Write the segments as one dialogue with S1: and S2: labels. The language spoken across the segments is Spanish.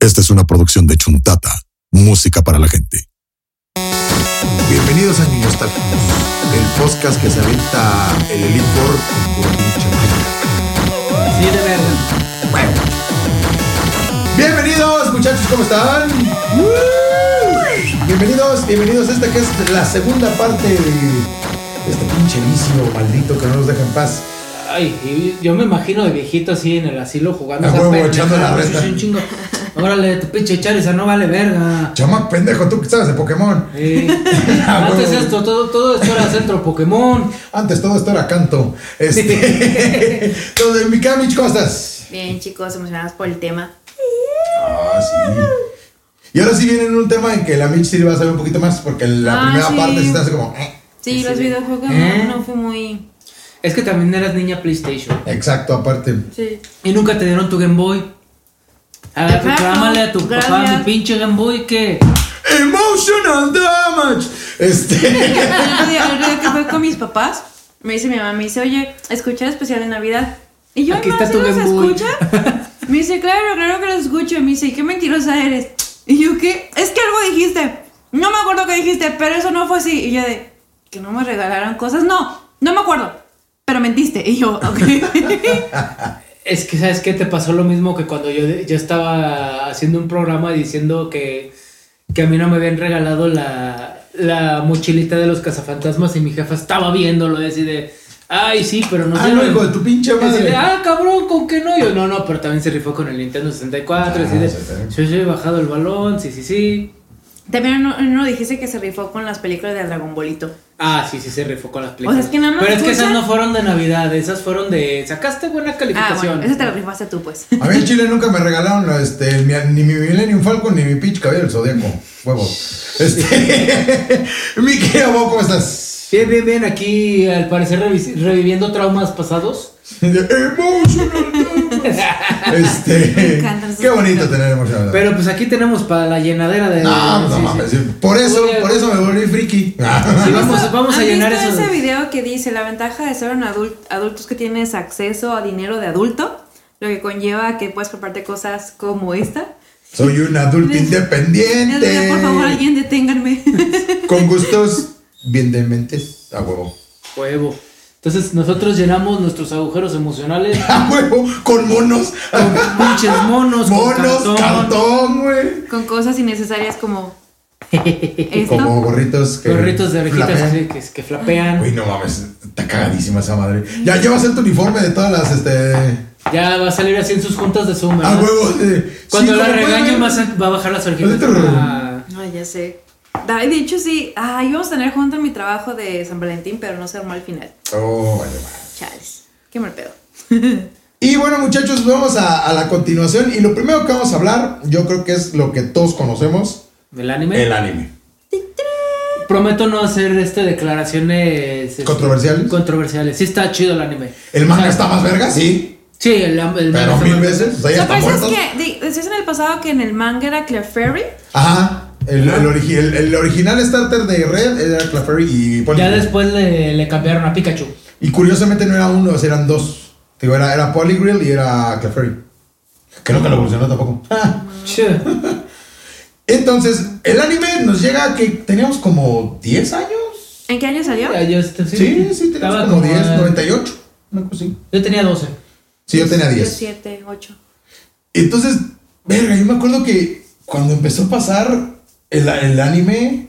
S1: Esta es una producción de Chuntata, música para la gente.
S2: Bienvenidos a Niños Tacos, el podcast que se avienta el Elite Board por pinche maña.
S3: Sí, de verdad.
S2: Bueno. Bienvenidos, muchachos, ¿cómo están? Bienvenidos, bienvenidos a esta que es la segunda parte de este pinche vicio maldito que no nos deja en paz.
S3: Ay, y yo me imagino de viejito así en el asilo jugando.
S2: A
S3: esa
S2: huevo,
S3: pendejada,
S2: echando la
S3: pues,
S2: reta.
S3: es un chingo. Órale, tu pinche Charizard no vale verga.
S2: Chama pendejo, tú que sabes de Pokémon.
S3: Eh,
S2: A
S3: antes
S2: huevo.
S3: esto, todo, todo esto era centro Pokémon.
S2: Antes todo esto era canto. Este. todo en mi Mitch Costas.
S4: Bien, chicos, emocionados por el tema.
S2: Ah, sí. Y ahora sí viene un tema en que la Mitch sí le va a saber un poquito más, porque la
S4: Ah,
S2: primera
S4: sí.
S2: parte se te hace como. eh,
S4: Sí, los videojuegos
S3: ¿Eh?
S4: no, no fue muy.
S3: Es que también eras niña PlayStation.
S2: exacto, aparte.
S4: Sí.
S3: Y nunca te dieron tu Game Boy. A ver,
S4: Claro,
S3: reclámale a tu papá
S4: gracias.
S3: mi pinche Game Boy que.
S2: Emotional damage. Este.
S4: El otro día, el otro día que fue con mis papás, me dice mi mamá, me dice, oye, escucha el especial de Navidad. Y yo,
S3: Aquí
S4: "Ma,
S3: está
S4: ¿sí
S3: tu
S4: los
S3: Game Boy".
S4: escucha? Me dice, claro, claro que lo escucho. Y me dice, qué mentirosa eres. Y yo, ¿qué? Es que algo dijiste. No me acuerdo qué dijiste, pero eso no fue así. Y yo de, que no me regalaran cosas. No, no me acuerdo. Pero mentiste. Y yo, ok.
S3: Es que, ¿sabes qué? Te pasó lo mismo que cuando yo, yo estaba haciendo un programa diciendo que, que a mí no me habían regalado la, la mochilita de los cazafantasmas y mi jefa estaba viéndolo y así de, ay, sí, pero no
S2: Ah,
S3: sé
S2: no, hijo de tu pinche madre.
S3: ah, cabrón, ¿con qué no? Y Yo, no, no, pero también se rifó con el Nintendo 64,
S2: Ah,
S3: así de,
S2: sí, sí.
S3: yo, yo he bajado el balón, sí, sí, sí.
S4: También no, no dijiste que se rifó con las películas de Dragon Bolito.
S3: Ah, sí, sí, se rifó con las
S4: sea,
S3: películas.
S4: es que nada más
S3: pero es que esas
S4: escucha-
S3: no fueron de Navidad, esas fueron de, sacaste buena
S4: Ah,
S3: calificación.
S4: bueno, ese te lo rifaste tú, pues.
S2: A mí en Chile nunca me regalaron este, mi- ni mi Millennium Falcon ni mi Pitch Cabello del Zodíaco. Huevo. Este. mi querido Bob, ¿cómo estás?
S3: Bien, bien, bien, aquí al parecer revi- reviviendo traumas pasados.
S2: Emotional damage. Este.
S4: encantan sus
S2: Qué bonito
S4: canciones.
S2: tener emotional damage.
S3: Pero pues aquí tenemos para la llenadera de...
S2: No, no
S3: eh, sí, sí.
S2: mames. Por eso,
S3: Oye,
S2: por eso me volví friki.
S3: Sí, vamos, vamos a
S4: ¿Han
S3: llenar
S4: visto
S3: eso.
S4: ese video que dice la ventaja de ser un adulto, adulto es que tienes acceso a dinero de adulto, lo que conlleva que puedes comprarte cosas como esta?
S2: Soy un adulto
S4: Les- Es
S2: independiente.
S4: de, por favor, alguien deténganme.
S2: Con gustos bien dementes. A huevo.
S3: Huevo. Entonces nosotros llenamos nuestros agujeros emocionales
S2: A huevo. Con monos.
S3: con pinches monos, con
S2: Monos,
S3: cartón.
S2: cartón, güey.
S4: Con cosas innecesarias como esto.
S2: Como gorritos que.
S3: gorritos de orejitas
S2: flamean.
S3: así que, que flapean.
S2: Güey, no mames, está cagadísima esa madre. Ya llevas en tu uniforme de todas las, este.
S3: Ya va a salir así en sus juntas de Zoom,
S2: A
S3: ¿verdad?
S2: Ah, huevo. de-
S3: Cuando
S2: sí,
S3: la
S2: como
S3: regañen
S2: pueden.
S3: vas a- va a bajar las orejitas.
S2: Ahorita-
S3: Ah,
S4: No, ya sé. Ay, de hecho, sí. Ah, íbamos a tener junto en mi trabajo de San Valentín, pero no se armó al final.
S2: Oh, vale, vale.
S4: Chales. Qué mal pedo.
S2: Y bueno, muchachos, vamos a, a la continuación. Y lo primero que vamos a hablar, yo creo que es lo que todos conocemos:
S3: ¿Del anime?
S2: el anime.
S3: Prometo no hacer este declaraciones... este,
S2: ¿Controversiales?
S3: Controversiales. Sí está chido el anime.
S2: El manga
S3: O sea,
S2: está más verga, sí.
S3: Sí, el, am- el
S2: Pero
S3: manga
S2: mil
S3: está-
S2: veces, pues o sea, ya
S4: Lo
S2: está
S4: que pasa es
S2: muerto.
S4: que di- decías en el pasado que en el manga era Claire Ferry.
S2: Ajá. El, el, origi- el- el original starter de Red era Claffery y Polly.
S3: Ya después le, le cambiaron a Pikachu.
S2: Y curiosamente no era uno, eran dos. Digo, era, era Polygrill y era Clefairy. Que nunca lo evolucionó tampoco.
S3: Che.
S2: Entonces, el anime nos llega que teníamos como 10 años.
S4: ¿En qué año salió?
S3: Ya, yo, este,
S2: Sí,
S3: sí,
S2: sí, teníamos
S3: estaba
S2: como 10,
S3: a-
S2: 98. Una cosa así.
S3: Yo tenía 12.
S2: Sí, yo tenía 10.
S4: 7, 8.
S2: Entonces, verga, yo me acuerdo que cuando empezó a pasar el, el anime,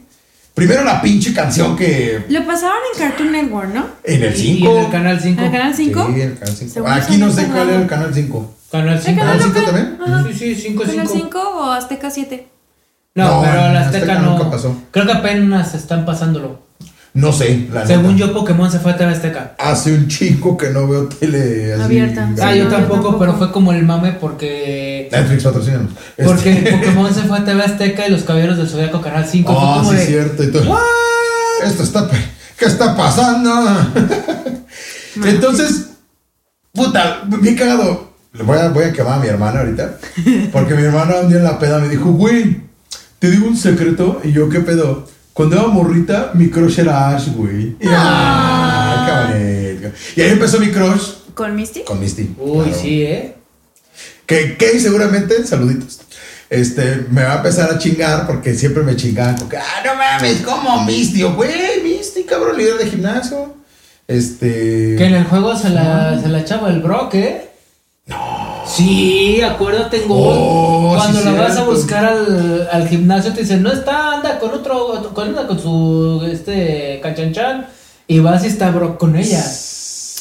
S2: primero la pinche canción que
S4: Lo pasaban en Cartoon Network, ¿no?
S2: en el
S3: Y- Y en
S2: 5.
S3: el canal 5.
S4: ¿En el canal 5?
S2: Sí, el canal 5.
S4: Según
S2: Aquí
S4: yo,
S2: no
S4: no
S2: sé
S4: pasaba.
S2: cuál era el canal 5.
S3: Canal 5.
S2: canal
S4: ¿Canal
S2: cinco
S4: local?
S2: también?
S4: Ajá.
S3: Sí, sí, 5,
S4: ¿Canal
S3: 5.
S4: 5 o Azteca 7?
S3: No,
S2: No,
S3: pero
S2: en
S3: la Azteca
S2: Azteca
S3: no.
S2: nunca pasó.
S3: Creo que apenas están pasándolo.
S2: No sé, la
S3: Según
S2: neta.
S3: yo, Pokémon se fue a TV Azteca.
S2: Hace un chico que no veo tele así.
S4: Abierta.
S3: Ah,
S4: Sí,
S3: yo
S4: no, yo
S3: tampoco,
S4: tampoco.
S3: pero fue como el mame porque.
S2: Netflix Este, patrocina.
S3: Porque Pokémon se fue a TV Azteca y los Caballeros del Zodiaco Canal 5. fue
S2: Oh,
S3: como
S2: sí,
S3: de-
S2: es cierto. Y todo, "What? Esto está. pa- ¿Qué está pasando? Entonces, puta, bien cagado. Le Voy a, voy a quemar a mi hermana ahorita. Porque mi hermana un día en la peda me dijo, güey, te digo un secreto. Y yo, ¿qué pedo? Cuando era morrita, mi crush era Ash, güey. Y, ah, qué bonito. Y ahí empezó mi crush
S4: ¿Con Misty?
S2: con Misty.
S3: Uy,
S2: claro.
S3: sí, ¿eh?
S2: Que, que seguramente, saluditos. este, me va a empezar a chingar porque siempre me chingaban. Porque, ah, no mames, ¿cómo Misty? Yo, Güey, Misty, cabrón, líder de gimnasio. Este.
S3: Que en el juego se la, se la echaba el Brock, ¿eh? No. Sí, acuérdate en Google.
S2: Oh,
S3: Cuando
S2: sí,
S3: la vas a
S2: cierto.
S3: buscar al, al gimnasio, te dicen, no está, anda con otro, con, anda con su este canchanchan. Y vas y está Brock con ella.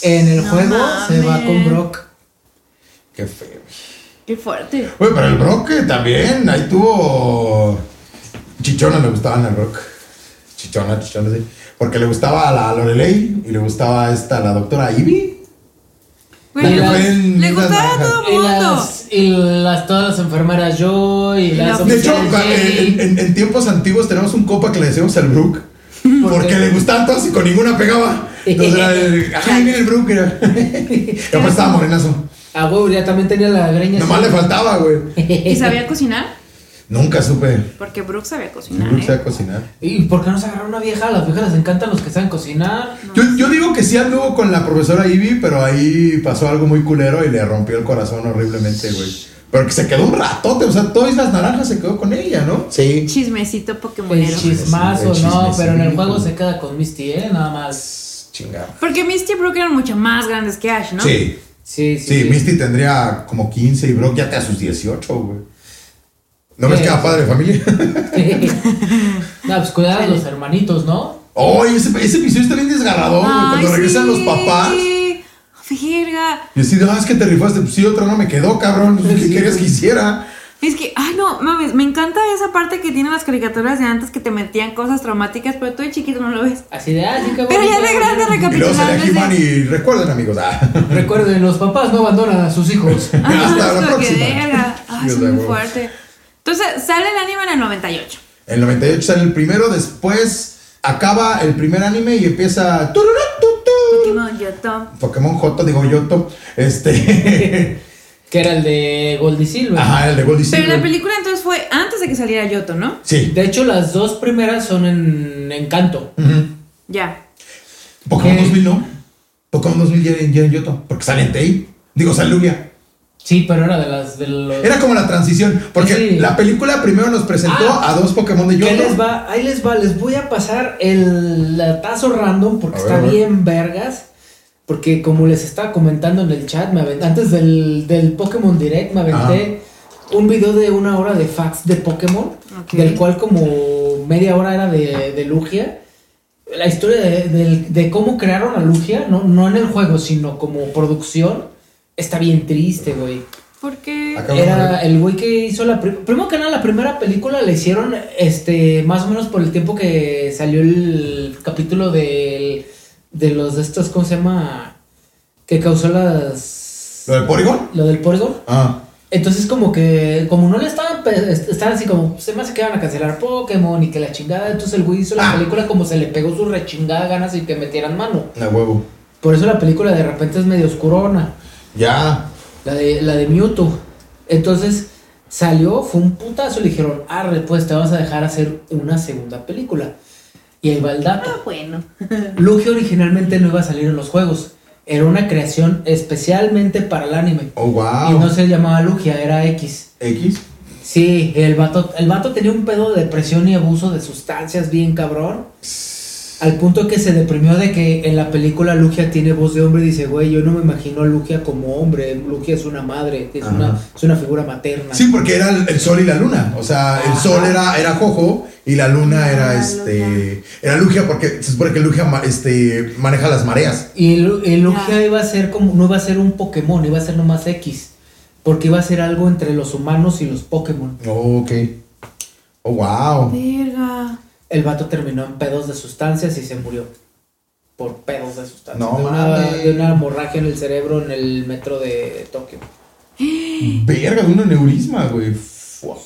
S3: En el
S4: No
S3: juego se va
S4: mames.
S3: con Brock.
S2: Qué feo.
S4: Qué fuerte.
S2: Güey, pero el Brock eh, también, ahí tuvo. Chichona le gustaban al Brock. Chichona, chichona, sí. Porque le gustaba a la Lorelei y le gustaba a esta, la doctora Ivy.
S4: Güey,
S3: Y
S4: le-
S3: las-
S4: le gustaba a todo
S3: Y
S4: mundo.
S3: las, y las todas las enfermeras yo y
S4: la-
S3: las
S2: De hecho,
S3: oficiales Jenny.
S2: en, en- en tiempos antiguos tenemos un copa que le decíamos al Brook. Porque le gustaban todas y con ninguna pegaba. Entonces era el. "Ay, ahí viene el Brook! Era. Ya pues estaba morenazo.
S3: A huevo, ya también tenía la greña.
S2: Nomás
S3: así.
S2: le faltaba, güey.
S4: ¿Y sabía cocinar?
S2: Nunca supe.
S4: Porque Brooke sabía cocinar.
S2: Brook
S4: ¿eh?
S2: sabe cocinar.
S3: ¿Y por qué no se agarró una vieja? A las viejas les encantan los que saben cocinar.
S2: Yo, yo digo que sí anduvo con la profesora Ivy, pero ahí pasó algo muy culero y le rompió el corazón horriblemente, güey. Pero que se quedó un ratote, o sea, todas las naranjas se quedó con ella, ¿no? Sí.
S4: Chismecito pokemonero.
S3: El chismazo,
S4: pues,
S2: Sí, el
S3: Pues, no, pero en el
S2: chismecito.
S3: juego se queda con Misty, ¿eh? Nada más.
S2: Chingada.
S4: Porque Misty y Brooke eran mucho más grandes que Ash, ¿no?
S2: Sí.
S3: Sí, sí.
S2: Sí, Misty tendría como 15 y Brock ya te a sus 18, güey. ¿No ves
S3: Sí.
S2: que era padre de familia?
S3: no, pues cuidar a los hermanitos, ¿no?
S2: ¡Oh, ese, ese episodio está bien desgarrador, güey! Cuando
S4: Ay,
S2: regresan los
S4: sí.
S2: papás.
S4: Verga.
S2: Y así, ah, es que te rifaste. Pues sí, otra no me quedó, cabrón. Pues, ¿Qué
S3: Sí.
S2: querías que hiciera?
S4: Es que, ay no, mames, me encanta esa parte que tienen las caricaturas de antes que te metían cosas traumáticas, pero tú de chiquito no lo ves.
S3: Así de, ah, sí, qué
S4: Pero ya
S3: bonito.
S4: de
S2: Y
S4: grande
S2: luego
S4: recapitulando.
S2: sería He-Man
S4: es de-
S2: y recuerden, amigos. Ah.
S3: Recuerden, los papás no abandonan a sus hijos.
S4: Ah,
S2: Hasta
S4: es
S2: la
S4: lo que
S2: próxima.
S4: verga. Ay,
S2: Dios
S4: es
S2: de
S4: muy
S2: huevos.
S4: fuerte. Entonces, sale el anime en el 98.
S2: El 98 sale el primero, después acaba el primer anime y empieza. tururú, tu, tu.
S4: Pokémon Yotom.
S2: Pokémon Joto, digo Yoto. Este.
S3: que era el de Gold y Silver.
S2: Ajá, el de Goldie
S4: Pero la
S2: Silver.
S4: película entonces fue antes de que saliera Yoto, ¿no?
S2: Sí.
S3: De hecho, las dos primeras son en Encanto.
S2: Ujú.
S4: Ya.
S2: Pokémon
S3: Ok.
S2: 2000 no. Pokémon 2000 ya en, ya en Yoto. Porque sale en Tei. Digo, sale Lugia.
S3: Sí, pero era de las de los.
S2: Era como la transición. Porque
S3: Sí.
S2: la película primero nos presentó
S3: Ah.
S2: a dos Pokémon de
S3: ¿Qué les
S2: Yoto.
S3: va? Ahí les va, les voy a pasar el latazo random porque
S2: A ver,
S3: está
S2: a ver.
S3: bien vergas. Porque como les estaba comentando en el chat, me aventé- antes del, del Pokémon Direct me aventé un video de una hora de facts de Pokémon,
S4: Ok.
S3: del cual como media hora era de, de Lugia. La historia de, del- de cómo crearon a Lugia, no, no en el juego, sino como producción, está bien triste, güey.
S4: Porque.
S2: Acá-
S3: Era el güey que hizo la primera. Primero que nada, la primera película la hicieron este más o menos por el tiempo que salió el capítulo del, de los de estos, ¿cómo se llama? Que causó las.
S2: Lo de Porygon.
S3: Lo del Porygon.
S2: Ah.
S3: Entonces, como que, como no le estaban, pe- est- estaban así como, se me hace que van a cancelar Pokémon y que la chingada. Entonces, el güey hizo la
S2: Ah.
S3: película como se le pegó su rechingada ganas y que metieran mano.
S2: La huevo.
S3: Por eso la película de repente es medio oscurona.
S2: Ya.
S3: La de, la de Mewtwo. Entonces salió, fue un putazo. Le dijeron, arre, pues te vas a dejar hacer una segunda película. Y ahí va el dato.
S4: Ah, bueno.
S3: Lugia originalmente no iba a salir en los juegos. Era una creación especialmente para el anime.
S2: Oh,
S3: Y
S2: wow.
S3: no se llamaba Lugia, era X.
S2: X.
S3: Sí, el vato, el vato tenía un pedo de depresión y abuso de sustancias bien cabrón. Al punto que se deprimió de que en la película Lugia tiene voz de hombre y dice, güey, yo no me imagino a Lugia como hombre. Lugia es una madre, es,
S2: Ajá.
S3: una, es una figura materna.
S2: Sí, porque era el, el sol y la luna. O sea, el
S3: Ajá.
S2: sol era, era Jojo y la luna era
S4: Ah,
S2: este.
S4: Lugia.
S2: Era Lugia, porque se supone que Lugia ma- este, maneja las mareas.
S3: Y el, el Lugia
S4: Ya.
S3: iba a ser como, no iba a ser un Pokémon, iba a ser nomás X. Porque iba a ser algo entre los humanos y los Pokémon.
S2: Oh, ok. Oh, wow.
S4: Verga.
S3: El vato terminó en pedos de sustancias y se murió. Por pedos de sustancias.
S2: No
S3: de, una,
S2: mames.
S3: de una hemorragia en el cerebro en el metro de Tokio.
S2: Verga, un aneurisma, güey. Fua.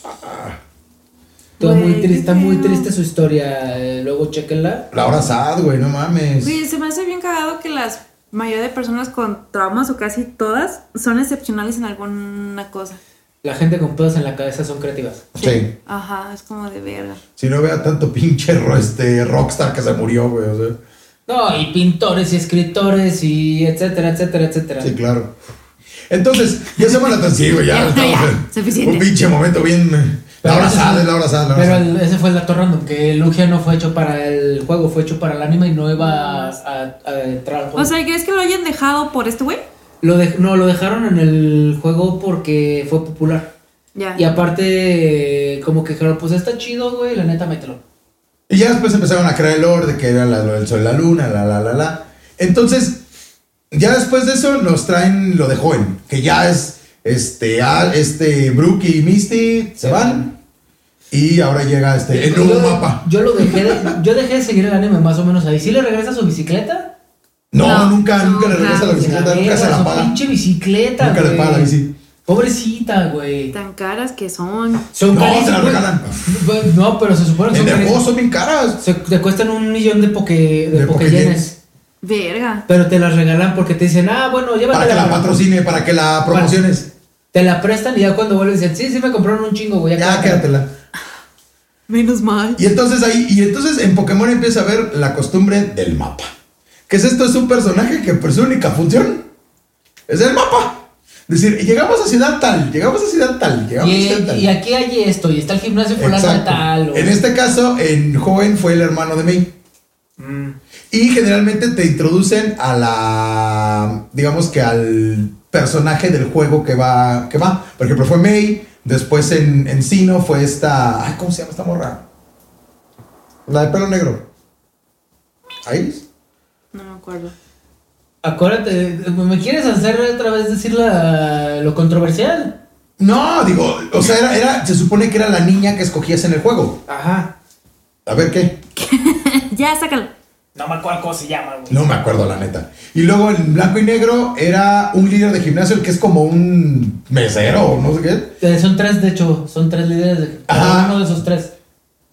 S3: Todo
S4: Güey,
S3: muy
S4: qué
S3: triste, está muy
S4: feo.
S3: triste su historia. eh, Luego chequenla.
S2: La hora sad, güey, no mames.
S4: Oye, se me hace bien cagado que las mayoría de personas con traumas o casi todas son excepcionales en alguna cosa.
S3: La gente con pedos en la cabeza son creativas.
S2: Sí.
S4: Ajá, es como de verga.
S2: Si no vea tanto pinche ro- este, rockstar que se murió, güey. O sea.
S3: No, y pintores y escritores y etcétera, etcétera, etcétera.
S2: Sí, claro. Entonces, ya se van a Sí, güey, ya.
S4: Ya,
S2: estamos
S4: ya,
S2: en
S4: suficiente.
S2: Un pinche momento bien. La hora
S3: Pero
S2: asada,
S3: ese-
S2: la hora asada, la hora
S3: Pero
S2: asada.
S3: el- ese fue el dato random, que Lugia no fue hecho para el juego, fue hecho para el anime y no iba a, a- a entrar al juego.
S4: O sea, ¿crees que lo hayan dejado por este güey?
S3: Lo dej- no, lo dejaron en el juego porque fue popular.
S4: Ya.
S3: Y aparte, como que dijeron, pues está chido, güey, la neta, mételo.
S2: Y ya después empezaron a crear el lore de que era la- lo del sol y la luna, la, la, la, la. Entonces, ya después de eso nos traen lo de Joven, que ya es este, Al- este Brook y Misty se van. Y ahora llega este, el nuevo
S3: Yo-
S2: mapa.
S3: Yo lo dejé de, yo dejé de seguir el anime más o menos ahí. ¿Sí le regresa su bicicleta?
S2: No,
S4: No,
S2: nunca, nunca le
S4: nunca,
S2: regresa la
S4: pues,
S2: bicicleta,
S3: verga,
S2: nunca se la
S3: su
S2: paga.
S3: pinche bicicleta,
S2: Nunca le
S3: güey.
S2: paga la bici.
S3: Pobrecita, güey.
S4: Tan caras que son.
S3: Son
S2: No,
S3: carísimas.
S2: se la regalan.
S3: Güey, No, pero se supone que
S2: En
S3: son
S2: el juego
S3: carísimas.
S2: son bien caras.
S3: Se- te cuestan un millón de, poke, de,
S2: De
S3: pokeyenes,
S2: pokeyenes.
S4: Verga.
S3: Pero te las regalan porque te dicen, ah, bueno,
S2: Para
S3: llévatela.
S2: que la patrocine, para que la promociones.
S3: Te la prestan y ya cuando vuelven dicen, sí, sí me compraron un chingo, güey.
S2: Ya, quédatela.
S4: Menos mal.
S2: Y entonces ahí, y entonces en Pokémon empieza a ver la costumbre del mapa. ¿Qué es esto? Es un personaje que por su única función es el mapa. Es decir, llegamos a ciudad tal, llegamos a ciudad tal, llegamos a ciudad
S3: Y,
S2: tal.
S3: y aquí hay esto, y está el gimnasio fulano de
S2: Exacto.
S3: tal. o-
S2: En este caso, en joven fue el hermano de May. Y generalmente te introducen a la, digamos que al personaje del juego que va, que va. Por ejemplo, fue May, después en, en Sino fue esta, ay, ¿cómo se llama esta morra? La de pelo negro. Iris.
S4: No me acuerdo.
S3: Acuérdate, ¿me quieres hacer otra vez decir la- lo controversial?
S2: No, digo, o sea, era, era, se supone que era la niña que escogías en el juego.
S3: Ajá.
S2: A ver qué.
S4: Ya, sácalo.
S3: No me acuerdo cómo se llama, güey.
S2: No me acuerdo, la neta. Y luego en blanco y negro era un líder de gimnasio, el que es como un mesero o no sé qué.
S3: Eh, son tres, de hecho, son tres líderes de cada
S2: Ajá.
S3: uno de esos tres.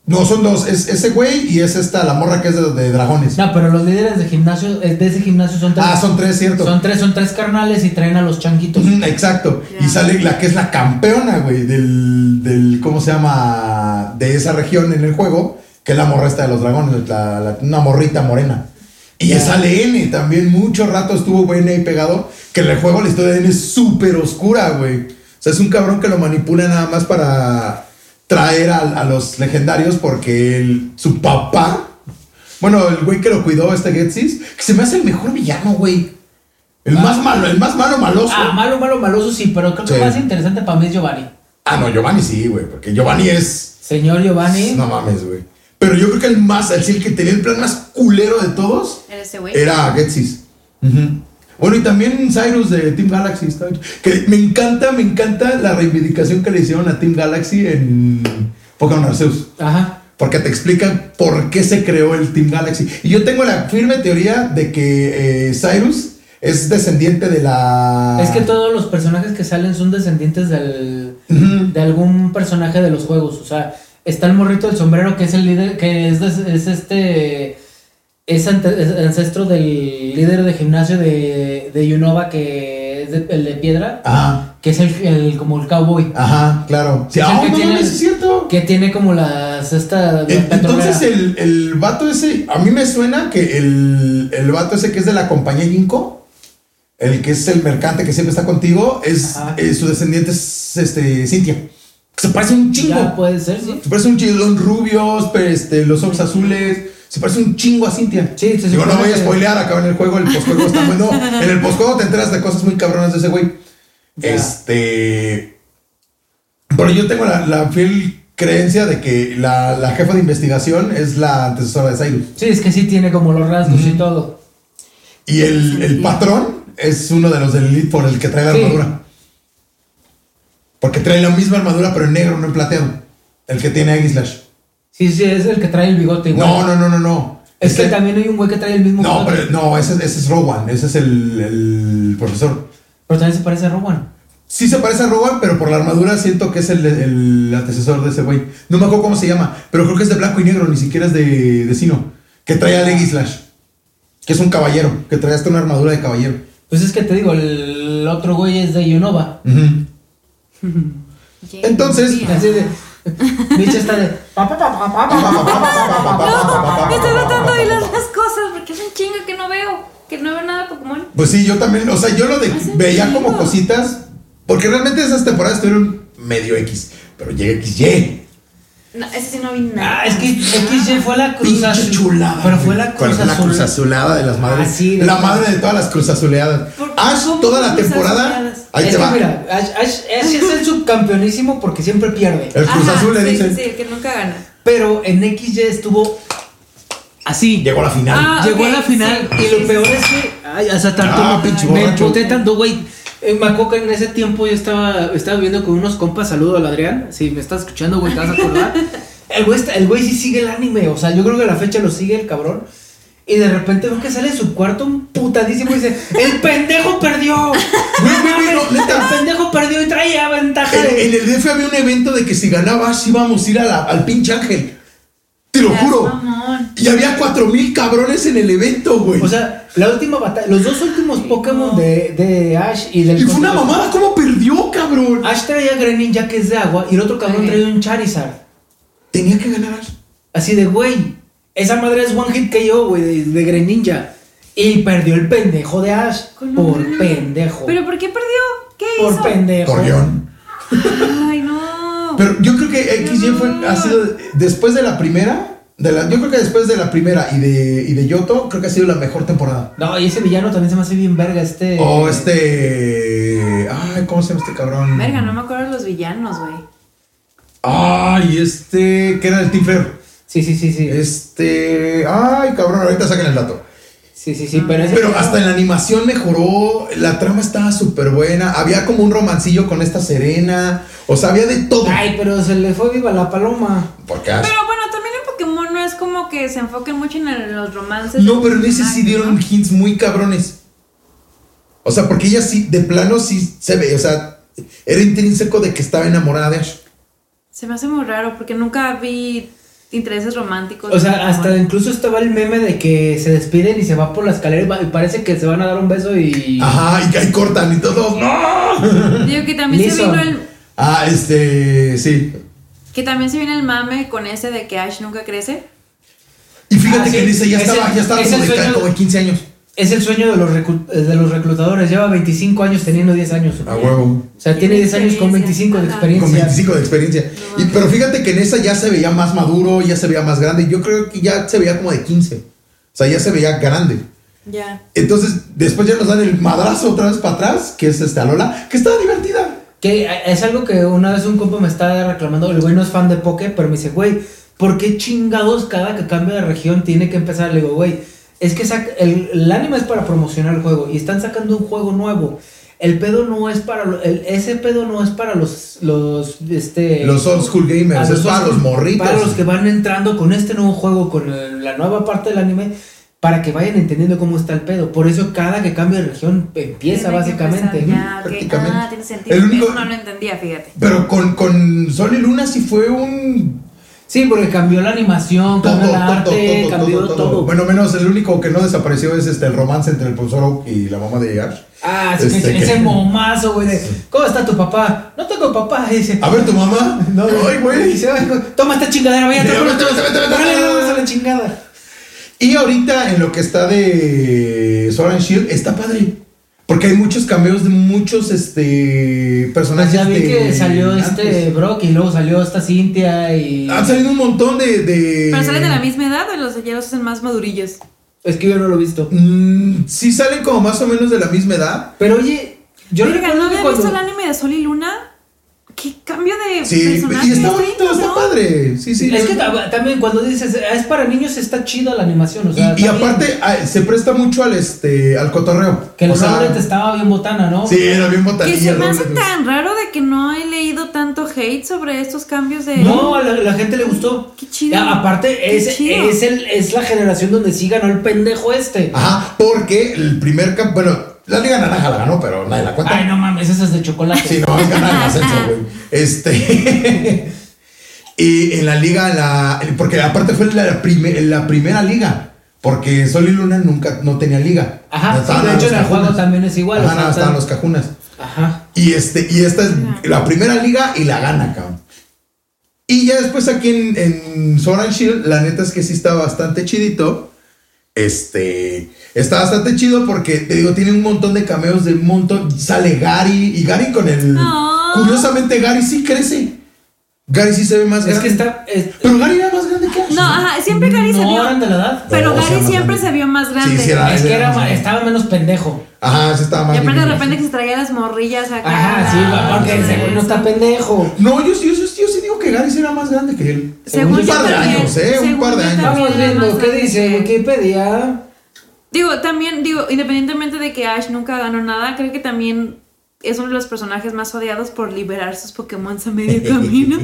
S2: No, son dos. Es ese güey y es esta, la morra que es de, de dragones.
S3: No, pero los líderes de gimnasio, eh, de ese gimnasio son tres.
S2: Ah, son tres, cierto.
S3: Son tres, son tres carnales y traen a los changuitos.
S2: Ujú, Exacto.
S4: Ya.
S2: Y sale la que es la campeona, güey, del, del, ¿cómo se llama? De esa región en el juego, que es la morra esta de los dragones, la- la- una morrita morena. Y
S3: Ya.
S2: sale N también, mucho rato estuvo güey, N ahí pegado, que en el juego la historia de N es súper oscura, güey. O sea, es un cabrón que lo manipula nada más para traer a, a los legendarios porque él- su papá, bueno, el güey que lo cuidó, este Getsis, que se me hace el mejor villano, güey. El
S3: Ah.
S2: más malo, el más malo maloso.
S3: Ah, malo, malo, maloso, sí, pero creo que
S2: Sí.
S3: más interesante para mí es Giovanni.
S2: Ah, no, Giovanni sí, güey, porque Giovanni es.
S3: Señor Giovanni.
S2: No mames, güey. Pero yo creo que el más, el, el que tenía el plan más culero de todos
S4: ¿Era ese güey?
S2: era Getsis. Bueno, y también Cyrus de Team Galaxy. está bien. Que me encanta, me encanta la reivindicación que le hicieron a Team Galaxy en Pokémon Arceus.
S3: Ajá.
S2: Porque te explican por qué se creó el Team Galaxy. Y yo tengo la firme teoría de que eh, Cyrus es descendiente de la.
S3: Es que todos los personajes que salen son descendientes del,
S2: Ujú.
S3: de algún personaje de los juegos. O sea, está el morrito del sombrero que es el líder, que es, des- es este. Es, ante- es ancestro del líder de gimnasio de, de Unova, que es de- el de piedra,
S2: Ajá.
S3: que es el, el- como el cowboy.
S2: Ah, Ajá, claro. Sí,
S3: Pues Es el
S2: ah,
S3: que
S2: no
S3: tiene-
S2: mames, es cierto.
S3: Que tiene como las. Esta,
S2: En-
S3: la
S2: Eh, Entonces
S3: petrolera.
S2: el, el vato ese, a mí me suena que el, el vato ese que es de la compañía Ginkgo, el que es el mercante que siempre está contigo, es
S3: Ajá.
S2: eh, su descendiente es este Cintia. Se parece un chingo.
S3: Ya pues, puede ser, sí.
S2: Se parece un chingo, los rubios, pero, este, los ojos azules. Se parece un chingo a Cintia.
S3: Sí, se
S2: Digo, no
S3: supone
S2: voy a
S3: que-
S2: spoilear, acá en el juego, el postjuego está bueno. En el postjuego te enteras de cosas muy cabronas de ese güey.
S3: Ya.
S2: Este. Pero yo tengo la, la fiel creencia de que la, la jefa de investigación es la antecesora de Cyrus.
S3: Sí, es que sí tiene como los rasgos y todo.
S2: Y el, el patrón es uno de los del Elite por el que trae la
S3: Sí.
S2: armadura. Porque trae la misma armadura, pero en negro, no en plateado. El que tiene Aguislash.
S3: Sí, sí, es el que trae el bigote igual.
S2: No, no, no, no, no.
S3: Es que
S2: Ese-
S3: también hay un güey que trae el mismo
S2: No,
S3: bigote.
S2: pero no, ese, ese es Rowan, ese es el, el profesor.
S3: Pero también se parece a Rowan.
S2: Sí se parece a Rowan, pero por la armadura siento que es el, el antecesor de ese güey. No me acuerdo cómo se llama, pero creo que es de blanco y negro, ni siquiera es de, de Sino. Que trae a Leggy Slash, que es un caballero, que trae hasta una armadura de caballero.
S3: Pues es que te digo, el otro güey es de Unova.
S2: Ujú.
S4: Llega
S2: entonces-
S4: un día.
S3: Así de. Mitch está de. pa, pa, pa, pa, pa, pa, pa, pa, pa, pa, pa, pa, pa, pa, pa,
S4: No,
S3: pa,
S4: estoy
S3: pa, pa,
S4: tratando
S3: pa,
S4: de hilar
S3: pa, pa.
S4: las cosas porque es un chingo que no veo. que no veo nada Pokémon.
S2: Pues sí, yo también, o sea, yo lo de,
S4: Ah, sí,
S2: veía
S4: sí,
S2: como
S4: no.
S2: cositas, porque realmente esas temporadas tuvieron medio X, pero llega XY.
S4: No, ese sí no vi nada.
S3: Ah, es que XY fue la cruz
S2: Pinche
S3: azul.
S2: chulada.
S3: Pero
S2: güey.
S3: fue la
S2: Pero
S3: cruz
S2: fue la
S3: azul.
S2: cruz azulada de las madres.
S3: Ah, sí, de
S2: la
S3: todas.
S2: madre de todas las cruz azuleadas.
S4: ¿Por qué
S2: Ash,
S4: somos
S2: toda la
S4: cruz
S2: temporada.
S4: azuleadas?
S2: Ahí
S3: es
S2: te
S3: que
S2: va.
S3: mira, Ash, Ash- Ash es el subcampeonísimo porque siempre pierde.
S2: el cruz
S4: Ajá,
S2: azul le
S4: sí,
S2: dicen.
S4: Sí, sí, el que nunca gana.
S3: Pero en XY estuvo así.
S2: Llegó a la final.
S4: Ah,
S3: Llegó a la
S4: ok,
S3: final
S4: sí,
S3: y
S4: sí,
S3: lo peor
S4: sí.
S3: es que ay, o sea, tanto
S2: Ah,
S3: me-
S2: pinche
S3: me
S2: borracho.
S3: empoté tanto, güey. Eh, Me acuerdo que en ese tiempo yo estaba, estaba viviendo con unos compas. Saludo al Adrián. Si me estás escuchando, güey, te vas a acordar. El güey, está- el güey sí sigue el anime. O sea, yo creo que a la fecha lo sigue el cabrón. Y de repente veo que sale de su cuarto un putadísimo y dice: ¡El pendejo perdió!
S2: Güey, güey, güey, no, neta.
S3: El pendejo perdió y traía ventaja
S2: En,
S3: de.
S2: en el DF había un evento de que si ganabas íbamos a ir a la- al pinche ángel. Te lo
S4: Ya,
S2: juro.
S4: mamón.
S2: Y había cuatro mil cabrones en el evento, güey.
S3: O sea, la última batalla, los dos últimos Pokémon de, de Ash y del.
S2: y fue una
S3: Conquistador.
S2: mamada, ¿cómo perdió, cabrón?
S3: Ash traía Greninja que es de agua y el otro cabrón
S4: Ok.
S3: traía un Charizard.
S2: Tenía que ganar.
S3: Así de, güey, esa madre es one hit que yo, güey, de, de Greninja. Y perdió el pendejo de Ash.
S4: Con
S3: por
S4: una-
S3: pendejo.
S4: ¿Pero por qué perdió? ¿Qué
S3: por
S4: hizo?
S3: pendejo.
S2: Corrión.
S4: Ay, no.
S2: Pero yo creo que XY fue,
S4: No.
S2: ha sido después de la primera. De la, yo creo que después de la primera y de, y de Yoto, creo que ha sido la mejor temporada.
S3: No, y ese villano también se me hace bien verga este.
S2: O este. Ay, ¿cómo se llama este cabrón?
S4: Verga, no me acuerdo de los villanos, güey.
S2: Ay, este. ¿Qué era el Team Flair?
S3: Sí, sí, sí, sí.
S2: Este. Ay, cabrón, ahorita sacan el dato.
S3: Sí, sí, sí, pero ese.
S2: Pero hasta en la animación mejoró, la trama estaba súper buena, había como un romancillo con esta Serena, o sea, había de todo.
S3: Ay, pero se le fue viva la paloma.
S2: Porque Ash-
S4: Pero bueno, también en Pokémon no es como que se enfoquen mucho en el- los
S3: Este
S4: romances.
S2: No,
S4: de
S2: pero en
S4: los
S2: ese sí
S4: personajes,
S2: dieron
S4: ¿no?
S2: hints muy cabrones. O sea, porque ella sí, de plano sí se ve, o sea, era intrínseco de que estaba enamorada de Ash.
S4: Se me hace muy raro porque nunca vi intereses románticos.
S3: O
S4: en
S3: sea, hasta
S4: Pokémon.
S3: incluso estaba el meme de que se despiden y se va por la escalera y va- y parece que se van a dar un beso y.
S2: Ajá, y que ahí cortan y todos, ¡no!
S4: Digo que también se
S3: Lizzo.
S4: vino el.
S2: Ah, este, sí.
S4: Que también se viene el mame con ese de que Ash nunca crece.
S2: Y fíjate
S3: Ah,
S2: que
S3: sí,
S2: dice, ya
S3: es
S2: estaba,
S3: el-
S2: ya estaba
S3: es
S2: como
S3: el
S2: de,
S3: sueño-
S2: como de 15 años.
S3: Es el sueño de los, recu- eh, de los reclutadores. Lleva 25 años teniendo 10 años.
S2: A huevo.
S3: O sea, tiene 10 años con
S4: Experiencia.
S3: 25 de
S4: Ajá.
S3: experiencia.
S2: Con 25 de experiencia. Y, pero fíjate que en esa ya se veía más maduro, ya se veía más grande. Yo creo que ya se veía como de 15. O sea, ya se veía grande.
S4: Ya.
S2: Entonces, después ya nos dan el madrazo otra vez para atrás, que es esta Lola, que estaba divertida.
S3: Que eh, es algo que una vez un compa me estaba reclamando. El güey no es fan de Poké, pero me dice, güey, ¿por qué chingados cada que cambia de región tiene que empezar? Le digo, güey, es que saca- el, el anime es para promocionar el juego y están sacando un juego nuevo. El pedo no es para. lo- el- ese pedo no es para los. Los. Este.
S2: Los old school
S3: A
S2: gamers, es
S3: los
S2: para
S3: otros-
S2: los morritos.
S3: Para los que van entrando con este nuevo juego, con el- la nueva parte del anime, para que vayan entendiendo cómo está el pedo. Por eso cada que cambia de región empieza
S4: Tiene que
S3: básicamente.
S4: empezar, Ya, ok.
S2: prácticamente.
S4: Ah, tiene sentido.
S2: El único-
S4: Eso no lo entendía, fíjate.
S2: Pero con, con Sol y Luna sí fue un...
S3: Sí, porque cambió la animación, cambió el arte, cambió todo.
S2: Bueno, menos el único que no desapareció es este, el romance entre el Ponzoro y la mamá de Ash.
S3: Ah, sí,
S2: Este,
S3: ese- ese
S2: que-
S3: momazo, güey. de, ¿Cómo está tu papá? No tengo papá, dice.
S2: A ver, tu mamá. Ay, Ah, güey.
S3: Dice, "Ay, güey, Toma esta chingadera, vaya,
S2: Sí,
S3: toma,
S2: vete, vete, vete, vete,
S3: Órale,
S2: vete.
S3: vámonos a la chingada.
S2: Y ahorita en lo que está de Sword and Shield está padre. Porque hay muchos cambios de muchos este
S3: Pues
S2: personajes.
S3: ya vi
S2: de-
S3: que salió este
S2: antes. Ah,
S3: Brock y luego salió esta Cintia y.
S2: Han salido un montón de. de
S4: Pero salen de la misma edad o los ya los hacen más madurillos.
S3: Es que yo no lo he visto.
S2: Mm, sí, salen como más o menos de la misma edad.
S3: Pero oye, yo
S4: Verga, ¿no
S3: recuerdo que
S4: había
S3: cuando.
S4: visto el anime de Sol y Luna? ¿Qué cambio de
S2: Sí,
S4: personaje?
S2: y está
S4: Sí,
S2: bonito, está
S4: ¿no?
S2: padre. Sí, sí.
S3: Es
S2: yo-
S3: que tab- también cuando dices "Ah, es para niños está chida la animación, o
S2: y,
S3: sea.
S2: y
S3: está bien.
S2: aparte ah, se presta mucho al este al cotorreo.
S3: Que
S2: O
S3: el
S2: sea,
S3: Robert estaba bien botana, ¿no?
S2: Sí, era bien
S4: Que
S2: botanilla.
S4: se me
S2: el
S4: hace
S2: Robert.
S4: tan raro de que no he leído tanto hate sobre estos cambios de.
S3: No, a la, la gente le gustó.
S4: Qué chido.
S3: Ya, aparte,
S4: Qué
S3: es,
S4: chido.
S3: es, el, es la generación donde sí ganó el pendejo este.
S2: Ajá, porque el primer campo. Bueno, la Liga Naranja la ganó, pero nadie la cuenta.
S3: Ay, no mames, esas de chocolate.
S2: Sí, no, es ganar el ascenso, güey. Este. y en la liga, la, porque aparte fue la, prime- la primera liga. Porque Sol y Luna nunca no tenía liga.
S3: Ajá,
S2: No
S3: sí,
S2: estaban
S3: de hecho
S2: los
S3: en el
S2: cajunas.
S3: juego también es igual.
S2: Ajá,
S3: o sea,
S2: no,
S3: están-
S2: estaban los cajunas.
S3: Ajá.
S2: Y este, y esta es
S4: Mira.
S2: la primera liga y la gana, cabrón. Y ya después aquí en, en Sword and Shield, la neta es que sí está bastante chidito. Este. Está bastante chido porque, te digo, tiene un montón de cameos de un montón. Sale Gary y Gary con el.
S4: Ah.
S2: Curiosamente, Gary sí crece. Gary sí se ve más
S3: Es
S2: grande.
S3: que está. es-
S2: Pero Gary era más grande que Ash.
S4: No, ajá, siempre Gary se
S3: no
S4: vio.
S3: eran de la edad.
S2: No,
S4: Pero
S2: sí,
S4: Gary
S2: más
S4: siempre
S2: grande.
S4: se vio más grande.
S2: sí, era-
S3: Es que era,
S2: más
S3: ma-
S2: grande.
S3: estaba menos pendejo.
S2: Ajá, sí estaba más
S4: y aparte de
S2: grande.
S4: repente que se traía las morrillas acá.
S3: Ajá, sí, aparte
S4: Ah,
S3: ese güey no está pendejo.
S2: No, yo, sí- yo, sí- yo sí digo que Gary sí era más grande que él.
S4: Según
S2: un par
S4: yo
S2: de
S4: también,
S2: años, ¿eh? Un
S4: según
S2: par de
S4: yo
S2: años.
S4: también.
S3: Vamos viendo, ¿qué dice Wikipedia?
S4: Digo, también, digo, independientemente de que Ash nunca ganó nada, creo que también es uno de los personajes más odiados por liberar sus Pokémon a medio camino.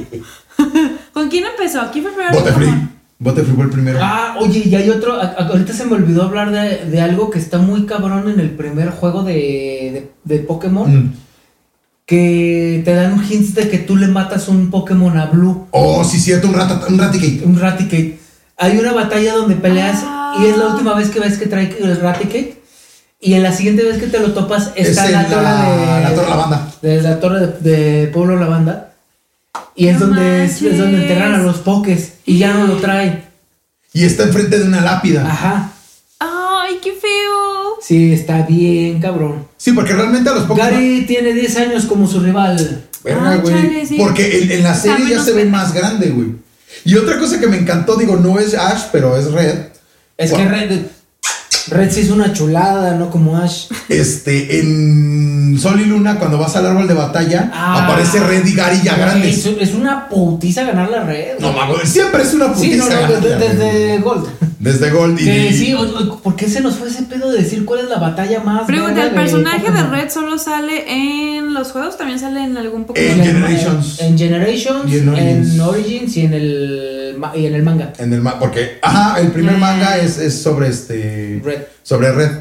S4: ¿Con quién empezó? ¿Quién fue el primer
S2: Butterfree.
S4: Pokémon?
S2: Butterfree fue el primero.
S3: Ah, oye, y hay otro. a- a- ahorita se me olvidó hablar de, de algo que está muy cabrón en el primer juego de, de, de Pokémon.
S2: Mm.
S3: Que te dan un hint de que tú le matas un Pokémon a Blue,
S2: Oh, sí, cierto, un, rata, un Raticate.
S3: un Raticate. Hay una batalla donde peleas
S4: Ah.
S3: y es la última vez que ves que trae el Raticate. Y en la siguiente vez que te lo topas está
S2: es
S3: la,
S2: en
S3: torre
S2: la,
S3: de.
S2: la Torre Lavanda.
S3: de la torre de, de Pueblo Lavanda. Y es
S4: No
S3: donde, es, es donde
S4: manches.
S3: enterran a los pokés. Y ya no lo traen.
S2: Y está enfrente de una lápida.
S4: Ah.
S3: Ajá.
S4: ¡Ay, qué feo!
S3: Sí, está bien, cabrón.
S2: Sí, porque realmente a los Pokémon.
S3: Gary tiene 10 años como su rival.
S2: Verga,
S4: Ah,
S2: güey.
S4: chale, sí.
S2: Porque en, en la
S4: Está
S2: serie ya
S4: menos
S2: se ve
S4: pendejo.
S2: más grande, güey. Y otra cosa que me encantó, digo, no es Ash, pero es Red.
S3: Es
S2: Guau.
S3: que Red, Red sí es una chulada, ¿no? Como Ash.
S2: Este, en Sol y Luna, cuando vas al árbol de batalla,
S3: Ah.
S2: aparece Red y Gary ya
S3: Güey, Es,
S2: grandes.
S3: es una putiza ganar la red.
S2: No mames, siempre es una
S3: sí,
S2: putiza.
S3: no, no,
S2: ganar,
S3: desde,
S2: güey.
S3: desde Gold.
S2: Desde Gold y-
S3: Que sí, o- o- ¿por qué se nos fue ese pedo de decir cuál es la batalla más?
S4: Pregunta,
S3: verga
S4: ¿el personaje de
S3: Pokémon?
S4: Red solo sale en los juegos? ¿También sale en algún
S2: En
S4: Pokémon?
S2: Generations.
S3: En, Generations,
S2: Y en
S3: en
S2: Origins.
S3: Origins. y en el, ma- y en el manga.
S2: En el ma- porque, ajá, el primer
S4: Eh.
S2: manga es, es sobre este.
S3: Red.
S2: Sobre Red.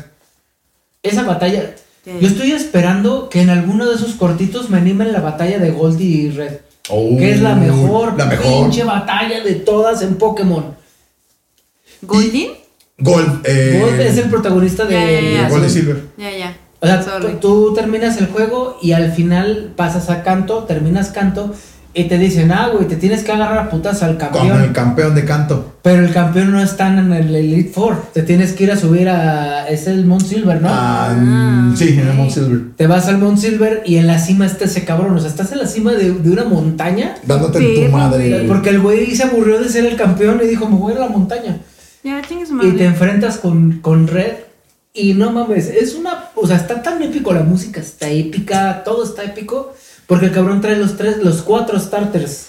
S3: Esa batalla.
S4: Sí.
S3: Yo estoy esperando que en alguno de esos cortitos me animen la batalla de Gold y Red.
S2: Oh,
S3: que es la mejor,
S2: La mejor.
S3: pinche batalla de todas en Pokémon.
S4: ¿Goldin?
S2: Gold. eh,
S3: Gold es el protagonista de.
S4: Ya, ya, ya.
S2: Gold y Silver.
S4: Ya, ya.
S3: O sea,
S4: Sorry.
S3: tú- tú terminas el juego y al final pasas a canto, terminas canto y te dicen, ah, güey, te tienes que agarrar a putas al
S2: Como
S3: campeón.
S2: el campeón de canto.
S3: Pero el campeón no está en el Elite Four. Te tienes que ir a subir a. Es el Mount Silver, ¿no?
S2: Ah, mm, sí, en el Mount Silver.
S3: Te vas al Mount Silver y en la cima está ese cabrón. O sea, estás en la cima de, de una montaña.
S2: Dándote en
S4: Sí,
S2: tu madre.
S4: güey.
S3: Porque el güey se aburrió de ser el campeón y dijo, me voy a la montaña.
S4: Ya, chingues
S3: Y te
S4: madre.
S3: enfrentas con, con Red. Y no mames, es una. O sea, está tan épico. La música está épica. Todo está épico. Porque el cabrón trae los tres, los cuatro starters.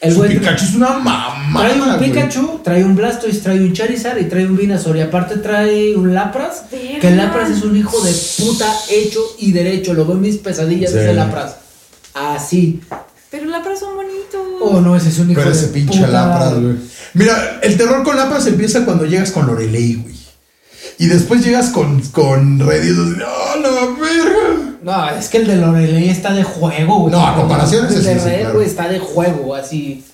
S3: El
S2: Su
S3: güey
S2: Pikachu es una mamá.
S3: trae un Pikachu, trae un Blastoise, trae un Charizard y trae un Venusaur. Y aparte trae un Lapras. Que el
S4: Verga.
S3: Lapras es un hijo de puta hecho y derecho. Lo veo en mis pesadillas
S2: Sí.
S3: ese Lapras. Así.
S4: Pero Lapras son bonitos.
S3: Oh, no, ese es un hijo
S2: Pero
S3: de
S2: ese pinche
S3: puta.
S2: Lapras, güey. Mira, el terror con Lapras empieza cuando llegas con Lorelei, güey. Y después llegas con, con Red y es así, ¡ah, la verga!
S3: No, es que el de Lorelei está de juego, güey.
S2: No, a comparación,
S3: El
S2: ese sí,
S3: de
S2: sí,
S3: Red,
S2: claro.
S3: güey, está de juego, así.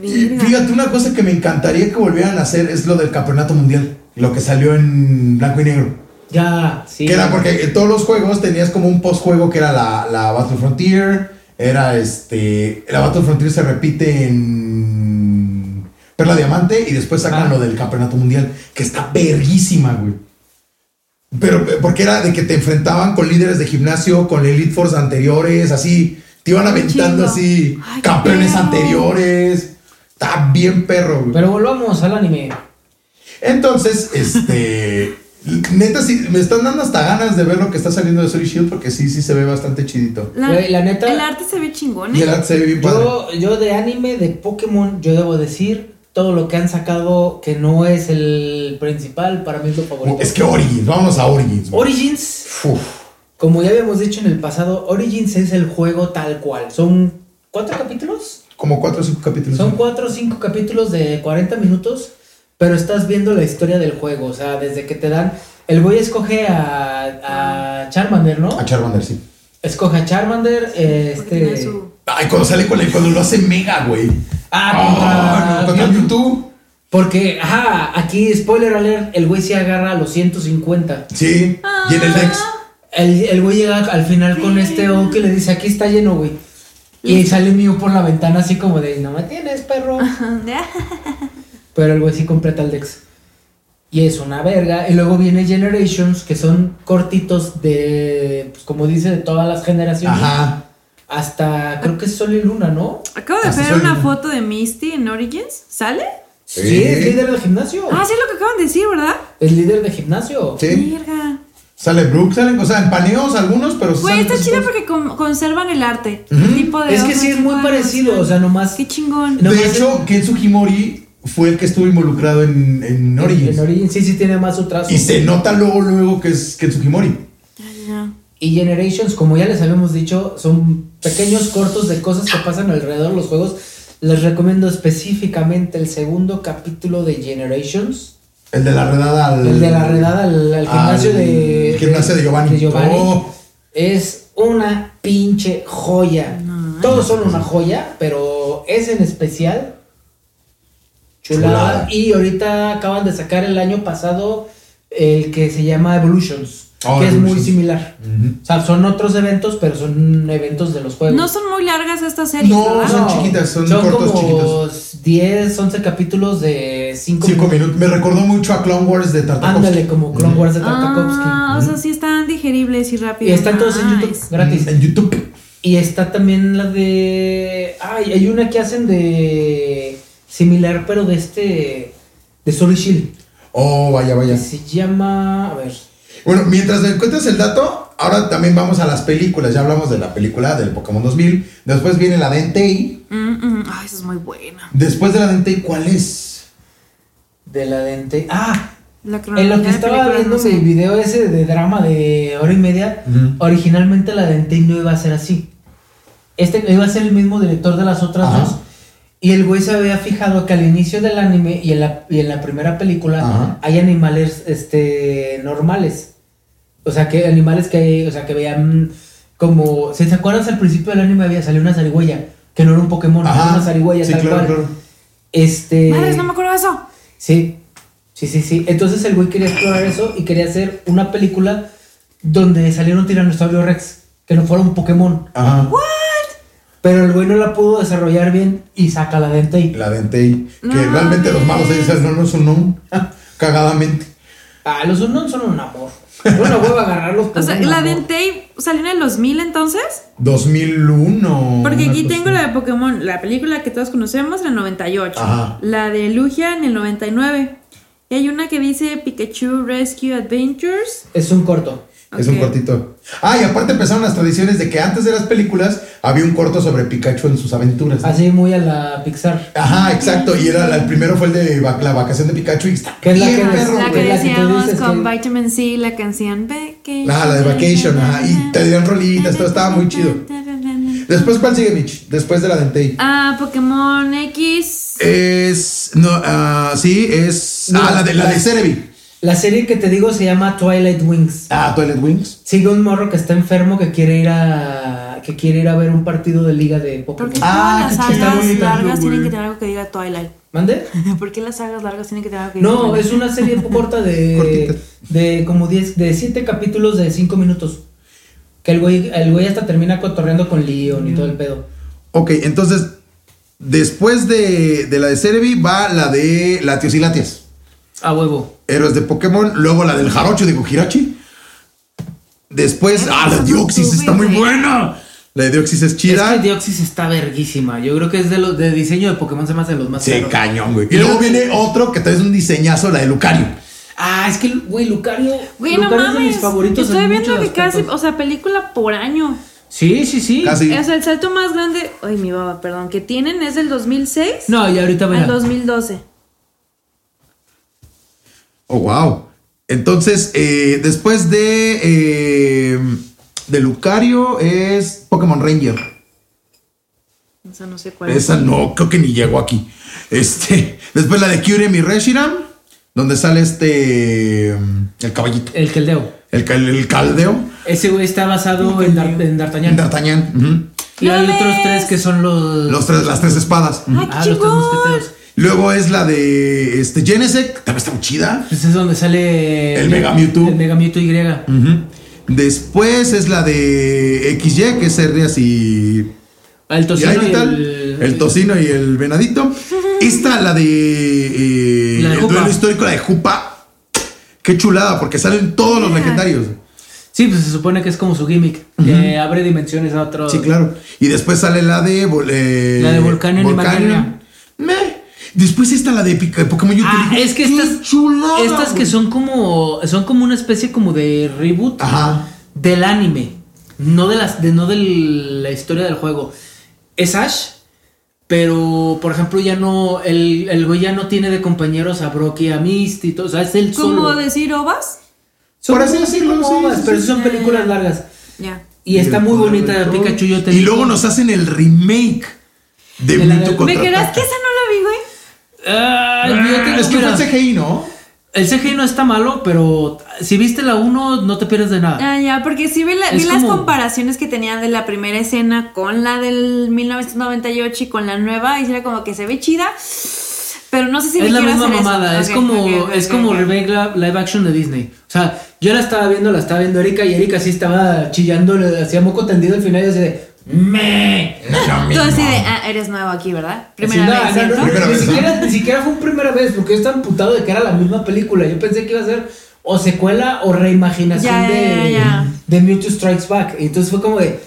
S2: Y
S4: Verga.
S2: fíjate, una cosa que me encantaría que volvieran a hacer es lo del campeonato mundial. Lo que salió en blanco y negro.
S3: Ya, sí.
S2: Que era porque en todos los juegos tenías como un postjuego que era la, la Battle Frontier. Era este. La Battle Frontier se repite en. Perla Diamante y después sacan
S3: Ah.
S2: lo del campeonato mundial. Que está verguísima, güey. Pero eh, porque era de que te enfrentaban con líderes de gimnasio, con Elite Force anteriores, así. Te iban aventando
S4: Chingo.
S2: así.
S4: Ay, qué
S2: campeones
S4: perro.
S2: anteriores. Está bien perro, güey.
S3: Pero volvamos al anime.
S2: Entonces, este. neta, sí, me están dando hasta ganas de ver lo que está saliendo de Sword y Shield porque sí, sí se ve bastante chidito.
S4: La,
S3: Güey, la neta-
S4: El arte se ve chingón,
S2: Y el
S4: ¿eh?
S2: arte se ve bien padre.
S3: Yo, yo de anime, de Pokémon, yo debo decir, todo lo que han sacado que no es el principal, para mí es lo favorito.
S2: Es que Origins, vamos a Origins. güey.
S3: Origins,
S2: Uf.
S3: como ya habíamos dicho en el pasado, Origins es el juego tal cual. Son cuatro capítulos.
S2: Como cuatro o cinco capítulos.
S3: Son cuatro o cinco capítulos de 40 minutos, pero estás viendo la historia del juego. O sea, desde que te dan. El güey escoge a, a Charmander, ¿no?
S2: A Charmander, sí.
S3: Escoge a Charmander, eh,
S4: Porque tiene
S3: este.
S4: su-
S2: Ay, cuando sale con el, cuando lo hace mega, güey.
S3: Ah,
S2: Ah,
S3: contra.
S2: contra YouTube.
S3: Porque, ajá, aquí, spoiler alert, el güey se agarra a los 150.
S2: Sí. Y en el Dex.
S3: El, el güey llega al final con este O que le dice: Aquí está lleno, güey. Y sale mío por la ventana, así como de: No me tienes, perro.
S4: Ah,
S3: Pero el güey sí completa el Dex. Y es una verga. Y luego viene Generations, que son cortitos de, pues, como dice, de todas las generaciones.
S2: Ajá.
S3: Hasta, creo que es Sol y Luna, ¿no?
S4: Acabo de
S2: Así
S4: ver
S2: soy
S4: una
S2: yo.
S4: foto de Misty en Origins. ¿Sale?
S3: Sí,
S2: Sí.
S3: es líder del gimnasio.
S4: Ah, sí, es lo que acaban de decir, ¿verdad?
S3: Es líder de gimnasio.
S2: Sí.
S4: Mierda.
S2: Sale Brooke, salen, o sea, en paneos algunos, pero
S4: Güey,
S2: salen
S4: está
S2: cosas.
S4: chida porque con- conservan el arte.
S2: Ujú.
S4: tipo de
S3: Es que
S4: ojos,
S3: sí, es
S4: tipo
S3: muy
S4: de
S3: parecido. O
S4: emoción.
S3: sea, nomás
S4: Qué chingón.
S3: No,
S2: De
S3: más-
S2: hecho, Kensuke Himori fue el que estuvo involucrado en, en Origins.
S3: En Origin sí, sí tiene más su trazo.
S2: Y se nota luego, luego que es Kensuke Himori.
S4: Ya, ya.
S3: Y Generations, como ya les habíamos dicho, son pequeños cortos de cosas que pasan alrededor de los juegos. Les recomiendo específicamente el segundo capítulo de Generations.
S2: El de la redada al.
S3: El de la redada al, al gimnasio
S2: al
S3: de.
S2: gimnasio de Giovanni. Oh.
S3: Es una pinche joya.
S4: No.
S3: Todos son una joya, pero es en especial. Chulada.
S2: Chulada.
S3: Y ahorita acaban de sacar el año pasado el que se llama Evolutions,
S2: Oh,
S3: que es muy
S2: Evolutions.
S3: similar.
S2: Ujú.
S3: O sea, son otros eventos, pero son eventos de los juegos.
S4: No son muy largas estas series.
S2: No,
S4: ¿verdad?
S2: Ah, son chiquitas, son cortos
S3: como 10, 11 capítulos de 5
S2: Cinco minutos. Me recordó mucho a Clone Wars de Tartakovsky.
S3: Ándale, como Clone Wars de Tartakovsky.
S4: Ah, o sea, sí están digeribles y rápidos.
S3: y están todos en YouTube
S4: Nice.
S3: gratis.
S2: Mm. En YouTube.
S3: Y está también la de. Ay, hay una que hacen de. Similar, pero de este. De Sol y Shield.
S2: Oh, vaya,
S3: Que
S2: vaya.
S3: se llama. A ver.
S2: Bueno, mientras encuentras el dato, ahora también vamos a las películas. Ya hablamos de la película del Pokémon 2000. Después viene la DNTI.
S4: Mm, mm. Ay, esa es muy buena.
S2: Después de la DNTI, ¿cuál es?
S3: De la dente. Ah,
S4: La
S3: en
S4: cronología
S3: lo que
S4: de
S3: estaba
S4: películas,
S3: viendo
S4: no sé.
S3: mi video ese de drama de hora y media,
S2: Ujú.
S3: originalmente la dente no iba a ser así. Este iba a ser el mismo director de las otras
S2: Ajá.
S3: dos. Y el güey se había fijado que al inicio del anime y en la, y en la primera película
S2: Ajá.
S3: hay animales este, normales. O sea, que animales que, o sea, que vean como... Si te acuerdas, al principio del anime había salido una zarigüeya, que no era un Pokémon, era una zarigüeya
S2: Sí,
S3: tal
S2: claro,
S3: cual.
S2: claro.
S3: Este...
S4: Madres, no me acuerdo de eso.
S3: Sí, sí, sí, sí. Entonces el güey quería explorar eso y quería hacer una película donde saliera un tiranosaurio Rex, que no fuera un Pokémon.
S2: Ajá.
S3: Pero el güey no la pudo desarrollar bien y saca la dente y...
S2: La Dentei. Que
S4: No
S2: realmente los malos ahí
S4: mames.
S2: dicen, no, no son no. Cagadamente.
S3: Ah, los Unknown son un amor. Yo no vuelvo a agarrarlos
S4: O
S3: como
S4: sea,
S3: un
S4: la
S3: amor.
S4: de Entei salió en el 2000 entonces.
S2: 2001.
S4: Porque
S2: Mm, una
S4: aquí
S2: cosa
S4: tengo la de Pokémon, la película que todos conocemos, en el 98.
S2: Ajá.
S4: La de Lugia en el 99. Y hay una que dice Pikachu Rescue Adventures.
S3: Es un corto.
S2: Es un
S4: Ok.
S2: cortito. Ah, y aparte empezaron las tradiciones de que antes de las películas había un corto sobre Pikachu en sus aventuras.
S3: Así muy a la Pixar.
S2: Ajá, exacto. Y era la- el primero fue el de va- la vacación de Pikachu y está
S3: Que es la
S2: bien
S3: que-
S2: perro,
S4: La que
S2: güey.
S3: la que tú
S4: decíamos
S3: dices
S4: con
S3: que-
S4: Vitamin C, la canción Vacation.
S2: Ah, la de Vacation, ajá. Y te dieron rolitas, todo estaba muy chido. Después, ¿cuál sigue, Mitch? Después de la Dentei.
S4: Ah, Pokémon X.
S2: Es. No, ah, sí, es.
S3: No,
S2: ah, la de, la de
S3: la-
S2: Cerebi.
S3: La serie que te digo se llama Twilight Wings.
S2: Ah, Toilet Wings.
S3: Sigue un morro que está enfermo que quiere ir a... que quiere ir a ver un partido de liga de Pokémon.
S4: Porque
S2: Ah,
S4: todas las
S2: qué chido,
S4: sagas
S2: está
S4: largas
S2: bonito,
S4: tienen
S2: güey.
S4: que tener algo que diga Twilight.
S3: ¿Mande?
S4: ¿Por qué las sagas largas tienen que tener algo que diga
S3: No,
S4: Twilight?
S3: es una serie corta de,
S2: Cortita.
S3: de como 10, de 7 capítulos de 5 minutos. Que el güey, el güey hasta termina cotorreando con Leon y todo el pedo.
S2: Ok, entonces. Después de, de la de Cerebi va la de Latios y Latias.
S3: A huevo.
S2: Héroes de Pokémon, luego la del Jarocho, digo Hirachi. Después, ah, la
S4: Eso no
S2: Dioxis
S4: tuve
S2: está muy
S4: idea.
S2: buena. La de Dioxis es
S3: Es
S2: chida.
S3: que Dioxys está verguísima. Yo creo que es de los de diseño de Pokémon se me hace de los más
S2: Sí,
S3: caros.
S2: cañón, güey. Y luego viene otro que trae un diseñazo, la de Lucario.
S3: Ah, es que güey, Lucario,
S4: Güey, no
S3: Lucario es de mis
S4: mames.
S3: favoritos. en
S4: Estoy viendo
S3: muchos
S4: que casi,
S3: aspectos.
S4: o sea, película por año.
S3: Sí, sí, sí.
S2: Casi.
S4: O sea, el salto más grande, ay, mi baba, perdón, que tienen es del 2006
S3: No, y ahorita
S4: al
S3: verás.
S4: 2012.
S2: Oh, wow. Entonces, eh, después de. eh, de Lucario es Pokémon Ranger.
S4: O sea, no sé cuál es.
S2: Esa no, creo que ni llegó aquí. Este. Después la de Kyurem y Reshiram, donde sale este. El caballito.
S3: El Keldeo.
S2: El, cal- el caldeo.
S3: Ese güey está basado en, Dar- en D'Artagnan.
S2: D'Artagnan. ujú.
S3: Y hay
S4: ¡No
S3: otros
S4: ves!
S3: tres que son los.
S2: Los tres, las tres espadas.
S4: Ay,
S3: Ah,
S4: qué
S3: los tres
S4: chingón.
S3: mosqueteros.
S2: Luego es la de este Genesec, también está muy chida.
S3: Pues es donde sale.
S2: El Mega Mewtwo.
S3: El Mega Mewtwo Y.
S2: Ujú. Después es la de XY, que es Herrias y,
S3: El
S2: y
S3: tocino.
S2: Aire y tal.
S3: el,
S2: El, tocino y el venadito. Esta, la de. eh,
S3: La de
S2: el
S3: Jupa.
S2: duelo histórico, la de Jupa. Qué chulada, porque salen todos los
S4: Yeah.
S2: legendarios.
S3: Sí, pues se supone que es como su gimmick, que abre dimensiones a otros.
S2: Sí, claro. Y después sale la de. vol- eh,
S3: La de Volcanion y Magnaria.
S2: Meh. Después está la de Pica- Pokémon Yo te
S3: Ah,
S2: digo,
S3: es que
S2: qué
S3: estas,
S2: chulada,
S3: estas que
S2: güey.
S3: son como, son como una especie como de reboot
S2: Ajá.
S3: del anime, no de las, de no de la historia del juego. Es Ash, pero por ejemplo ya no, el, el güey ya no tiene de compañeros a Brock y a Misty, y todo, o sea, es el solo.
S4: ¿Cómo decir ovas?
S3: Son
S2: Por así
S3: como
S2: decirlo, sí,
S3: ovas,
S2: sí,
S3: pero
S2: sí.
S3: son películas largas.
S4: Ya.
S3: Y está muy bonita
S2: Todo.
S3: Pikachu, yo te
S2: Y
S3: digo.
S2: luego nos hacen el remake de
S3: De la
S2: Mewtwo
S3: del-
S2: contra
S4: ¿Me creerás
S2: Ataca.
S4: que esa no la vi, güey?
S3: Ay, yo
S2: Ah,
S3: tengo-
S2: Es que
S3: mira,
S2: fue CGI, ¿no?
S3: El CGI no está malo, pero si viste la 1, no te pierdes de nada.
S4: Ah, ya, porque sí vi, la-
S3: Es
S4: vi las
S3: como-
S4: comparaciones que tenían de la primera escena con la del 1998 y con la nueva. Y era como que se ve chida, pero no sé si
S3: es
S4: le
S3: la
S4: quiero
S3: misma
S4: hacer eso.
S3: mamada, es
S4: Ok,
S3: como,
S4: ok, ok,
S3: es como
S4: ok.
S3: remake la- live action de Disney. O sea, yo la estaba viendo, la estaba viendo Erika y Erika sí estaba chillando, le hacía moco tendido al final y así de me.
S4: Tú así de, ah, eres nuevo aquí, ¿verdad? Primera
S3: Así, no,
S4: vez,
S3: no, no,
S4: ¿cierto?
S2: Primera
S3: ni,
S2: vez, ¿no?
S3: siquiera, ni siquiera fue un primera vez, porque yo estaba emputado de que era la misma película. Yo pensé que iba a ser o secuela o reimaginación
S4: Ya, ya,
S3: de,
S4: ya.
S3: de Mewtwo Strikes Back. Y entonces fue como de,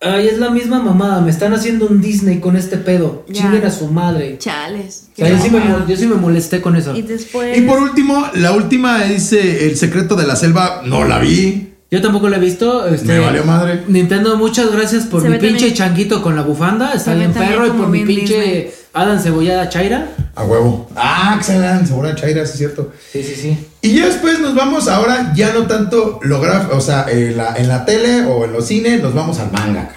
S3: ay, es la misma mamada, me están haciendo un Disney con este pedo.
S4: Ya.
S3: Chinguen a su madre.
S4: Chales.
S3: O sea, yo, sí me, mol-
S4: qué
S3: yo sí me molesté con eso.
S4: mamada. Y después.
S2: Y por último, la última dice El secreto de la selva. No la vi.
S3: Yo tampoco lo he visto. este,
S2: Me valió madre.
S3: Nintendo, muchas gracias por
S4: Se
S3: mi
S4: ve
S3: pinche
S4: también-
S3: changuito con la bufanda. Está
S4: Se ve
S3: bien
S4: también
S3: perro. Y
S4: como
S3: por mi
S4: bien
S3: pinche
S4: Disney.
S3: Adam Cebollada Chaira.
S2: A huevo. Ah, excelente. Segura Chaira, sí es cierto.
S3: Sí, sí, sí.
S2: Y ya después nos vamos ahora, ya no tanto lograr, o sea, en la, en la tele o en los cines, nos vamos al manga. acá.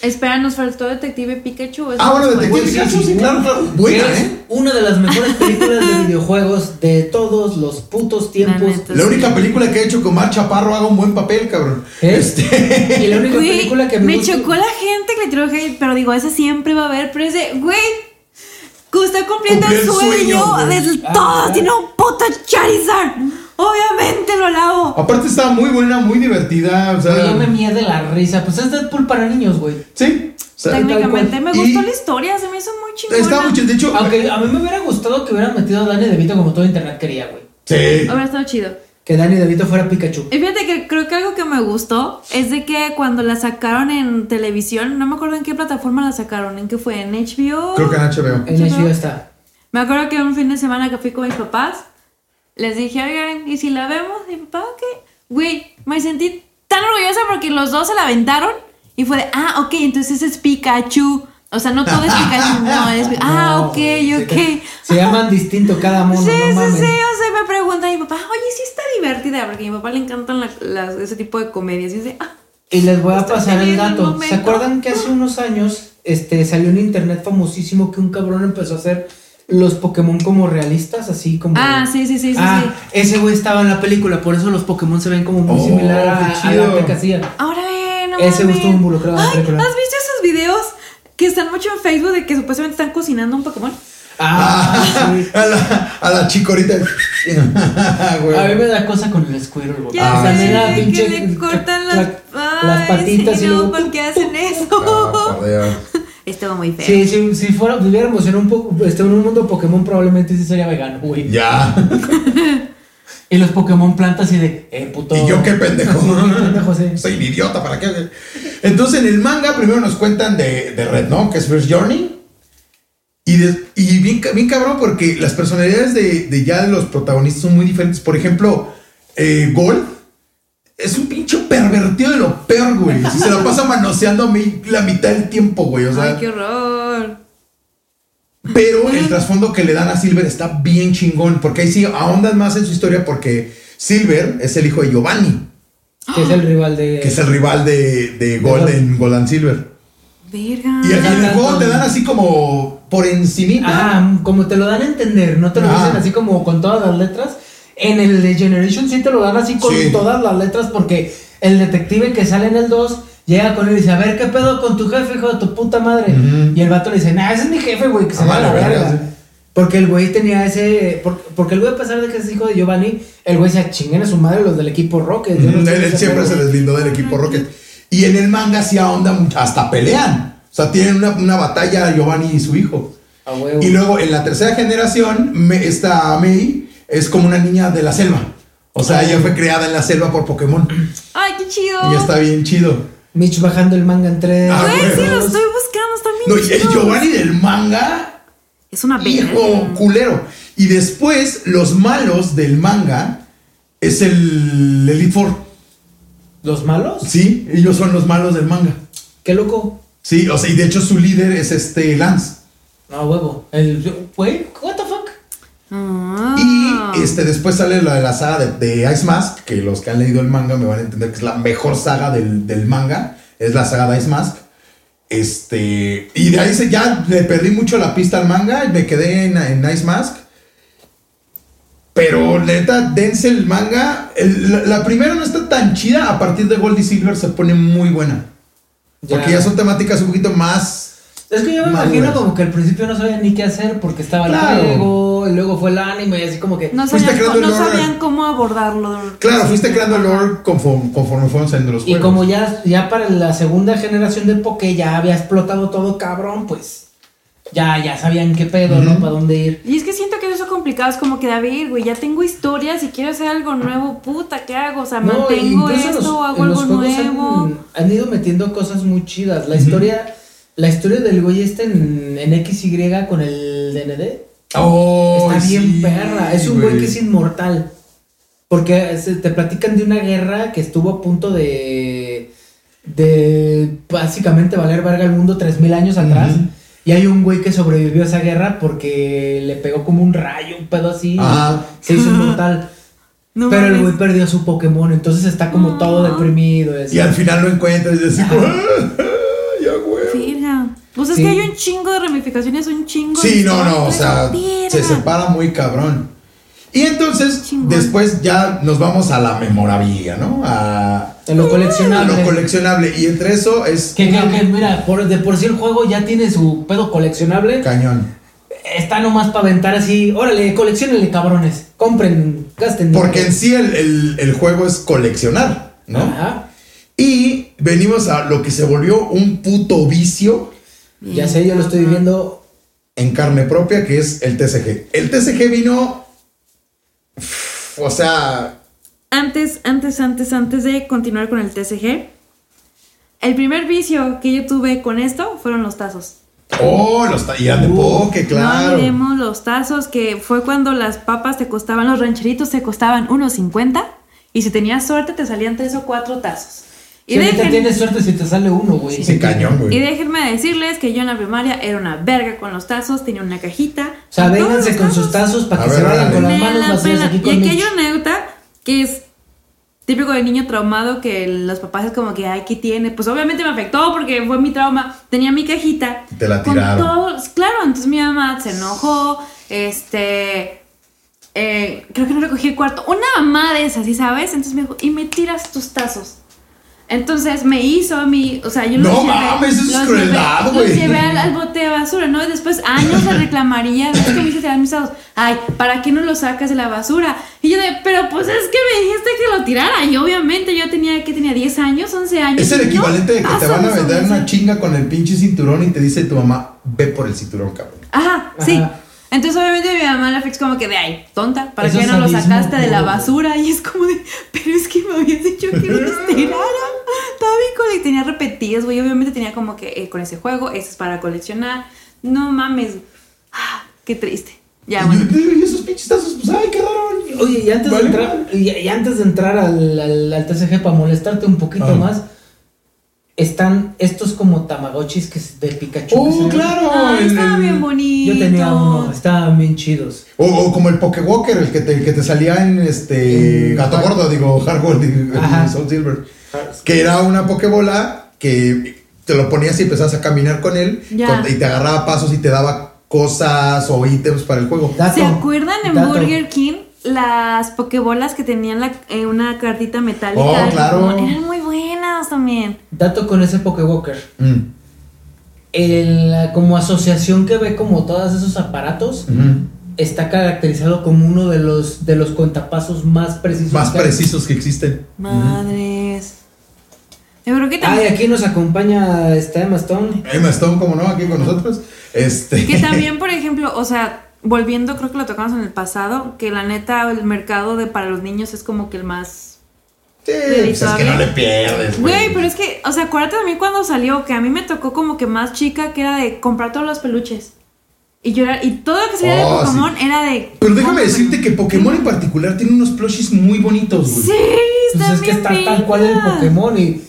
S4: Espera, nos faltó Detective Pikachu. eso
S2: Ah, bueno,
S4: después.
S2: Detective Pikachu, sí, claro, claro. Buena,
S3: Que es
S2: ¿eh?
S3: Una de las mejores películas de videojuegos de todos los putos tiempos.
S4: neta.
S2: La única película que he hecho con Mar Chaparro haga un buen papel, cabrón.
S3: ¿Eh?
S2: Este.
S3: Y la única
S4: Güey,
S3: película que me,
S4: me
S3: gusta-
S4: chocó la gente que le tiró hate, pero digo, ese siempre va a haber, pero ese, güey, que está cumpliendo
S2: Cumplió
S4: el
S2: el sueño,
S4: sueño
S2: güey.
S4: del
S3: Ah,
S4: todo,
S3: ah.
S4: tiene un puto Charizard. Obviamente lo lavo.
S2: Aparte estaba muy buena, muy divertida. O sea,
S3: Güey, Yo me mié de la risa. Pues es Deadpool para niños, güey.
S2: sí. o sea,
S4: Técnicamente
S3: tal
S4: me
S2: cual.
S4: gustó
S2: Y-
S4: la historia, se me hizo muy chingona.
S2: Estaba mucho, de hecho.
S3: Aunque a mí me hubiera gustado que hubieran metido a Danny DeVito como todo internet quería, güey.
S2: Sí.
S4: Hubiera estado chido.
S3: Que Danny DeVito fuera Pikachu.
S4: Y fíjate que creo que algo que me gustó es de que cuando la sacaron en televisión, no me acuerdo en qué plataforma la sacaron, en qué fue, en HBO.
S2: Creo que en HBO.
S3: En el video está.
S4: Me acuerdo que un fin de semana que fui con mis papás, les dije, oigan, ¿y si la vemos? Y mi papá, ok. Güey, me sentí tan orgullosa porque los dos se la aventaron y fue de, ah, ok, entonces es Pikachu. O sea, no todo es Pikachu, no, es. ah,
S3: No,
S4: ok,
S3: güey, se-
S4: ok. Sí,
S3: Se llaman distinto cada mono,
S4: sí,
S3: no
S4: sí, o
S3: mames.
S4: sea, me pregunta mi papá, oye, sí está divertida, porque a mi papá le encantan la- las- ese tipo de comedias. Y dice, ah,
S3: Y les voy a
S4: Estoy
S3: pasar el
S4: teniendo un
S3: dato. ¿Se
S4: momento.
S3: acuerdan que hace unos años este, salió en internet famosísimo que un cabrón empezó a hacer los Pokémon como realistas, así como.
S4: Ah, sí, sí, sí, sí,
S3: Ah,
S4: sí.
S3: ese güey estaba en la película, por eso los Pokémon se ven como muy
S2: Oh,
S3: similar a,
S2: qué
S3: a la
S2: chido.
S3: arte que hacían.
S4: Ahora ve, no
S3: Ese güey
S4: mames.
S3: estuvo involucrado en la
S4: Ay,
S3: película.
S4: ¿Has visto esos videos que están mucho en Facebook de que supuestamente están cocinando un Pokémon?
S3: Ah, sí.
S2: a, la, a la chica ahorita. Ah,
S3: A mí
S2: Güey.
S3: me da cosa con el Squirrel, güey.
S4: Ya
S2: Ah,
S4: sé,
S2: también
S3: la pinche-
S4: que le cortan las,
S3: la-
S4: ay,
S3: las patitas
S4: sí,
S3: y luego-
S4: no, pues, ¿por qué hacen
S2: Ah, por
S4: eso?
S2: Dios.
S4: Estuvo muy feo.
S3: Sí, sí, si fuera, viviéramos en un, po- este, en un mundo Pokémon, probablemente sí sería vegano, güey.
S2: Ya.
S3: Y los Pokémon plantas y de, eh, puto.
S2: Y yo qué pendejo.
S3: Sí, qué pendejo, sí.
S2: Soy un idiota, ¿para qué? Entonces en el manga primero nos cuentan de, de Red, ¿no? Que es First Journey. Y, de- y bien, ca- bien cabrón porque las personalidades de, de ya de los protagonistas son muy diferentes. Por ejemplo, eh, Gold es un pinche pervertido de lo peor, güey. O sea, Se la pasa manoseando a mí la mitad del tiempo, güey. O sea,
S4: Ay, qué horror.
S2: pero el trasfondo que le dan a Silver está bien chingón, porque ahí sí ahondan más en su historia porque Silver es el hijo de Giovanni,
S3: Que es el rival de.
S2: que es el rival de, de Golden, Golden Silver.
S4: Verga.
S2: Y al
S3: Ya
S2: final del
S3: tanto.
S2: juego te dan así como por encimita.
S3: Ah, como te lo dan a entender, no te lo
S2: Ah.
S3: dicen así como con todas las letras. En el de Generation sí te lo dan así con
S2: Sí.
S3: todas las letras porque el detective que sale en el 2 llega con él y dice, a ver, ¿qué pedo con tu jefe, hijo de tu puta madre?
S2: Ujú.
S3: Y el vato le dice, nah, ese es mi jefe, güey, que se
S2: Ah,
S3: va a
S2: vale,
S3: la
S2: verga,
S3: verga.
S2: sí.
S3: Porque el güey tenía ese... por- Porque el güey, a pesar de que es hijo de Giovanni, el güey se chingan a su madre los del equipo Rocket. Yo no
S2: Ujú,
S3: sé
S2: Él, él
S3: ese
S2: siempre
S3: pedo.
S2: se deslindó del equipo Rocket. Y en el manga sí ahonda mucho, hasta pelean. O sea, tienen una, una batalla Giovanni y su hijo.
S3: A huevo.
S2: Y luego en la tercera generación, me- esta Mei es como una niña de la selva. O sea, ella fue creada en la selva por Pokémon.
S4: Ay, qué chido.
S2: Y está bien chido.
S3: Mitch bajando el manga en tres.
S2: Ah,
S4: Güey, sí,
S2: huevos.
S4: lo estoy buscando, está bien
S2: No, y el
S4: chido.
S2: Giovanni del manga,
S4: Es una pena.
S2: hijo culero. Y después, los malos del manga es el Elite Four.
S3: ¿Los malos?
S2: Sí, ellos son los malos del manga.
S3: Qué loco.
S2: Sí, o sea, y de hecho su líder es este Lance.
S3: No, Ah, huevo. El, güey, what the fuck?
S4: Ah.
S2: Y este, después sale la de la saga de, de Ice Mask, que los que han leído el manga me van a entender que es la mejor saga del, del manga, es la saga de Ice Mask. Este, y de ahí se, ya le perdí mucho la pista al manga, y me quedé en, en Ice Mask. Pero neta, dense el manga. El- la, la primera no está tan chida, a partir de Gold y Silver se pone muy buena. Porque ya son temáticas un poquito más
S3: Es que yo me
S2: Maduras.
S3: imagino como que al principio no sabían ni qué hacer porque estaba
S2: Claro.
S3: el juego, y luego fue el anime, y así como que.
S4: No
S2: Fuiste
S4: sabían,
S2: creando
S4: cómo,
S2: el
S4: no
S2: lore.
S4: sabían cómo abordarlo.
S2: Claro, fuiste creando el lore conforme, conforme fueron saliendo los
S3: y
S2: juegos.
S3: como ya, ya para la segunda generación de Poké ya había explotado todo cabrón, pues. Ya, ya sabían qué pedo, ¿no?
S2: Ujú.
S3: Para dónde ir.
S4: Y es que siento que eso es complicado, es como que David, güey, ya tengo historias y quiero hacer algo nuevo, puta, ¿qué hago? O sea,
S3: No, incluso
S4: mantengo
S3: en
S4: esto,
S3: los-
S4: o hago
S3: en los
S4: algo
S3: juegos han-
S4: nuevo.
S3: Han, ido metiendo cosas muy chidas. La historia, la historia del güey este en, en XY con el DND.
S2: Oh,
S3: Está bien
S2: sí,
S3: perra. Es un güey que es inmortal. Porque se- te platican de una guerra que estuvo a punto de. de básicamente valer verga el mundo 3000 años atrás.
S2: Ujú.
S3: Y hay un güey que sobrevivió a esa guerra porque le pegó como un rayo, un pedo así.
S2: Ajá.
S3: Se hizo inmortal.
S4: No
S3: pero el
S4: mames.
S3: güey perdió su Pokémon, entonces está como todo deprimido. y así.
S2: Y al final lo encuentras y decís,
S3: Ajá.
S2: "Ah, ya güey. Sí,
S4: Verga. Pues es
S3: Sí.
S4: que hay un chingo de ramificaciones, un chingo. de
S2: no, no, o
S4: historias,
S2: sea,
S4: verga.
S2: se separa muy cabrón. Y entonces,
S4: Chingón.
S2: después ya nos vamos a la memorabilia, ¿no? A,
S3: A lo
S2: a
S3: coleccionable.
S2: lo coleccionable. Y entre eso es
S3: que, que- que, mira, por, de por sí el juego ya tiene su pedo coleccionable.
S2: cañón.
S3: Está nomás para aventar así, órale, coleccionenle cabrones, compren, gasten.
S2: Porque en sí el, el- el juego es coleccionar, ¿no?
S3: Ajá.
S2: Y venimos a lo que se volvió un puto vicio
S3: Ya sé, yo lo estoy viviendo.
S2: en carne propia, que es el TCG. El TCG vino. uf, O sea.
S4: Antes, antes, antes, antes de continuar con el TCG, el primer vicio que yo tuve con esto fueron los tazos.
S2: Oh, los ta- y eran de poke,
S4: No
S2: claro.
S4: olvidemos los tazos, que fue cuando las papas te costaban, los rancheritos te costaban 1.50 y si tenías suerte te salían tres o cuatro tazos. Y,
S3: Si ahorita
S4: déjenme,
S3: tienes suerte si te sale uno, güey.
S2: Sí, cañón,
S4: y
S2: güey.
S4: déjenme decirles que yo en la primaria era una verga con los tazos, tenía una cajita.
S3: O sea,
S4: con todos
S3: vénganse
S4: los
S3: con sus tazos para
S2: A
S3: que
S2: ver,
S3: se vayan
S2: órale.
S3: con las
S4: Me
S3: manos
S4: la
S3: vacías
S4: pela.
S3: aquí
S4: Y
S3: con
S4: aquí hay
S3: Mitch.
S4: una anécdota que es típico de niño traumado que los papás es como que, ay, ¿qué tiene? Pues obviamente me afectó porque fue mi trauma. Tenía mi cajita.
S2: Te la
S4: con
S2: tiraron.
S4: todos- claro, entonces mi mamá se enojó, este... eh, creo que no recogí el cuarto. Una mamá de esas, ¿sí sabes? Entonces me dijo, y me tiras tus tazos. Entonces me hizo a mí, o sea, yo los
S2: No
S4: llevé-
S2: mames, eso es
S4: los
S2: crueldad,
S4: llevé-
S2: güey.
S4: Los llevé al, al bote de basura, ¿no? Y después años le reclamaría, es que me hiciste tirar mis tazos. Ay, ¿para qué no los sacas de la basura? Y yo de, pero pues es que me dijiste que lo tirara. Y obviamente yo tenía, que tenía 10 años, 11 años.
S2: Es el
S4: No,
S2: equivalente de que te
S4: pasa,
S2: van a
S4: pasa,
S2: vender
S4: pasa.
S2: una chinga con el pinche cinturón y te dice tu mamá, ve por el cinturón, cabrón.
S4: Ajá, sí.
S3: Ajá.
S4: Entonces obviamente mi mamá la fix como que de, ay, tonta, ¿para
S3: Eso
S4: qué
S3: es
S4: no lo
S3: sadismo
S4: sacaste de la
S3: puro.
S4: basura? Y es como de, pero es que me habías dicho que los tirara. Estaba bien cole- y tenía repetidas, güey. Obviamente tenía como que eh, con ese juego, eso es para coleccionar. No mames. Ah, qué triste. Ya, bueno.
S2: Y yo- y esos pinches tazos, pues, ay, quedaron.
S3: Oye, y antes,
S2: Vale.
S3: de entrar, y, y antes de entrar al, al- al TCG para molestarte un poquito
S2: Ah.
S3: más, están estos como Tamagotchis que es de Pikachu. que se
S2: Oh,
S3: ven-
S2: claro.
S4: Ay,
S2: el-
S4: estaba
S2: el-
S4: bien bonito.
S3: Yo tenía uno, estaban bien chidos.
S2: O, o como el Pokewalker, el que te, el que te salía en este
S3: En-
S2: Gato Gordo, digo, Hard Gold, digo,
S3: Ajá. Ah,
S2: Soul Silver. Que era una Pokébola que te lo ponías y empezabas a caminar con él.
S4: Ya.
S2: con- y te agarraba pasos y te daba cosas o ítems para el juego.
S3: Dato,
S4: ¿Se acuerdan en
S3: dato.
S4: Burger King las pokebolas que tenían la- eh, una cartita metálica?
S2: Oh, claro.
S4: Eran muy buenas también.
S3: Dato con ese Pokewalker.
S2: Mm,
S3: el- la- como asociación que ve como todos esos aparatos
S2: ujú.
S3: está caracterizado como uno de los de los cuentapasos más precisos.
S2: Más
S3: que hay.
S2: precisos que existen.
S4: Madres. Yo creo que
S3: Ay,
S4: también,
S3: aquí nos acompaña esta Emma Stone.
S2: Emma Stone, como no, aquí con nosotros. Este.
S4: que también, por ejemplo, o sea, volviendo, creo que lo tocamos en el pasado, que la neta el mercado de para los niños es como que el más...
S2: Sí, pues es que no le pierdes,
S4: Güey, pero es que, o sea, acuérdate de mí cuando salió, que a mí me tocó como que más chica, que era de comprar todos los peluches. Y yo era, y todo lo que salía
S2: Oh,
S4: de Pokémon era de...
S5: Pero déjame decirte que Pokémon en particular tiene unos plushies muy bonitos, güey.
S4: Sí,
S3: Pues
S4: está
S3: es que
S4: bien
S3: está tal cual el
S4: verga.
S3: Pokémon y,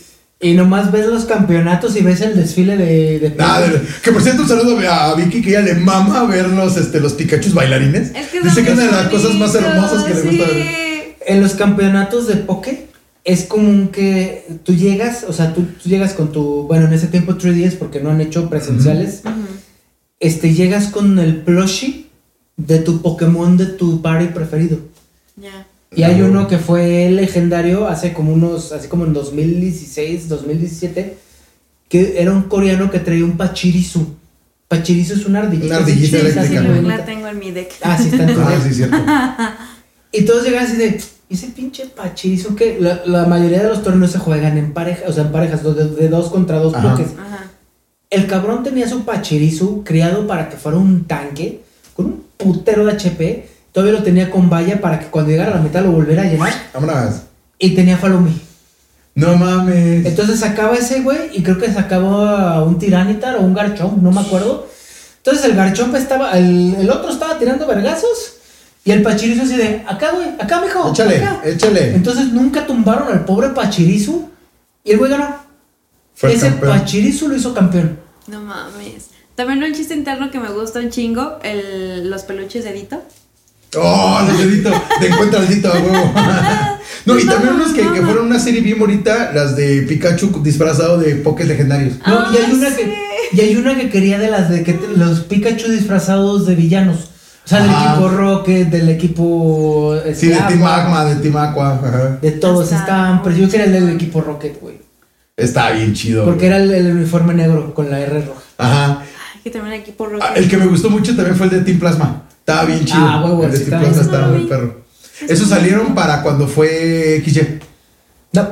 S3: y nomás ves los campeonatos y ves el desfile de... de-
S2: Nada, de- que por cierto, un saludo a Vicky que ella le mama ver los, este, los Pikachu bailarines.
S4: Es que
S2: Dice
S4: son
S2: que es una de las
S4: bonitos,
S2: cosas más hermosas que le gusta ver.
S4: sí.
S3: En los campeonatos de Poké es común que tú llegas, o sea, tú, tú llegas con tu, bueno, en ese tiempo 3DS porque no han hecho presenciales, este, llegas con el plushie de tu Pokémon de tu party preferido.
S4: Ya.
S3: Y hay uno que fue legendario hace como unos, así como en 2016, 2017, que era un coreano que traía un Pachirisu. Pachirisu es una
S2: Una
S3: ardillita.
S2: ardillita
S3: así
S4: Esa sí
S2: eléctrica,
S3: chiquita,
S4: la-
S2: ¿no?
S4: la
S3: bonita.
S4: tengo en mi deck.
S3: Ah, sí, está en tu
S2: Ah,
S3: deck.
S2: sí, cierto.
S3: Y todos llegan así de, "¿Y ese pinche Pachirisu que la, la mayoría de los torneos se juegan en pareja, o sea, en parejas, de, de dos contra dos
S2: Ajá.
S3: bloques.
S4: Ajá.
S3: El cabrón tenía su Pachirisu criado para que fuera un tanque, con un putero de HP, todavía lo tenía con valla para que cuando llegara a la mitad lo volviera a llenar,
S2: Vámonos.
S3: y tenía Falumi.
S2: No mames.
S3: Entonces sacaba ese güey y creo que sacaba un Tiranitar o un Garchomp, no me acuerdo. Entonces el Garchomp estaba, el, el otro estaba tirando vergazos y el Pachirisu así de, acá güey, acá mijo,
S2: Échale,
S3: acá".
S2: échale.
S3: Entonces nunca tumbaron al pobre Pachirisu y el güey ganó.
S2: Fue
S3: ese
S2: campeón.
S3: Pachirisu lo hizo campeón.
S4: No mames. También un chiste interno que me gusta un chingo, el, los peluches de Dito.
S2: Oh, los deditos. Te encuentra el dito, a huevo. No, y también unos que, que fueron una serie bien bonita, las de Pikachu disfrazado de Pokés legendarios.
S3: No, y, hay
S4: Ay,
S3: una que, y hay una que quería de las de que te- los Pikachu disfrazados de villanos. O sea, del
S2: Ah.
S3: equipo Rocket, del equipo...
S2: Sí, de
S3: este,
S2: Team
S3: Aqua,
S2: Magma, de Team Aqua. ajá.
S3: De todos,
S4: Está
S3: estaban... Pero yo quería el del
S4: muy
S3: equipo Rocket, güey.
S2: Está bien chido.
S3: Porque
S2: güey.
S3: era el, el uniforme negro con la R roja.
S2: Ajá.
S4: Ay, que también aquí por
S2: Ah, El que me gustó mucho también fue el de Team Plasma. Estaba bien chido.
S3: Ah, huevo,
S2: el de
S3: sí,
S2: Team
S3: está bien.
S2: Plasma estaba
S4: Eso no lo
S2: muy
S4: vi.
S2: perro. Esos salieron para cuando fue XY.
S3: No.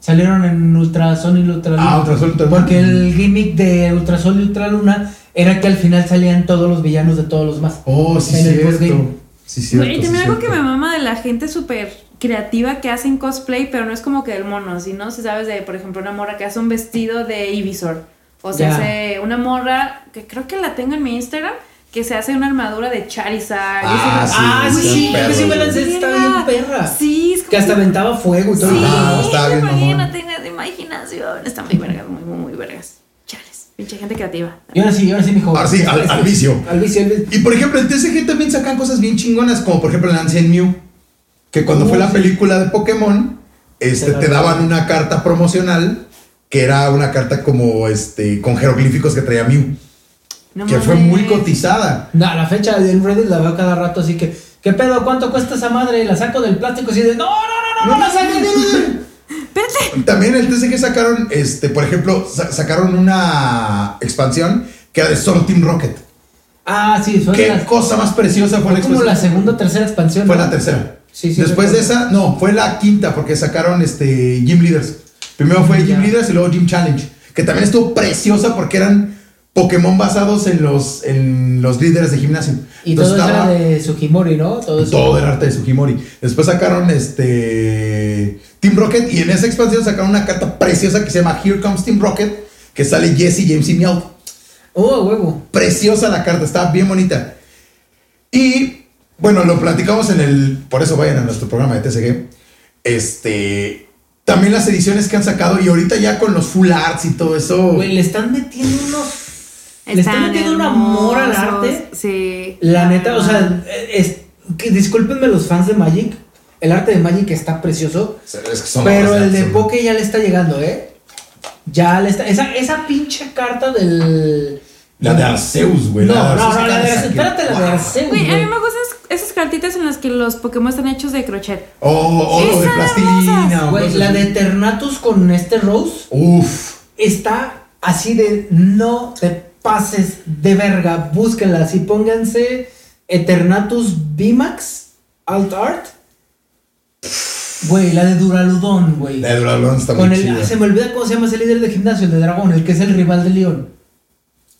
S3: Salieron en Ultrasol y Ultraluna.
S2: Ah, Ultrasol y Ultraluna.
S3: Porque el gimmick de Ultrasol y Ultraluna era que al final salían todos los villanos de todos los más.
S2: Oh, sí,
S3: En el
S2: cierto.
S3: postgame.
S2: Sí, cierto.
S4: Y
S2: sí,
S4: también algo que me
S2: cierto.
S4: mama de la gente súper creativa que hacen cosplay, pero no es como que del mono, sino si sabes de, por ejemplo, una morra que hace un vestido de Ivisor. O se
S3: Ya.
S4: hace una morra, que creo que la tengo en mi Instagram, que se hace una armadura de Charizard.
S2: Ah, sí,
S3: Ah,
S2: está
S3: sí,
S2: perro,
S3: yo sí me
S2: güey.
S3: lancé, está bien perra.
S4: Sí, es como
S3: Que hasta aventaba fuego y todo.
S4: Sí,
S2: Ah, está bien,
S4: porque
S2: mamón.
S4: no tengas imaginación. Está muy vergas, muy, muy, muy vergas. Chales, pinche gente creativa.
S3: Y ahora sí, y ahora sí, mijo.
S2: Ahora sí, al- al vicio.
S3: Al vicio, al vicio.
S2: Y por ejemplo, en TCG también sacan cosas bien chingonas, como por ejemplo Nancy en Mew, que cuando
S3: Uh,
S2: fue la
S3: sí.
S2: película de Pokémon, este,
S3: Te la
S2: te
S3: daban.
S2: daban una carta promocional, que era una carta como este, con jeroglíficos que traía Mew,
S4: No
S2: que fue
S4: mames.
S2: muy cotizada.
S3: No, la fecha en Reddit la veo cada rato, así que, ¿qué pedo? ¿Cuánto cuesta esa madre? La saco del plástico así de, no, no, no, no, no la saques.
S4: Espérate.
S2: También el TCG sacaron, este, por ejemplo, sa- sacaron una expansión que era de solo Team Rocket.
S3: Ah, sí, fue
S2: Qué
S3: de las-
S2: cosa más preciosa fue la
S3: fue como
S2: expansión.
S3: la segunda o tercera expansión.
S2: Fue
S3: ¿no?
S2: la tercera.
S3: Sí, sí,
S2: Después de
S3: recuerdo.
S2: esa, no, fue la quinta porque sacaron este Gym Leaders. Primero fue Gym
S3: Ah, Ya.
S2: Leaders y luego Gym Challenge, que también estuvo preciosa porque eran Pokémon basados en los en los líderes de gimnasio.
S3: Y
S2: Entonces
S3: todo eso
S2: estaba
S3: era de Sugimori, ¿no? Todo eso.
S2: todo el arte de Sugimori. Después sacaron este Team Rocket y en esa expansión sacaron una carta preciosa que se llama Here Comes Team Rocket, que sale Jesse James y Meowth.
S3: Oh, huevo.
S2: Preciosa la carta, está bien bonita. Y bueno, lo platicamos en el. Por eso vayan a nuestro programa de TCG. Este. También las ediciones que han sacado y ahorita ya con los full arts y todo eso.
S3: Güey, le están metiendo unos. Le están metiendo un amor al arte.
S4: Sí.
S3: La neta, o sea, es, que discúlpenme los fans de Magic. El arte de Magic está precioso.
S2: Es que son
S3: pero
S2: obras
S3: el de
S2: arte, son-
S3: Poké ya le está llegando, ¿eh? Ya le está. Esa, esa pinche carta del.
S2: La de Arceus, güey.
S3: No,
S2: de
S3: no,
S2: Arceus
S3: no, la de
S2: está
S3: Arceus. Espérate, la de
S2: guau.
S3: Arceus.
S4: Güey, a mí
S3: güey.
S4: me gustan esas- esas cartitas en las que los Pokémon están hechos de crochet.
S2: O o lo de
S4: Están
S2: plastilina.
S4: hermosas.
S2: o
S3: Güey,
S2: cosas
S3: la
S2: así.
S3: de Eternatus con este Rose.
S2: Uf.
S3: está así de no te pases de verga. Búsquenlas y pónganse Eternatus VMAX Alt Art. Güey, la de Duraludon, güey.
S2: La de Duraludon está
S3: Con
S2: muy
S3: el-
S2: chida.
S3: Se me olvida cómo se llama ese líder de gimnasio, el de dragón, el que es el rival de León.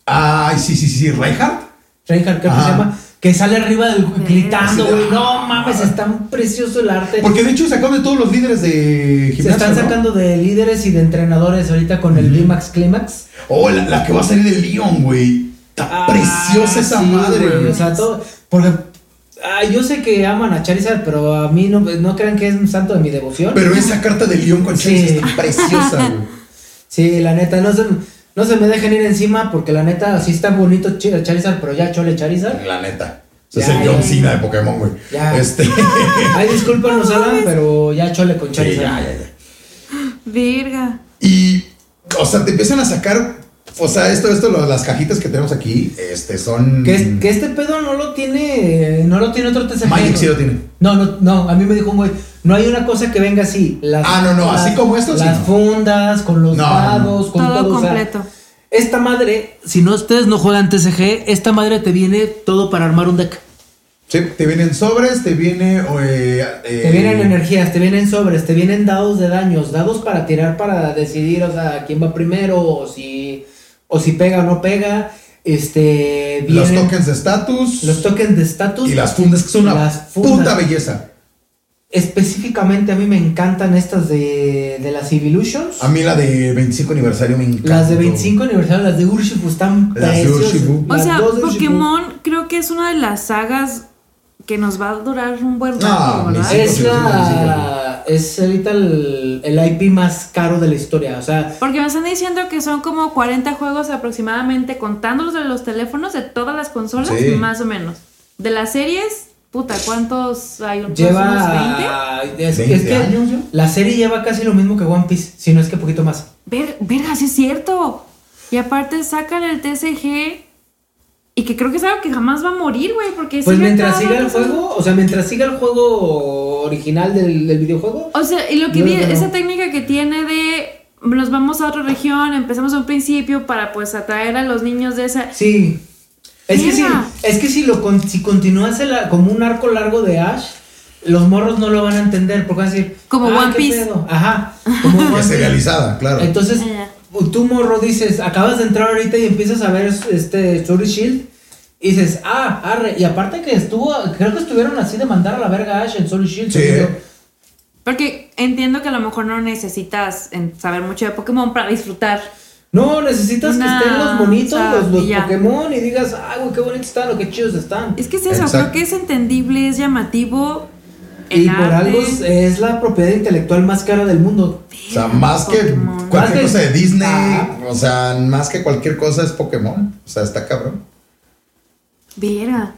S2: Ay, sí, sí, sí. Reinhardt.
S3: Reinhardt, creo que se
S2: Ajá.
S3: llama, que sale arriba del gritando,
S2: Así de,
S3: güey. No mames, es tan precioso el arte.
S2: Porque de hecho sacaron de todos los líderes de gimnasio.
S3: se están
S2: ¿no?
S3: sacando de líderes y de entrenadores ahorita con el Bimax Climax.
S2: Oh, la, la que va a salir de Leon, güey. Está Ah, preciosa esa
S3: Ah, sí,
S2: madre,
S3: güey,
S2: güey.
S3: O sea, todo. Porque. ah, yo sé que aman a Charizard, pero a mí no, pues, no crean que es un santo de mi devoción.
S2: Pero esa carta de Leon con
S3: Sí.
S2: Chase está preciosa, güey.
S3: Sí, la neta, no se, no se me dejen ir encima porque la neta, sí está bonito Ch- Charizard, pero ya chole Charizard.
S2: La neta. O sea,
S3: Ya,
S2: es el John
S3: ya.
S2: Cena de Pokémon, güey.
S3: Ya.
S2: Este.
S3: Ay, discúlpanos, Alan, pero ya chole con
S2: Sí,
S3: Charizard.
S2: ya, ya, ya.
S4: Verga.
S2: Y, o sea, te empiezan a sacar. O sea, esto, esto, lo- las cajitas que tenemos aquí, este, son.
S3: Que, es- que este pedo no lo tiene. No lo tiene otro TCG.
S2: Magic sí lo tiene.
S3: No, no, no. A mí me dijo un güey. No hay una cosa que venga así. Las,
S2: Ah, no, no, así como esto, sí,
S3: Las
S2: no.
S3: fundas, con los
S2: No, no, no.
S3: dados, con todo.
S4: Todo
S3: o sea,
S4: completo.
S3: esta madre, si no ustedes no juegan TCG, esta madre te viene todo para armar un deck.
S2: Sí, te vienen sobres, te viene. o, eh, eh,
S3: Te vienen energías, te vienen sobres, te vienen dados de daños, dados para tirar para decidir, o sea, quién va primero, o si, o si pega o no pega. Este,
S2: Los
S3: vienen
S2: tokens de estatus.
S3: los tokens de estatus.
S2: Y las fundas, que son una
S3: Las fundas.
S2: puta belleza.
S3: Específicamente a mí me encantan estas de, de las Evolutions.
S2: A mí la de 25 aniversario me encanta.
S3: Las de 25 aniversario, las de Urshifu están
S2: Las de
S3: preciosas.
S2: Urshifu.
S4: O
S3: Las
S4: sea,
S3: dos de Urshifu.
S4: Pokémon creo que es una de las sagas que nos va a durar un buen
S2: No,
S4: rato,
S2: mis
S4: ¿verdad?
S2: hijos.
S3: Es la. Es ahorita el, el IP más caro de la historia. O sea,
S4: Porque me están diciendo que son como 40 juegos aproximadamente, contándolos de los teléfonos de todas las consolas,
S2: Sí.
S4: más o menos. De las series, puta, ¿cuántos hay? ¿Unos ¿Unos
S3: lleva. Es, es
S2: 20
S3: que
S2: años, ¿no?
S3: la serie lleva casi lo mismo que One Piece, si no es que poquito más.
S4: 20? Ver- verga, sí es cierto. Y aparte sacan el TCG. Y que creo que es algo que jamás va a morir, güey, porque
S3: Pues
S4: siguen
S3: mientras
S4: cada
S3: siga el
S4: rato-
S3: juego, o sea, mientras siga el juego original del, del videojuego,
S4: O sea, y lo que
S3: Yo
S4: vi,
S3: creo que no.
S4: esa técnica que tiene de nos vamos a otra región, empezamos a un principio para pues atraer a los niños de esa.
S3: Sí. Es que, sí,
S4: Mierda.
S3: es que si lo con- si continúas el ar- como un arco largo de Ash, los morros no lo van a entender porque van a decir.
S4: Como
S3: "Ah,
S4: One
S3: qué
S4: Piece".
S3: pedo". Ajá. Como One
S2: Que
S3: Piece.
S2: se realizada, claro.
S3: Entonces,
S4: Ah,
S3: tú morro dices, acabas de entrar ahorita y empiezas a ver este Sword y Shield. Y dices, ah, arre. Y aparte que estuvo, creo que estuvieron así de mandar a la verga a Ash en Sword y Shield.
S2: Sí.
S3: según yo.
S4: Porque entiendo que a lo mejor no necesitas en- saber mucho de Pokémon para disfrutar.
S3: No, necesitas
S4: Una-
S3: que estén los bonitos,
S4: o sea,
S3: los, los
S4: y ya.
S3: Pokémon, y digas, ay, güey, qué bonitos están, o qué chidos están.
S4: Es que es eso,
S2: Exacto.
S4: creo que es entendible, es llamativo. el
S3: Y por
S4: arte.
S3: algo es, es la propiedad intelectual más cara del mundo.
S2: O sea, más que
S4: Pokémon.
S2: cualquier
S3: Más
S2: cosa
S3: que-
S2: de Disney,
S3: Ajá.
S2: o sea, más que cualquier cosa es Pokémon. O sea, está cabrón.
S4: Viera,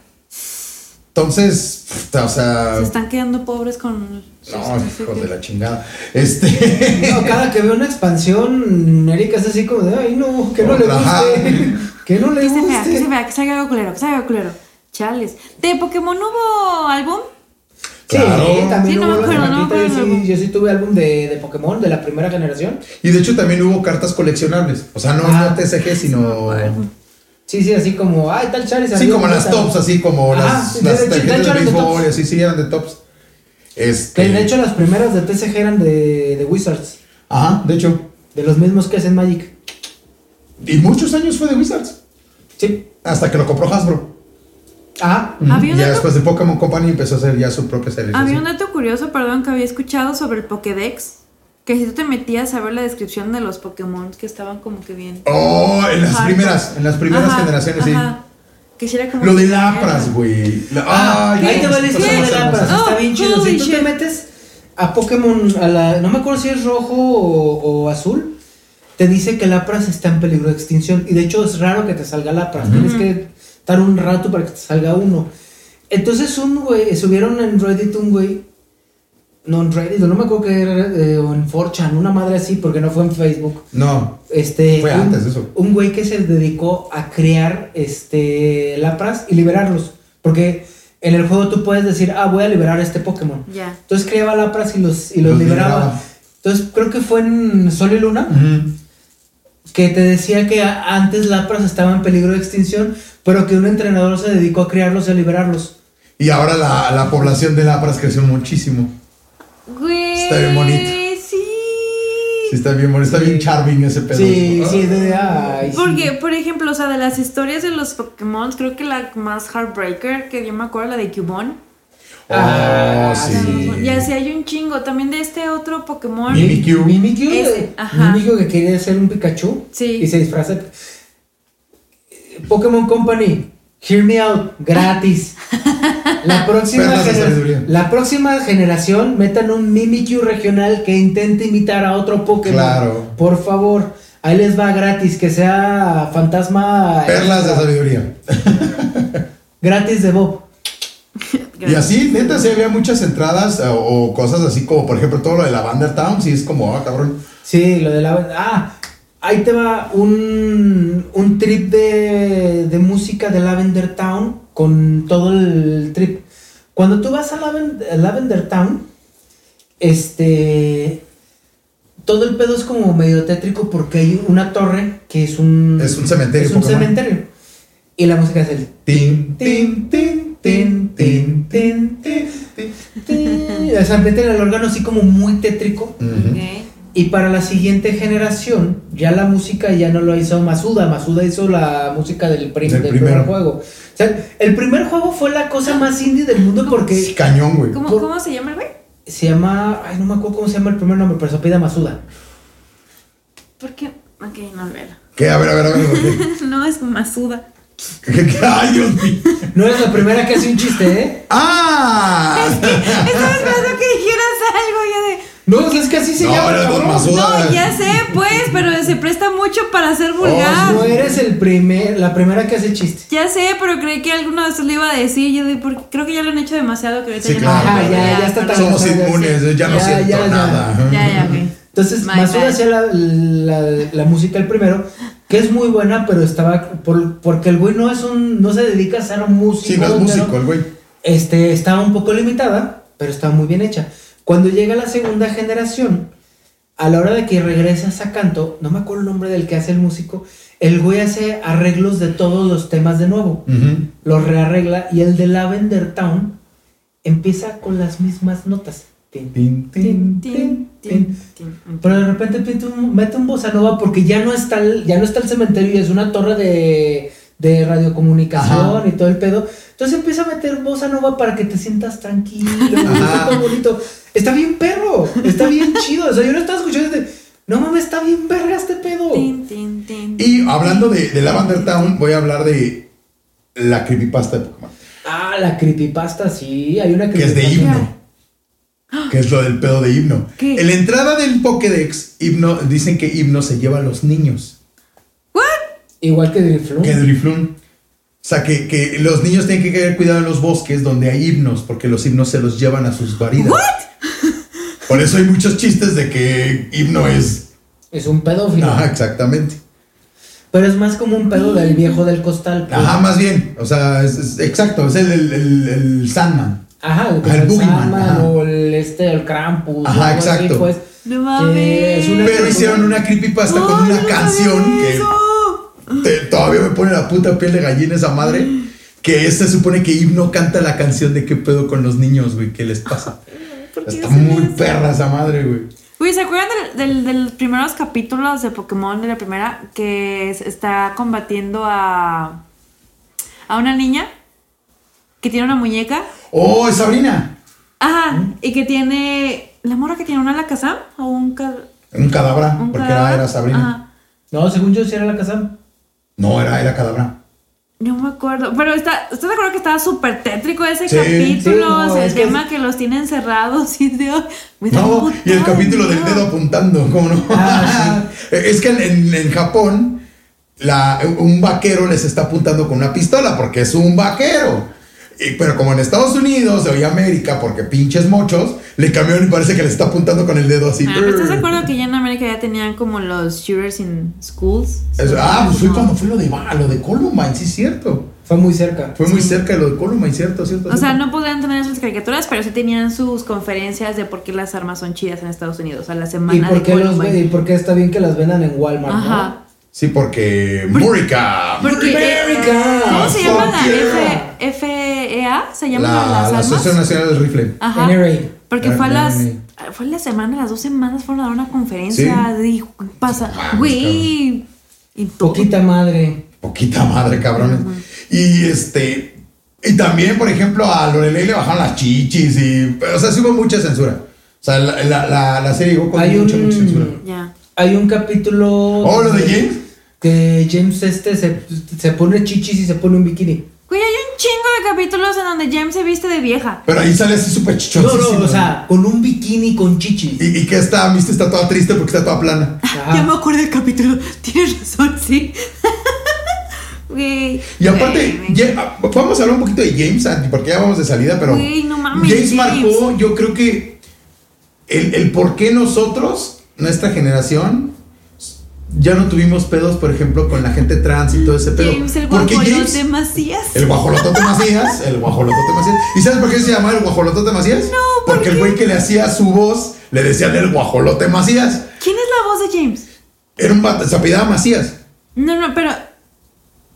S2: Entonces, pff, o sea,
S4: se están quedando pobres con.
S2: Ah. no, hijos de la chingada. Este,
S3: No, cada que veo una expansión, Erika es así como de, ay, no, que no le
S2: Ajá.
S3: guste. Que no le
S4: Que se vea, que se
S3: guste.
S4: vea, que salga algo culero, que salga algo culero. Chales. ¿De Pokémon hubo álbum?
S3: Sí,
S2: Claro.
S3: también
S4: Sí, no
S3: hubo
S4: me acuerdo,
S3: la
S4: no me
S3: maquinita,
S4: acuerdo.
S3: yo, sí, yo sí tuve álbum de, de Pokémon de la primera generación.
S2: y de hecho también hubo cartas coleccionables. O sea, no,
S3: Ah.
S2: no TCG, sino.
S3: Sí, sí, así como, ay, tal Charizard.
S2: Sí,
S3: yo,
S2: como las
S3: tal".
S2: tops, así como
S3: Ajá,
S2: las,
S3: sí, de
S2: las
S3: hecho- de
S2: tarjetas
S3: hecho
S2: de
S3: eran de
S2: béisbol, y
S3: tops.
S2: así sí eran de tops. Este,
S3: Que de hecho las primeras de TCG eran de, de Wizards,
S2: Ajá, de hecho.
S3: de los mismos que hacen Magic.
S2: Y muchos años fue de Wizards.
S3: Sí.
S2: Hasta que lo compró Hasbro.
S3: Ah,
S4: Había
S2: Y
S4: un
S2: ya
S4: dato
S2: después de Pokémon Company empezó a hacer ya su propia serie.
S4: Había un dato curioso, perdón, que había escuchado sobre el Pokédex. Que si tú te metías a ver la descripción de los Pokémon que estaban como que bien.
S2: Oh, en las
S4: Ajá.
S2: primeras, en las primeras
S4: Ajá,
S2: generaciones,
S4: ajá. Que si era
S2: sí.
S4: como.
S2: Lo de Lapras, güey. La- ay,
S3: Ah, ahí
S2: no,
S3: te va el
S2: esas
S3: estudio de
S2: cosas más
S3: Lapras.
S2: hermosas.
S3: Está bien chido. Si
S4: holy
S3: tú te
S4: shit.
S3: metes a Pokémon, a la, no me acuerdo si es rojo o, o azul, te dice que Lapras está en peligro de extinción. Y de hecho es raro que te salga Lapras. Tienes que estar un rato para que te salga uno. Entonces un güey, eh, subieron en Reddit un güey. No, en Reddit, no me acuerdo que era, eh, o en 4chan, una madre así, porque no fue en Facebook.
S2: No.
S3: Este,
S2: Fue
S3: un-
S2: antes de eso.
S3: Un güey que se dedicó a crear este lapras y liberarlos. Porque en el juego tú puedes decir, ah, voy a liberar a este Pokémon.
S4: Ya.
S3: Entonces creaba lapras y los, y los,
S2: Los
S3: liberaba.
S2: liberaba.
S3: Entonces creo que fue en Sol y Luna
S2: Ujú.
S3: que te decía que a- antes lapras estaba en peligro de extinción, pero que un entrenador se dedicó a criarlos y a liberarlos.
S2: Y ahora la, la población de Lapras creció muchísimo.
S4: Güey.
S2: Está bien bonito.
S4: Sí.
S2: Sí, está bien bueno, está bien charming ese pedo.
S3: Sí,
S2: ¿no?
S3: sí, de, ay, sí.
S4: Porque, por ejemplo, o sea, de las historias de los Pokémon, creo que la más heartbreaker que yo me acuerdo, la de Cubone.
S2: Oh,
S3: Ah,
S2: sí.
S4: Y así hay un chingo. También de este otro Pokémon.
S2: Mimi. Mimikyu.
S3: Mimikyu,
S4: Ese,
S3: eh,
S4: ajá.
S3: Mimikyu que quería ser un Pikachu
S4: Sí.
S3: y se disfraza. Eh, Pokémon Company, hear me out, gratis. La próxima,
S2: Perlas de
S3: genera-
S2: sabiduría.
S3: la próxima generación metan un Mimikyu regional que intente imitar a otro Pokémon.
S2: Claro.
S3: Por favor, ahí les va gratis, que sea fantasma.
S2: Perlas de
S3: extra.
S2: sabiduría.
S3: Gratis de Bob.
S2: Y así, neta, sí había muchas entradas eh, o cosas así como, por ejemplo, todo lo de Lavander Town, sí es como, ah, cabrón.
S3: Sí, lo de la. Ah, ahí te va un, un trip de, de música de Lavender Town con todo el trip. Cuando tú vas a Laven- a Lavender Town, este. Todo el pedo es como medio tétrico porque hay una torre que es un.
S2: Es un cementerio,
S3: Es un
S2: Pokémon.
S3: cementerio. Y la música es el.
S2: Tin,
S3: tin,
S2: tin, tin,
S3: tin,
S2: tin,
S3: tin,
S2: tin,
S3: tin,
S2: tin,
S3: tin. O sea, meten el órgano así como muy tétrico.
S4: Ok.
S3: Y para la siguiente generación, ya la música ya no lo hizo Masuda. Masuda hizo la música del, prim-
S2: Del
S3: del primer
S2: primero.
S3: juego. O sea, el primer juego fue la cosa más indie del mundo porque
S2: Cañón, güey.
S4: ¿Cómo,
S3: Por-
S4: ¿Cómo se llama el güey?
S3: se llama. Ay, no me acuerdo cómo se llama el primer nombre, pero se pide Masuda.
S4: ¿Por qué? Ok, no olvídalo.
S2: ¿Qué? A ver, a ver, a ver. ¿por qué?
S4: No, es Masuda.
S2: ¿Qué- qué? ¡Ay, Dios mío!
S3: No es la primera que hace un chiste, ¿eh?
S2: ¡Ah!
S4: Estaba esperando que dijeras algo ya de.
S3: No, o sea, es que así se
S2: No,
S3: llama.
S2: pero es Don
S3: cabrón.
S2: Masuda.
S4: No, ya sé, pues, pero se presta mucho para ser vulgar.
S3: No eres el primer, la primera que hace chiste.
S4: Ya sé, pero creí que alguna vez le iba a decir. Yo de, porque creo que ya lo han hecho demasiado. Que ahorita
S2: Sí,
S4: ya
S2: claro.
S4: no-
S3: Ajá, ya, ya está
S4: perdón.
S3: tan-
S2: Ah, Somos inmunes, ya no
S3: Ya,
S2: siento
S3: ya, ya.
S2: nada.
S4: Ya, ya, ok.
S3: Entonces,
S4: My
S3: Masuda
S4: bad.
S3: hacía la, la- la música el primero, que es muy buena, pero estaba. por- porque el güey no es un. no se dedica a ser un músico.
S2: Sí, no es
S3: pero-
S2: músico el güey.
S3: este, estaba un poco limitada, pero estaba muy bien hecha. Cuando llega la segunda generación, a la hora de que regresas a canto, no me acuerdo el nombre del que hace el músico, el güey hace arreglos de todos los temas de nuevo,
S2: Ujú.
S3: los rearregla y el de Lavender Town empieza con las mismas notas. Tin,
S2: Tin,
S3: tin, tin,
S4: Tin, tin,
S3: tin.
S4: tin, tin.
S3: Pero de repente pinta un- mete un bossa nova porque ya no está el, ya no está el cementerio y es una torre de, de radiocomunicación
S2: Ajá.
S3: y todo el pedo. Entonces empieza a meter bossa nova para que te sientas tranquilo,
S2: Ajá.
S3: está bonito. Está bien perro, está bien chido. O sea, yo lo estaba escuchando y desde, no mames, está bien verga este pedo.
S4: Tin, tin, tin.
S2: Y hablando de, de Lavender Town, voy a hablar de la creepypasta de Pokémon.
S3: Ah, la creepypasta, sí, hay una
S2: que es de
S3: creepypasta.
S2: himno. Que es lo del pedo de himno.
S4: ¿Qué?
S2: En la entrada del Pokédex, himno, dicen que himno se lleva a los niños.
S3: Igual que Drifloom.
S2: Que Driflun. O sea, que, que los niños tienen que tener cuidado en los bosques donde hay himnos, porque los himnos se los llevan a sus guaridas. Por eso hay muchos chistes de que himno es.
S3: Es un pedófilo.
S2: Ajá, exactamente.
S3: Pero es más como un pedo del viejo del costal. pues.
S2: Ajá, más bien. O sea, es, es- exacto, es el, el, el- el Sandman.
S3: Ajá, el,
S2: Ah, el
S3: el
S2: Boogeyman,
S3: Sandman
S2: ajá.
S3: o el este, el Krampus.
S2: Ajá,
S3: o algo así,
S2: exacto.
S3: pues,
S4: No mames.
S3: es una-
S2: Pero hicieron una creepypasta con
S4: Ay,
S2: una
S4: no
S2: canción
S4: sabía
S2: que
S4: eso.
S2: Te- Eh, todavía me pone la puta piel de gallina esa madre. Que se supone que Himno canta la canción de qué pedo con los niños, güey, qué les pasa.
S4: ¿Por qué
S2: Está
S4: hacen
S2: muy
S4: eso?
S2: perra esa madre, güey.
S4: Güey, ¿se acuerdan del, del, de los primeros capítulos de Pokémon de la primera que es- está combatiendo a a una niña que tiene una muñeca?
S2: Oh, es Sabrina.
S4: Ajá,
S2: ¿Mm?
S4: y que tiene la mora que tiene una alakazam o un ca-
S2: Un cadabra,
S4: un
S2: porque
S4: cadáver?
S2: era, era Sabrina.
S4: Ajá.
S3: No, según yo sí era la casa.
S2: No, era, era cadabra.
S4: No me acuerdo, pero está, ¿estás de acuerdo que estaba súper tétrico ese
S2: Sí,
S4: capítulo?
S3: sí, no,
S4: O sea,
S3: es
S4: el
S3: que-
S4: tema que, los tienen cerrados y de me da
S2: No,
S4: un
S2: y el
S4: putado de
S2: capítulo del
S4: miedo.
S2: dedo apuntando, ¿cómo no?
S3: Ah,
S2: es que en, en- en Japón, la- un vaquero les está apuntando con una pistola porque es un vaquero. Y- pero como en Estados Unidos o en América, porque pinches mochos, le cambiaron y parece que le está apuntando con el dedo así.
S4: Ah, pero ¿Estás de acuerdo que ya en América ya tenían como los shooters in schools?
S2: Eso- ah, pues fue
S4: No.
S2: cuando fue lo de, ah, lo de Columbine, sí, cierto.
S3: Fue muy cerca.
S2: Fue muy cerca de lo de Columbine, cierto, cierto.
S4: O sea,
S2: cierto.
S4: no podían tener esas caricaturas, pero sí tenían sus conferencias de por qué las armas son chidas en Estados Unidos a la
S3: ¿Y
S4: semana
S3: por, qué
S4: de
S3: los,
S4: Columbine.
S3: y por qué está bien que las vendan en Walmart? ¿no?
S4: Ajá.
S2: Sí, porque. Murica.
S4: Porque eh,
S3: America,
S4: ¿Cómo se
S2: fuck
S4: llama la
S2: yeah.
S4: F- FEA? ¿Se llama
S2: La,
S4: las
S2: la
S4: armas?
S2: Asociación Nacional del Rifle.
S4: Ajá.
S3: NRA.
S4: Porque fue a las
S2: NRA.
S4: Fue la semana, las dos semanas fueron a dar una conferencia.
S2: Sí.
S4: Dijo, pasa,
S2: Mames,
S4: güey. Y todo.
S6: Poquita madre.
S2: Poquita madre, cabrones. Y este. Y también, por ejemplo, a Lorelei le bajaron las chichis y. O sea, sí hubo mucha censura. O sea, la, la, la, la serie llegó con
S6: Hay
S2: mucha,
S6: un-
S2: mucha censura.
S4: Ya.
S6: Hay un capítulo.
S2: Oh, lo de
S6: donde-
S2: James.
S6: Que James este se, se pone chichis y se pone un bikini.
S4: Güey, hay un chingo de capítulos en donde James se viste de vieja.
S2: Pero ahí sale así súper
S6: No,
S2: chichoncísimo.
S6: no, o sea, con un bikini con chichis.
S2: Y, y que está, viste, está toda triste porque está toda plana.
S6: Ajá.
S4: Ya me acuerdo del capítulo. Tienes razón, sí. Güey.
S2: Y aparte,
S4: Güey,
S2: ya- ah, vamos a hablar un poquito de James, Santi, porque ya vamos de salida, pero.
S4: Güey, no mames,
S2: James
S4: James.
S2: marcó, yo creo que. El, el por qué nosotros, nuestra generación, ya no tuvimos pedos, por ejemplo, con la gente trans y todo ese pedo.
S4: James, el
S2: porque
S4: guajolote
S2: James.
S4: Macías.
S2: El guajolotote Macías, el guajolotote Macías. ¿Y sabes por qué se llamaba el guajolotote Macías? No,
S4: ¿por
S2: porque el güey que le hacía su voz le decían el guajolote Macías.
S4: ¿Quién es la voz de James?
S2: Era un vato, se apellidaba Macías.
S4: No, no, pero.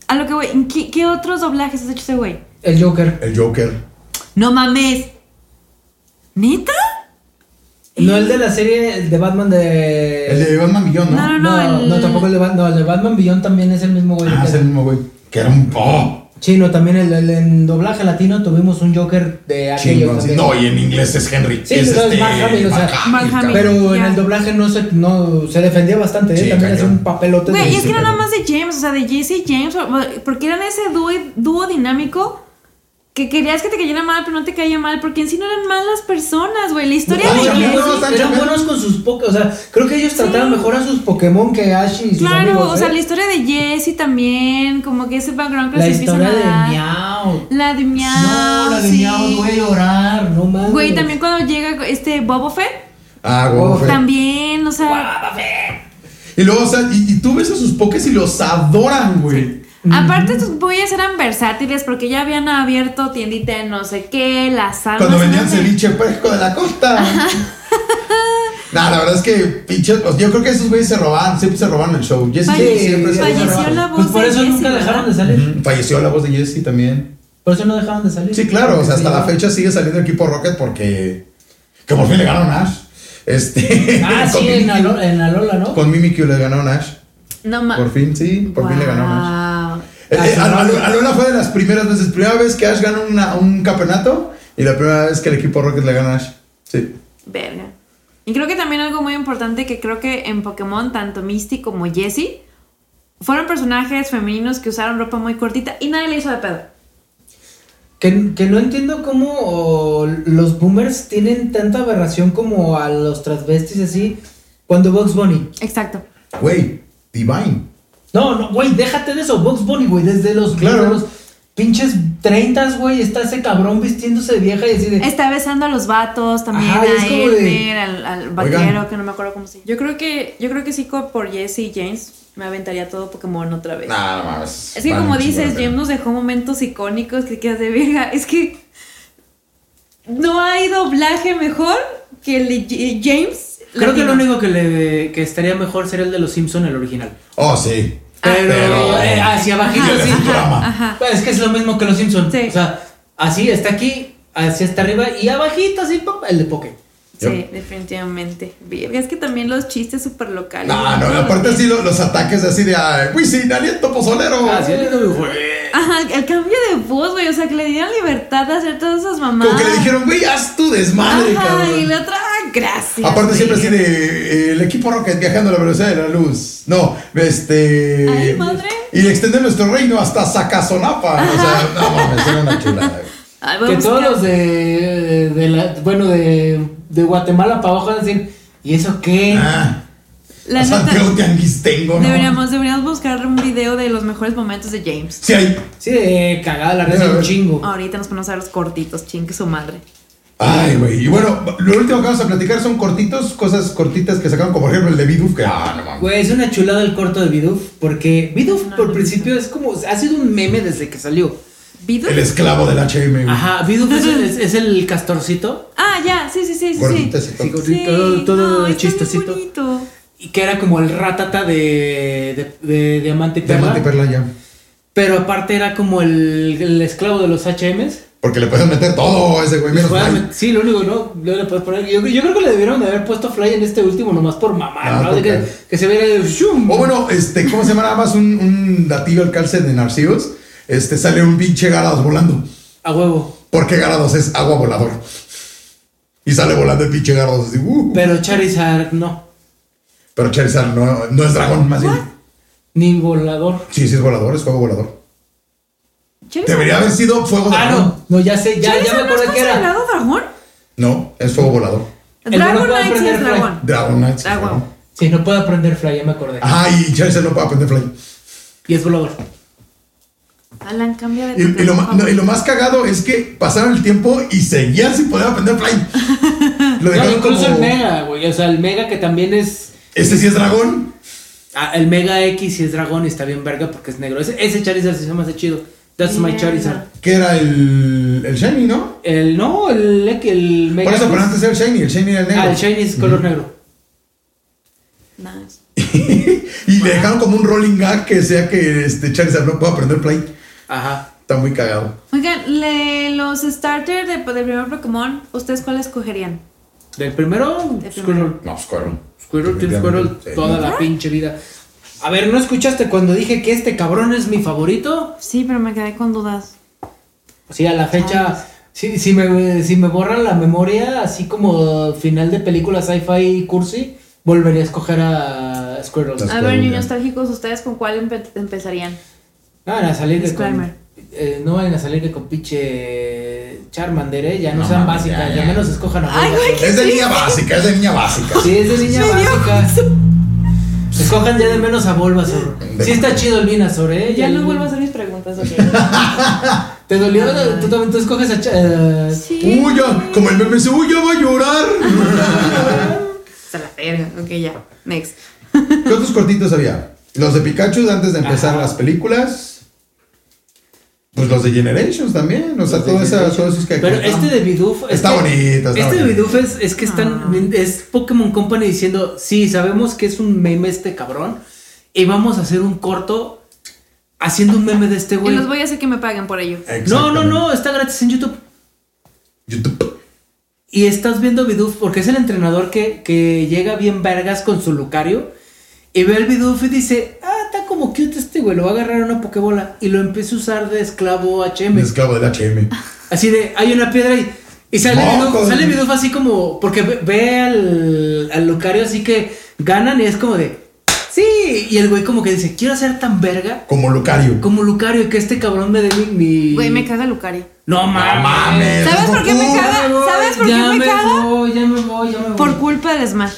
S4: A lo que voy. ¿en ¿Qué, qué otros doblajes has hecho ese güey?
S6: El Joker.
S2: El Joker.
S4: No mames. ¿Neta?
S6: No el de la serie el de Batman de.
S2: El de Batman Millón, ¿no?
S4: No, no,
S6: no,
S4: el-
S6: no, tampoco el de Batman. No, el de Batman Beyond también es el mismo güey.
S2: Ah,
S6: que-
S2: es el mismo güey. Que era un. ¡Oh!
S6: Chino, también el, el- en doblaje latino tuvimos un Joker de aquellos
S2: Chingón. sí.
S6: también.
S2: No, y en inglés es Henry.
S6: Sí,
S2: es este,
S6: no, es Mark Hamill, o sea,
S4: Mark
S2: cabrón.
S4: Hamill.
S6: Pero en
S4: Ya.
S6: el doblaje no se, no, se defendía bastante, ¿eh?
S2: Sí,
S6: también hacía
S2: cañón.
S6: un papelote de-
S4: Güey, es que no nada más de James, o sea, de Jesse y James, o- porque eran ese dúo, dúo dinámico que querías que te cayera mal, pero no te caía mal, porque en sí no eran malas personas, güey. La historia
S2: No,
S4: de
S2: no,
S6: Eran
S2: no,
S4: Jesse.
S6: buenos-
S2: Sancho,
S6: eran
S2: pero-
S6: buenos con sus Pokémon, o sea, creo que ellos trataron mejor a sus Pokémon que a Ash y sus
S4: Claro,
S6: amigos,
S4: o sea,
S6: ¿eh?
S4: la historia de Jesse también, como que ese background que
S6: La
S4: les empiezan
S6: historia
S4: a
S6: de
S4: dar.
S6: Miau.
S4: La de Miau.
S6: No, la de
S4: sí.
S6: Miau, voy a llorar, no mames.
S4: Güey, también cuando llega este Boba Fett,
S2: Ah, güey.
S6: Oh,
S2: fue.
S4: también, o sea.
S2: Y luego, o sea, y, y tú ves a sus pokés y los adoran, güey.
S4: Aparte, tus bullas eran versátiles porque ya habían abierto tiendita en no sé qué, las almas.
S2: Cuando vendían
S4: no sé.
S2: ceviche fresco de la costa. Nah, la verdad es que pinche, o sea, yo creo que esos güeyes se robaban, siempre se robaban el show. Jesse
S4: Falle-
S2: James siempre se
S4: falleció
S2: robaba.
S4: la
S6: Pues
S4: voz
S6: por
S4: de
S6: eso
S4: Jesse,
S6: nunca
S4: ¿verdad?
S6: dejaron de salir.
S2: Ujú, Falleció la voz de Jesse también.
S6: Por eso no dejaron de salir.
S2: Sí, claro, o sea,
S6: Porque
S2: hasta la
S6: sí,
S2: fecha sigue saliendo equipo Rocket porque. Que por fin le ganaron a Ash. Este.
S6: Ah,
S2: con
S6: sí, en
S2: Mimikyu.
S6: Alola, en Alola, ¿no?
S2: Con Mimikyu le ganó Nash.
S4: No ma-
S2: Por fin, sí, por fin le ganó Nash.
S4: Guau.
S2: Eh, eh,
S6: Ah,
S2: a-
S6: sí.
S2: a- a Lola fue de las primeras veces. Primera vez que Ash gana una- un campeonato y la primera vez que el equipo Rocket le gana a Ash. Sí.
S4: Verga. Y creo que también algo muy importante que creo que en Pokémon, tanto Misty como Jessie fueron personajes femeninos que usaron ropa muy cortita y nadie le hizo de pedo.
S6: Que, que no entiendo cómo o, los boomers tienen tanta aberración como a los transvestis así cuando Bugs Bunny.
S4: Exacto.
S2: Güey, Divine.
S6: No, no, güey, déjate de eso, Bugs Bunny, güey, desde los,
S2: Claro.
S6: desde los pinches 30, güey, está ese cabrón vistiéndose de vieja y así de...
S4: Está besando a los vatos también,
S6: Ajá,
S4: a
S6: es como de-
S4: Elmer, al, al vaquero,
S2: Oigan.
S4: que no me acuerdo cómo se llama. Yo creo que, yo creo que sí, co- por Jessie y James, me aventaría todo Pokémon otra vez.
S2: Nah, no mames.
S4: Es que
S2: Vale,
S4: como
S2: chingón,
S4: dices,
S2: pero-
S4: James nos dejó momentos icónicos que quedas de verga. Es que no hay doblaje mejor que el de J- eh, James.
S3: Creo que lo
S4: latino.
S3: único que le que estaría mejor sería el de los Simpson, el original.
S2: Oh, sí.
S4: Ah,
S3: Pero,
S2: Pero-
S3: eh, hacia abajito
S2: Ajá.
S3: sí.
S2: Futurama.
S3: Pues Es que es lo mismo que los Simpson.
S4: Sí.
S3: O sea, así está aquí, así está arriba y abajito así papá, el de Poké.
S4: Sí,
S2: Yep.
S4: definitivamente. Verga, es que también los chistes súper locales.
S2: No, no, aparte así lo- los ataques así de. ay, Güey, sí, aliento pozolero.
S3: Ah, sí, el de dibujo.
S4: Ajá, el cambio de voz, güey. O sea, que le dieran libertad de hacer todas esas mamadas.
S2: Como que le dijeron, güey, haz tu desmadre,
S4: Ajá,
S2: cabrón.
S4: y la otra, ah, gracias.
S2: Aparte
S4: güey.
S2: siempre así de eh, el equipo Rocket viajando a la velocidad de la luz. No, este.
S4: Ay, madre.
S2: Y extender nuestro reino hasta Zacazonapa. O sea, no mames, era una chulada. güey.
S4: Ay, voy a
S3: Que todos
S4: buscar.
S3: los de, de la, bueno, de, de Guatemala para abajo van a decir, ¿y eso qué?
S2: Ah,
S4: La
S2: a
S4: neta,
S2: Santiago Tianguistengo, ¿no?
S4: deberíamos, deberíamos buscar un video de los mejores momentos de James.
S2: Sí, hay.
S6: Sí, de cagada la red
S2: Mira, a
S6: un
S2: ver.
S6: chingo.
S4: Ahorita nos ponemos a ver los cortitos, chingue su madre.
S2: Ay, güey. Y bueno, lo último que vamos a platicar son cortitos, cosas cortitas que sacaron, como por ejemplo el de Biduf, que ah, no mames.
S6: Güey, es una chulada el corto de Bidoof, porque Bidoof
S4: No,
S6: por
S4: no,
S6: principio es como, ha sido un meme desde que salió.
S4: ¿Vidu?
S2: El esclavo del HM, güey.
S3: Ajá, Bidoof es, el- es- es el castorcito.
S4: Ah, ya, sí, sí, sí, sí.
S2: Gordito,
S4: sí.
S2: así, todo.
S3: Sí, todo- todo
S4: no, está bien
S3: chistosito.
S4: bonito.
S3: Y que era como el ratata de, de, de Diamante y Perla.
S2: Diamante y Perla ya.
S3: Pero aparte era como el, el esclavo de los HMs.
S2: Porque le puedes meter todo a ese güey, menos
S3: Puedes
S2: Fly.
S3: met- sí, lo único, ¿no? Luego le puedes poner. Yo, yo creo que le debieron de haber puesto Fly en este último nomás por mamar,
S2: Ah,
S3: ¿no? De que,
S2: porque-
S3: que se viera el shum.
S2: O bueno, este, ¿cómo se llama? Nada más un, un datillo al calce de Narcios. Este, sale un pinche Garados volando.
S3: A huevo.
S2: Porque Garados es agua volador. Y sale volando el pinche Garados así, uh.
S3: Pero Charizard no.
S2: Pero Charizard no, no es dragón, más bien.
S3: Ni volador.
S2: Sí, sí es volador, es fuego volador.
S4: Charizard.
S2: Debería haber sido fuego
S3: Ah,
S2: dragón.
S3: no. No, ya sé, ya, ya
S4: ¿Charizard
S3: me
S4: no
S3: acordé
S4: está
S3: que era.
S4: considerado dragón?
S2: No, es fuego volador.
S3: El monoplan
S4: Dragonite sí
S3: prender
S4: es
S3: Fly.
S4: dragón.
S2: Dragon Knight. sí,
S4: Ah,
S2: dragón.
S4: huevo.
S6: Sí, no puedo aprender Fly, ya me acordé.
S2: Ah, y Charizard no puede aprender fly.
S3: Y es volador.
S4: Alan, cambia de
S2: Y, y lo,
S4: tema,
S2: ma-
S4: por
S2: no, y lo más cagado es que pasaron el tiempo y seguían sin poder aprender fly. Lo
S3: No,
S2: dejaron
S3: incluso
S2: como.
S3: el Mega, güey. O sea, el Mega que también es.
S2: Este sí es dragón.
S3: ah, el Mega X sí es dragón y está bien verga porque es negro. Ese, ese Charizard sí se me hace chido. That's my
S4: Mierda.
S3: Charizard.
S2: Que era el. El Shiny, ¿no?
S3: El no, el, el Mega.
S2: Por eso,
S3: X-
S2: pero antes era el Shiny. El Shiny era el negro.
S3: Ah, el Shiny es color negro.
S4: favor. Nice.
S2: y le dejaron como un rolling gag que sea que este Charizard no pueda aprender fly.
S3: Ajá.
S2: Está muy cagado.
S4: Oigan, le- los starters de, del primer Pokémon, ¿ustedes cuál escogerían?
S3: Del primero,
S4: Del
S3: Squirrel.
S2: No, Squirrel.
S3: Squirrel, Team Squirrel
S2: Definitivamente, sí.
S3: toda la pinche vida. A ver, ¿no escuchaste cuando dije que este cabrón es mi favorito?
S4: Sí, pero me quedé con dudas.
S3: Sí, a la
S4: Ah.
S3: fecha. Si, si, me, si me borran la memoria, así como final de película sci-fi cursi, volvería a escoger a Squirrel.
S2: Las-
S4: A ver,
S2: Disclaimer.
S4: niños trágicos, ¿ustedes con cuál empe- empezarían?
S3: No van a salir de con,
S4: Disclaimer.
S3: eh, No van a salir de con pinche Charmander, ¿eh? Ya no,
S2: No
S3: sean
S2: mames,
S3: básicas,
S2: ya,
S3: ya,
S2: ya.
S3: menos escojan a
S4: Ay,
S3: huevo.
S4: güey,
S2: Es de niña básica, es de niña básica.
S3: Sí, es de niña
S4: Me dio
S3: básica. Escojan ya de menos a Bulbasaur.
S2: De-
S3: Sí está chido el Vinazor, ¿eh?
S4: Ya
S3: El-
S4: no vuelvo a hacer mis preguntas, ok.
S3: ¿Te dolió? ¿Tú también tú escoges a... Ch- eh,
S4: Sí.
S2: Uy, ya, como el meme dice, uy, ya va a llorar.
S4: Se la verga. Ok, ya. Next.
S2: ¿Qué otros cortitos había? Los de Pikachu antes de empezar
S3: Ajá.
S2: las películas. Pues los de Generations también. O sea, todo esa, todos esos que
S3: Pero este de Bidoof...
S2: Está
S3: que-
S2: bonito, está
S3: este de
S2: bonito.
S3: Bidoof es, es que están...
S4: Ah.
S3: Es Pokémon Company diciendo, sí, sabemos que es un meme este cabrón y vamos a hacer un corto haciendo un meme de este
S4: Y
S3: güey.
S4: los voy a hacer que me paguen por ello.
S3: No, no, no, está gratis en YouTube.
S2: YouTube.
S3: Y estás viendo Bidoof porque es el entrenador que, que llega bien vergas con su Lucario. Y ve al Bidoof y dice, ah, está como cute este güey, lo va a agarrar a una Pokébola. Y lo empieza a usar de esclavo HM.
S2: Un esclavo del HM.
S3: Así de, hay una piedra y, y sale
S2: Mocos,
S3: Bidoof, sale
S2: güey.
S3: Bidoof así como, porque ve, ve al, al Lucario así que ganan y es como de, sí. Y el güey como que dice, quiero ser tan verga
S2: Como Lucario.
S3: como Lucario y que este cabrón me dé mi... mi-
S4: Güey, me caga Lucario.
S3: No mames.
S2: mames.
S4: ¿Sabes por qué me
S2: Goku.
S4: caga? ¿Sabes por qué
S3: ya
S4: me caga?
S3: voy, ya me voy, ya me voy.
S4: Por culpa del Smash.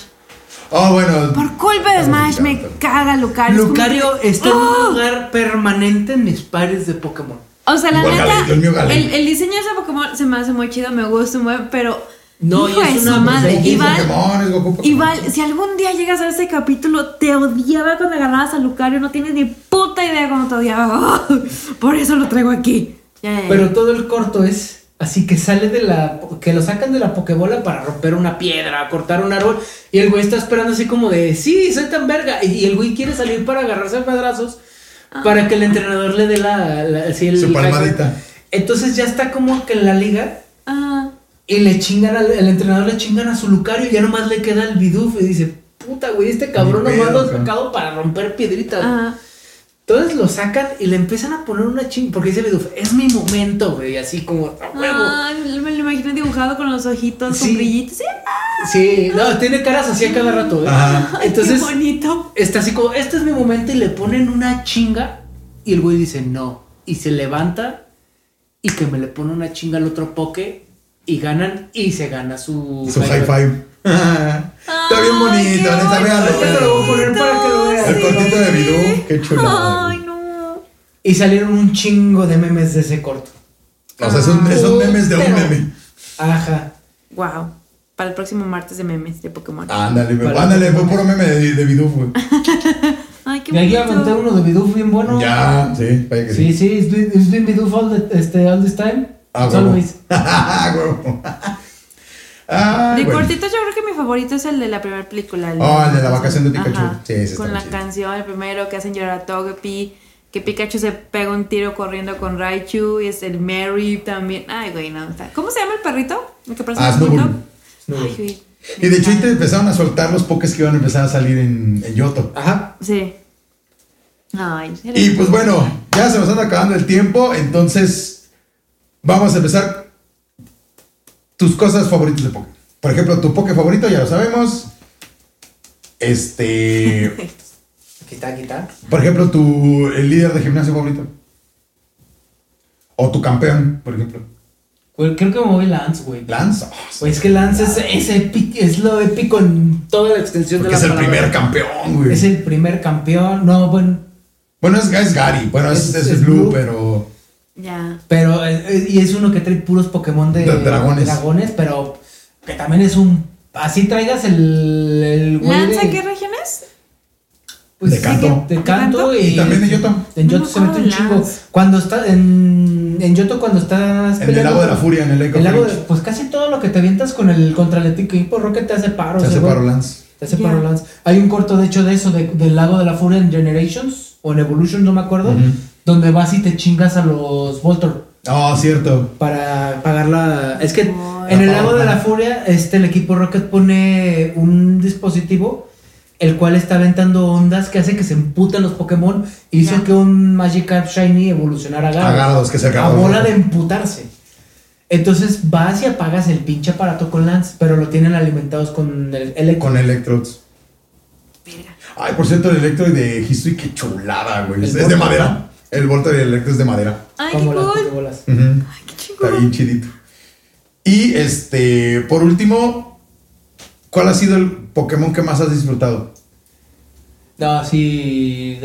S2: Ah, bueno.
S4: Por culpa de Smash me caga Lucario. Ah, Es como-
S3: Lucario está en
S4: ¡Oh!
S3: un lugar permanente en mis pares de Pokémon.
S4: O sea, la
S2: Igual
S4: neta,
S2: Galerio, el mío Galerio.
S4: el, el diseño de ese Pokémon se me hace muy chido, me gusta, muy, pero.
S3: No,
S4: hijo
S3: y es
S4: de
S3: una
S4: su madre.
S3: maravilla.
S4: Iván,
S2: Pues, Pokémon, es Goku, Pokémon.
S4: Iván, si algún día llegas a ese capítulo, te odiaba cuando agarrabas a Lucario, no tienes ni puta idea cómo te odiaba. Por eso lo traigo aquí. Ya, ya, ya.
S6: Pero
S4: Pero,
S6: todo el corto es
S3: Así que sale de la. que lo sacan de la Pokébola para romper una piedra, cortar un árbol. Y el güey está esperando así como de. Sí, soy tan verga. Y, y el güey quiere salir para agarrarse a madrazos.
S4: Ah.
S3: Para que el entrenador le dé la. la- así el-
S2: Su palmadita.
S3: Entonces ya está como que en la liga.
S4: Ah,
S3: Y le chingan al el entrenador, le chingan a su Lucario. Y ya nomás le queda el Bidoof. Y dice: Puta, güey, este cabrón
S2: Ni
S3: nomás
S2: pedo,
S3: lo ha
S2: cabrón.
S3: sacado para romper piedritas.
S4: Ah.
S3: Entonces lo sacan y le empiezan a poner una ching. Porque dice Bidoof, es mi momento, güey. Así como, a
S4: Ah.
S3: huevo.
S4: me lo imagino dibujado con los ojitos,
S3: Sí.
S4: con brillitos. ¡Sí!
S3: Sí, no, tiene caras así a cada rato, güey.
S2: Ajá.
S4: Ay,
S3: Entonces
S4: qué bonito.
S3: está así como, este es mi momento. Y le ponen una chinga. Y el güey dice, no. Y se levanta y que me le pone una chinga al otro poke. Y ganan y se gana su.
S2: Su high five. Está bien
S4: Ay,
S2: bonito,
S4: qué
S2: neta,
S3: Ahorita te lo
S2: véanlo.
S3: voy a poner para que lo veas.
S2: El
S4: Sí.
S2: cortito de Bidú, qué chulada.
S4: Ay, no.
S6: y salieron un chingo de memes de ese corto.
S2: O sea, son, son memes de un
S6: Pero-
S2: meme.
S6: Ajá.
S4: Wow. Para el próximo martes de memes de Pokémon.
S2: Ándale, me-
S6: Para-
S2: ándale, fue puro meme de, de Bidú, güey.
S4: Ah, Ay, qué
S6: Me aquí a contar
S4: bonito.
S6: uno de Bidoof bien bueno.
S2: Ya, sí, vaya que sí.
S6: Sí, sí, it's doing, it's doing Bidoof all, the, este, all this time.
S2: Ah,
S6: Solo
S2: huevo.
S6: es-
S2: Ah, huevo. Ah,
S4: De
S2: bueno.
S4: cortitos yo creo que mi favorito es el de la primera película.
S2: Ah, el de la vacación de Pikachu.
S4: Ajá.
S2: Sí, ese está
S4: Con la
S2: chido.
S4: canción, el primero que hacen llorar a Togepi, Que Pikachu se pega un tiro corriendo con Raichu y es el Mary también. Ay, güey, no. está- ¿Cómo se llama el perrito? ¿El que parece
S2: Ah,
S4: un
S2: Snubbull.
S4: bulldog? Ay, güey.
S2: Y de hecho ahí te empezaron a soltar los pokés que iban a empezar a salir en, en Yoto.
S3: Ajá.
S4: Sí. Ay, era-
S2: Y pues bueno, ya se nos anda acabando el tiempo, entonces vamos a empezar tus cosas favoritas de Poké. Por ejemplo, tu Poké favorito, ya lo sabemos. Este,
S3: Aquí está, aquí está.
S2: por ejemplo, tu el líder de gimnasio favorito. O tu campeón, por ejemplo. Ah,
S3: Güey, creo que me voy Lance, güey.
S2: Lanza.
S3: Güey, es que Lance es, es, epi- es lo épico en toda la extensión
S2: Porque
S3: de
S2: es el
S3: la palabra.
S2: primer campeón, güey.
S3: Es el primer campeón. No, bueno,
S2: Bueno, es, es Gary, bueno, es,
S3: Es-
S2: es
S3: es
S2: Blue,
S3: Blue.
S2: pero...
S4: Ya.
S3: Pero, eh, eh, y es uno que trae puros Pokémon de,
S2: De dragones.
S3: dragones, pero que también es un. Así traigas el. el güey
S4: ¿Lanza
S3: de-
S4: qué región es?
S3: pues,
S2: De
S3: sí,
S2: canto.
S3: que- De canto y.
S2: Y también de Yoto.
S3: En
S4: No
S3: Yoto
S4: me
S3: se mete un
S4: acuerdo de
S3: chingo.
S4: Lance.
S3: Cuando está. En, en Yoto, cuando estás.
S2: En el
S3: peleando-
S2: lago de la furia, en el Echo
S3: el lago de-
S2: Village.
S3: pues casi todo lo que te avientas con el contra el equipo Rocket te hace paro.
S2: Se
S3: o sea,
S2: hace
S3: güey,
S2: paro Lance.
S3: Te hace
S4: Ya.
S3: paro Lance. Hay un corto, de hecho, de eso, de- del lago de la furia en Generations o en Evolution, no me acuerdo,
S2: Ujú.
S3: donde vas y te chingas a los Voltor.
S2: Oh, cierto.
S3: para pagar la. Es que
S4: Ay.
S3: en el
S2: La
S3: lago
S2: paga.
S3: de la furia, este el equipo Rocket pone un dispositivo el cual está aventando ondas que hace que se emputan los Pokémon e hizo
S4: Ya.
S3: que un Magikarp Shiny evolucionara a Garados,
S2: Agardos, que se
S3: Ah, a
S2: acabó.
S3: bola de emputarse. Entonces vas y apagas el pinche aparato con Lance, pero lo tienen alimentados con el, el
S2: Con Electrodes.
S4: Verga.
S2: Ay, por cierto, el Electrode de Hisui, qué chulada, güey.
S3: El
S2: Es
S3: Voltor.
S2: de madera. El Voltor de Electro es de madera.
S4: Ay, qué
S3: como las
S4: cool.
S3: Pokébolas.
S2: Ujú.
S4: Qué
S2: Está
S4: chingón.
S2: bien chidito. Y este, por último, ¿cuál ha sido el Pokémon que más has disfrutado?
S3: No, sí,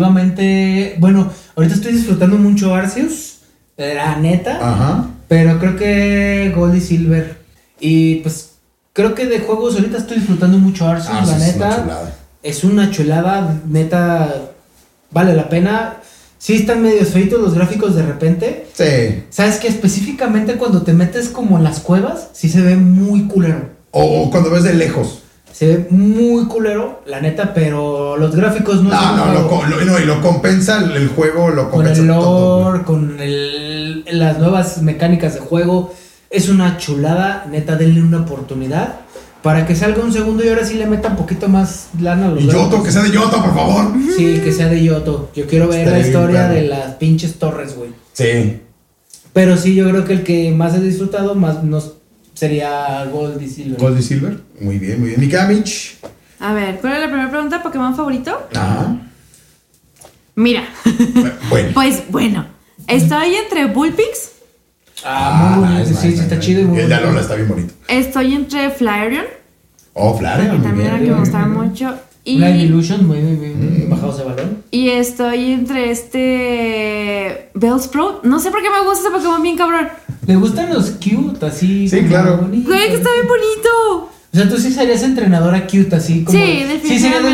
S3: definitivamente. Bueno, ahorita estoy disfrutando mucho Arceus, eh, la neta.
S2: Ajá.
S3: Pero creo que Gold y Silver. Y pues creo que de juegos ahorita estoy disfrutando mucho Arceus,
S2: Ah, sí,
S3: la
S2: es
S3: neta.
S2: una chulada.
S3: Es una chulada, neta. Vale la pena. Sí están medio feitos los gráficos de repente.
S2: Sí.
S3: Sabes que específicamente cuando te metes como en las cuevas, sí se ve muy culero.
S2: O cuando ves de lejos.
S3: Se ve muy culero, la neta, pero los gráficos no
S2: No,
S3: son
S2: no,
S3: juego.
S2: lo, co- lo- no, y lo compensa el, el juego, lo
S3: con
S2: compensa
S3: el
S2: todo, güey.
S3: lore, con el- las nuevas mecánicas de juego. Es una chulada, neta, denle una oportunidad para que salga un segundo y ahora sí le meta un poquito más lana a los
S2: Y
S3: gráficos.
S2: Yoto, que sea de Yoto, por favor.
S3: Sí, que sea de Yoto. Yo quiero ver
S2: Estaría
S3: la
S2: bien
S3: historia
S2: perro.
S3: de las pinches torres, güey.
S2: Sí.
S3: Pero sí, yo creo que el que más he disfrutado más nos sería Gold y Silver.
S2: Gold y Silver. Muy bien, muy bien. Mikamich.
S4: A ver, ¿cuál es la primera pregunta? ¿Pokémon favorito?
S2: Ajá.
S4: Mira,
S2: Bueno.
S4: pues bueno, estoy entre Bullpix,
S3: Ah, muy bonito.
S2: nice,
S3: sí,
S2: nice,
S3: sí, está
S2: nice,
S3: chido y
S2: nice.
S3: muy
S2: El de
S3: bonito.
S2: Alola está bien bonito.
S4: estoy entre Flareon,
S2: Oh, Flareon.
S4: que
S2: muy
S4: también era
S2: bien.
S4: que me gustaba mucho,
S3: Una
S4: y,
S3: Illusion, muy, muy, muy, muy
S2: Mm.
S3: bajados de balón.
S4: y estoy entre este Bellsprout, no sé por qué me gusta ese Pokémon bien cabrón,
S3: ¿Le gustan los cute así?
S2: Sí,
S3: como
S2: claro.
S3: bonitos?
S4: güey, que está bien bonito,
S3: O sea, tú sí serías entrenadora cute, así como.
S4: Sí,
S3: Sí, sería del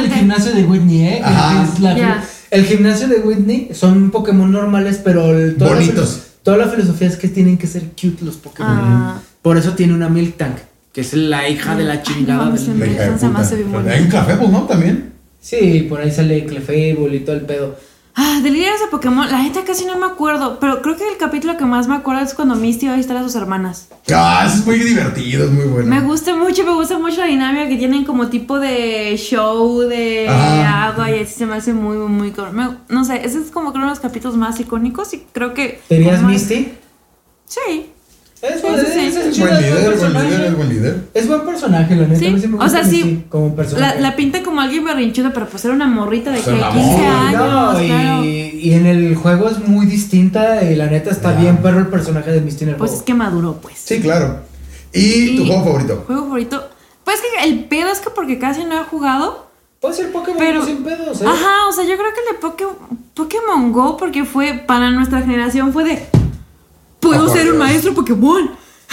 S4: definitivamente.
S3: gimnasio de Whitney, ¿eh?
S2: Ajá.
S3: Es la-
S4: Ya.
S3: El gimnasio de Whitney son Pokémon normales, pero. el- toda la
S2: Bonitos.
S3: filo- toda la filosofía es que tienen que ser cute los Pokémon.
S4: Ah.
S3: Por eso tiene una Milk Tank, que es la hija de
S4: Ay,
S3: la
S4: Ah, no
S3: chingada
S4: mames,
S3: del-
S4: me-
S2: La hija de
S4: Entonces, además,
S2: puta.
S4: se ve muy
S2: Hay un café, pues, ¿no? También.
S3: Sí, por ahí sale Clefable y todo el pedo.
S4: ah, de líderes de Pokémon, la neta casi no me acuerdo, pero creo que el capítulo que más me acuerdo es cuando Misty va a visitar a sus hermanas.
S2: Ah, eso es muy divertido, es muy bueno.
S4: Me gusta mucho, me gusta mucho la dinámica que tienen como tipo de show de
S3: Ah.
S2: Ajá.
S4: agua y así se me hace muy, muy, muy cabrón. Me- No sé, ese es como creo uno de los capítulos más icónicos y creo que.
S3: ¿Tenías
S4: como-
S3: Misty?
S4: Sí.
S3: Es,
S4: Sí,
S3: buen-
S4: sí, sí.
S3: es- es
S2: Es
S3: chido,
S2: buen
S3: es buen
S2: líder, es buen líder,
S3: personaje.
S2: es buen líder.
S3: Es buen personaje, la neta.
S4: Sí.
S3: a mí sí me
S4: O
S3: gusta
S4: sea, sí,
S3: Misty como
S4: La,
S3: personaje.
S4: la pinta como alguien berrinchuda, pero pues era una morrita de
S2: Pues
S4: que
S2: era
S4: 15
S2: una morra,
S4: años.
S3: No, y,
S4: claro.
S3: y en el juego es muy distinta y la neta está
S2: Ya.
S3: bien perro el personaje de Misty en el
S4: Pues es
S3: juego.
S4: que maduró, pues.
S2: Sí, claro. ¿Y tu
S4: Y-
S2: juego favorito?
S4: Juego favorito. Pues que el pedo es que porque casi no he jugado.
S3: Puede ser Pokémon
S4: Pero-
S3: sin pedos, ¿eh?
S4: Ajá, o sea, yo creo que el de Poké- Pokémon Go, porque fue para nuestra generación, fue de. Puedo
S2: Oh, por
S4: ser un
S2: Dios.
S4: maestro Pokémon.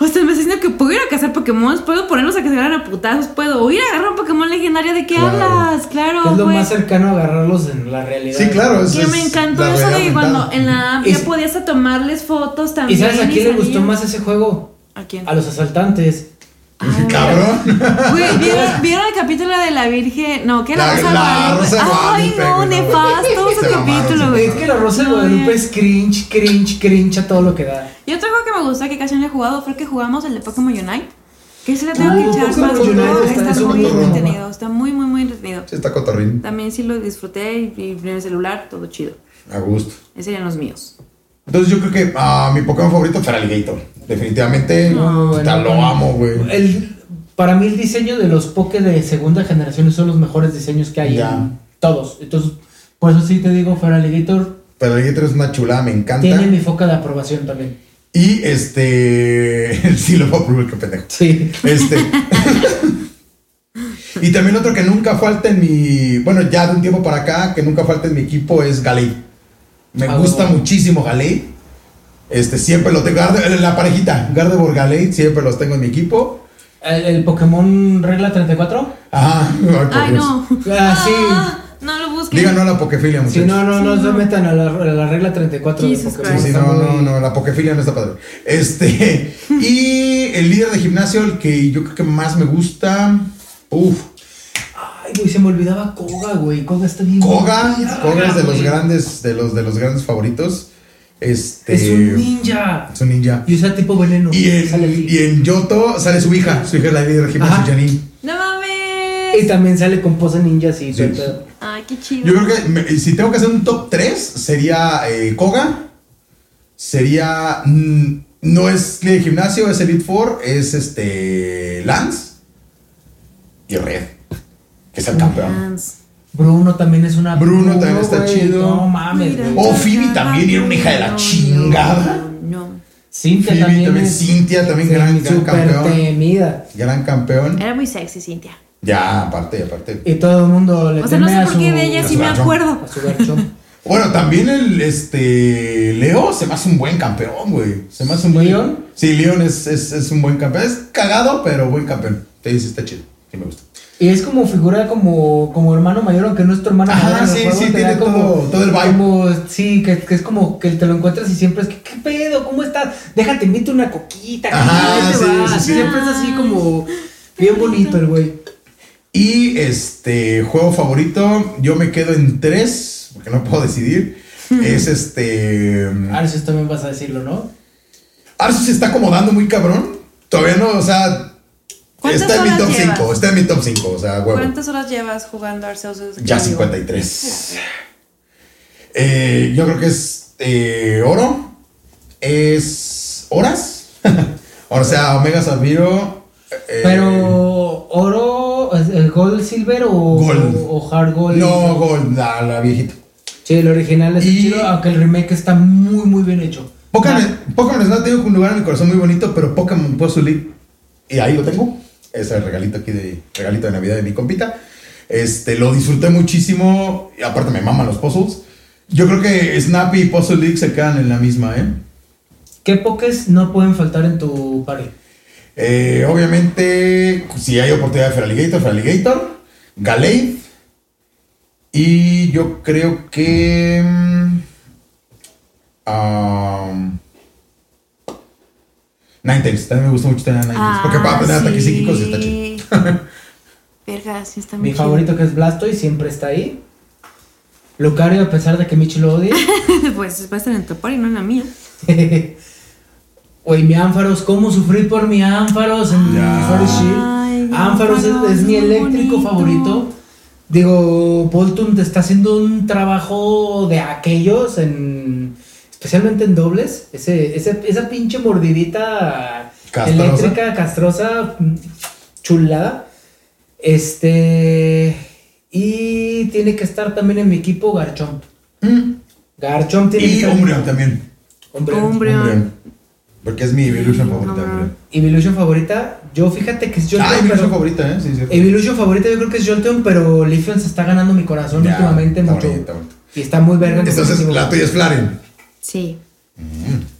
S4: O sea, me está diciendo que puedo ir a cazar Pokémon, puedo ponerlos a que se agarren a putazos, puedo ir a agarrar un Pokémon legendario. ¿De qué
S2: Claro.
S4: hablas? Claro,
S3: Que es lo
S4: güey.
S3: más cercano a agarrarlos en la realidad.
S2: Sí, claro. eso
S4: Que
S2: es
S4: me encantó
S2: la
S4: eso de
S2: realidad
S4: que cuando
S2: aumentada.
S4: en la app
S3: Y
S4: ya
S3: si-
S4: podías a tomarles fotos
S3: ¿Y
S4: también.
S3: sabes a quién le
S4: salían.
S3: gustó más ese juego?
S4: ¿A quién?
S3: A los asaltantes.
S4: Ah.
S2: Cabrón.
S4: Güey, ¿vieron, vieron el capítulo de la Virgen? No, que la,
S2: La-
S4: Rosa
S2: la
S4: Guadalupe.
S2: Rosa de
S4: Ay,
S2: Guadalupe,
S4: no,
S2: güey, no,
S4: nefasto
S2: güey.
S4: ese
S2: Se mamaron,
S4: capítulo,
S2: se
S4: güey.
S3: Es que la Rosa de
S4: Pues, No,
S3: Guadalupe
S4: güey.
S3: es cringe, cringe, cringe a todo lo que da.
S4: Y otro juego que me gusta que casi no he jugado fue el que jugamos el de Pokémon Unite. Que se le tengo
S3: Ah,
S4: que echar
S3: Pokémon
S4: para el
S3: Unite
S4: juego.
S3: está
S4: Está,
S3: súper
S4: muy
S2: bueno.
S4: entretenido. Está muy, muy, muy entretenido.
S2: Sí, está cotorrín.
S4: También sí lo disfruté y, y en el celular, todo chido.
S2: A gusto.
S4: Esos eran los míos.
S2: Entonces yo creo que ah, mi Pokémon favorito fue Alligator. Definitivamente
S3: Muy, muy Ah, bueno. Eh.
S2: puta, lo amo, güey.
S3: El- para mí el diseño de los Poké de segunda generación son los mejores diseños que hay.
S2: Ya.
S3: en Todos. Entonces, por eso sí te digo, Faraligator
S2: Pero Alligator es una chulada, me encanta.
S3: tiene mi foca de aprobación también.
S2: Y este. sí, lo puedo probar, qué pendejo.
S3: Sí.
S2: Este. y también otro que nunca falta en mi. Bueno, ya de un tiempo para acá, que nunca falta en mi equipo es Galei. Me
S3: Ah,
S2: gusta
S3: huevo.
S2: muchísimo Galei. Este, siempre lo tengo. Garde- la parejita, Gardevoir Galei, siempre los tengo en mi equipo.
S3: El, el Pokémon Regla 34.
S2: Ajá. Ay, por
S4: Ay,
S2: Dios.
S4: no.
S3: Ah, sí.
S4: no lo busques.
S2: Diga no a la pokefilia,
S3: Si
S2: muchachos.
S3: no, no,
S4: Sí,
S3: no se
S4: no.
S3: metan a la, a la regla 34
S4: Jesus
S3: de Pokémon.
S2: Sí, sí,
S3: Está
S2: no, no,
S3: muy-
S2: no, la pokefilia no está padre. Este, y el líder de gimnasio, el que yo creo que más me gusta, uf,
S3: Ay, güey, se me olvidaba Koga, güey. Koga está bien.
S2: Koga,
S3: verga,
S2: Koga es de los
S3: güey.
S2: grandes, de los, de los grandes favoritos. Este,
S3: Es un ninja.
S2: es un ninja.
S3: Y usa tipo veneno.
S2: Y
S3: Sale así.
S2: en, y en Yoto sale su hija, su hija es la líder de gimnasio,
S3: Ajá.
S2: Janine.
S4: No
S3: Y
S4: mames.
S3: también sale con pose ninja así.
S2: Sí.
S3: todo-
S4: Ay, qué chido.
S2: Eh, Yo creo que me- si tengo que hacer un top 3, sería eh, Koga. Sería. mm, no es líder de gimnasio, es Elite Four, es este. Lance. Y Red. Que es el campeón.
S4: Trans.
S3: Bruno también es una.
S2: Bruno también está
S3: güey,
S2: chido.
S3: No mames,
S4: Mira,
S3: güey.
S2: Oh, Phoebe también era una hija de la
S4: no,
S2: chingada.
S4: No, no.
S3: Cintia
S2: Phoebe
S3: también.
S2: también,
S3: es-
S2: Cintia también,
S3: sí,
S2: gran- gran
S3: súper Eh.
S2: campeón.
S3: temida.
S2: Gran campeón.
S4: Era muy sexy, Cintia.
S2: Ya, aparte, aparte.
S3: Y todo el mundo le
S4: O sea, no
S3: teme
S4: sé
S3: a
S4: por
S3: su-
S4: qué de ella
S2: a
S4: sí
S2: su
S4: me
S2: garrón.
S4: acuerdo.
S3: A su garchón.
S2: Bueno, también el este Leo se me hace un buen campeón, güey. Se me hace un buen.
S3: ¿Leon?
S2: Sí, Leon es, es, es un buen campeón. Es cagado, pero buen campeón. Te dice, está chido. Sí, me gusta.
S3: Y es como figura como, como hermano mayor, aunque no es tu hermano
S2: Ajá,
S3: mayor. en el
S2: sí,
S3: juego,
S2: sí,
S3: te
S2: tiene
S3: da
S2: todo- todo el vibe.
S3: como- sí, que, que es como que te lo encuentras y siempre es que, ¿qué pedo? ¿Cómo estás? Déjate, invito una coquita.
S2: Ajá,
S3: ¿cómo te
S2: sí,
S3: va?
S2: sí, sí.
S3: Siempre es así como bien bonito el güey.
S2: Y este juego favorito, yo me quedo en tres, porque no puedo decidir. es este.
S3: Arceus también vas a decirlo, ¿no?
S2: Arceus se está acomodando muy cabrón. Todavía no, o sea.
S4: ¿Cuántas
S2: Está en mi
S4: horas
S2: top
S4: llevas?
S2: 5. Está en mi top 5, o sea, huevo.
S4: ¿Cuántas horas llevas jugando Arceus? desde que
S2: Ya
S4: salió?
S2: 53. Eh, yo creo que es eh, oro. Es horas. o sea, Omega Zafiro. eh,
S3: Pero, ¿oro, es- el gold, silver o,
S2: Gold.
S3: o, o hard gold?
S2: No, Gold, la, la viejita.
S3: Sí, el original es
S2: Y-
S3: chido, aunque el remake está muy, muy bien hecho.
S2: Pokémon, Pokémon Snap tengo un lugar en mi corazón muy bonito, pero Pokémon Puzzle League, Y ahí lo tengo. Es el regalito aquí de regalito de Navidad de mi compita. Este, lo disfruté muchísimo. Y aparte me maman los puzzles. Yo creo que Snappy y Puzzle League se quedan en la misma, ¿eh?
S3: ¿Qué pokés no pueden faltar en tu party?
S2: Eh, obviamente, si hay oportunidad de Feraligator, Feraligator, Galeid. Y yo creo que. mm, am, Ninetales, también me gusta mucho tener a Ninetales. pues, porque
S4: Ah,
S2: para aprender ataques psíquicos está chido.
S4: Verga, sí está muy
S3: Mi
S4: chido.
S3: favorito que es Blastoise siempre está ahí. Lucario, a pesar de que Michi lo odie.
S4: pues va a estar en tu party, no en la mía.
S3: Güey, mi Ánfaros, ¿cómo sufrí por mi Ánfaros en
S2: Ya.
S3: Forest Shield?
S4: Ay,
S3: Ánfaros es,
S4: Ánfaros,
S3: es mi
S4: qué
S3: eléctrico
S4: bonito.
S3: favorito. Digo, Bolton te está haciendo un trabajo de aquellos, en, especialmente en dobles. Ese, ese- esa pinche mordidita
S2: Castrosa.
S3: eléctrica, castrosa, mm, chulada. Este. Y tiene que estar también en mi equipo Garchomp. Garchomp tiene que
S2: Y
S3: estar.
S2: Umbreon también.
S3: Umbreon.
S4: Umbreon.
S2: Porque es mi Evolution
S4: Sí,
S2: favorita.
S4: Umbreon.
S2: Umbreon.
S3: Evolution favorita, yo fíjate que es Jolteon.
S2: Ah, Evolution
S3: pero-
S2: favorita, ¿eh? Sí, sí.
S3: Evolution favorita yo creo que es Jolteon, pero Leafeon se está ganando mi corazón
S2: Ya,
S3: últimamente
S2: está
S3: mucho.
S2: bonito, está bonito.
S3: Y está muy verga. en
S2: Entonces,
S3: competitivo.
S2: la tuya es Flaren. Mm,
S4: Sí.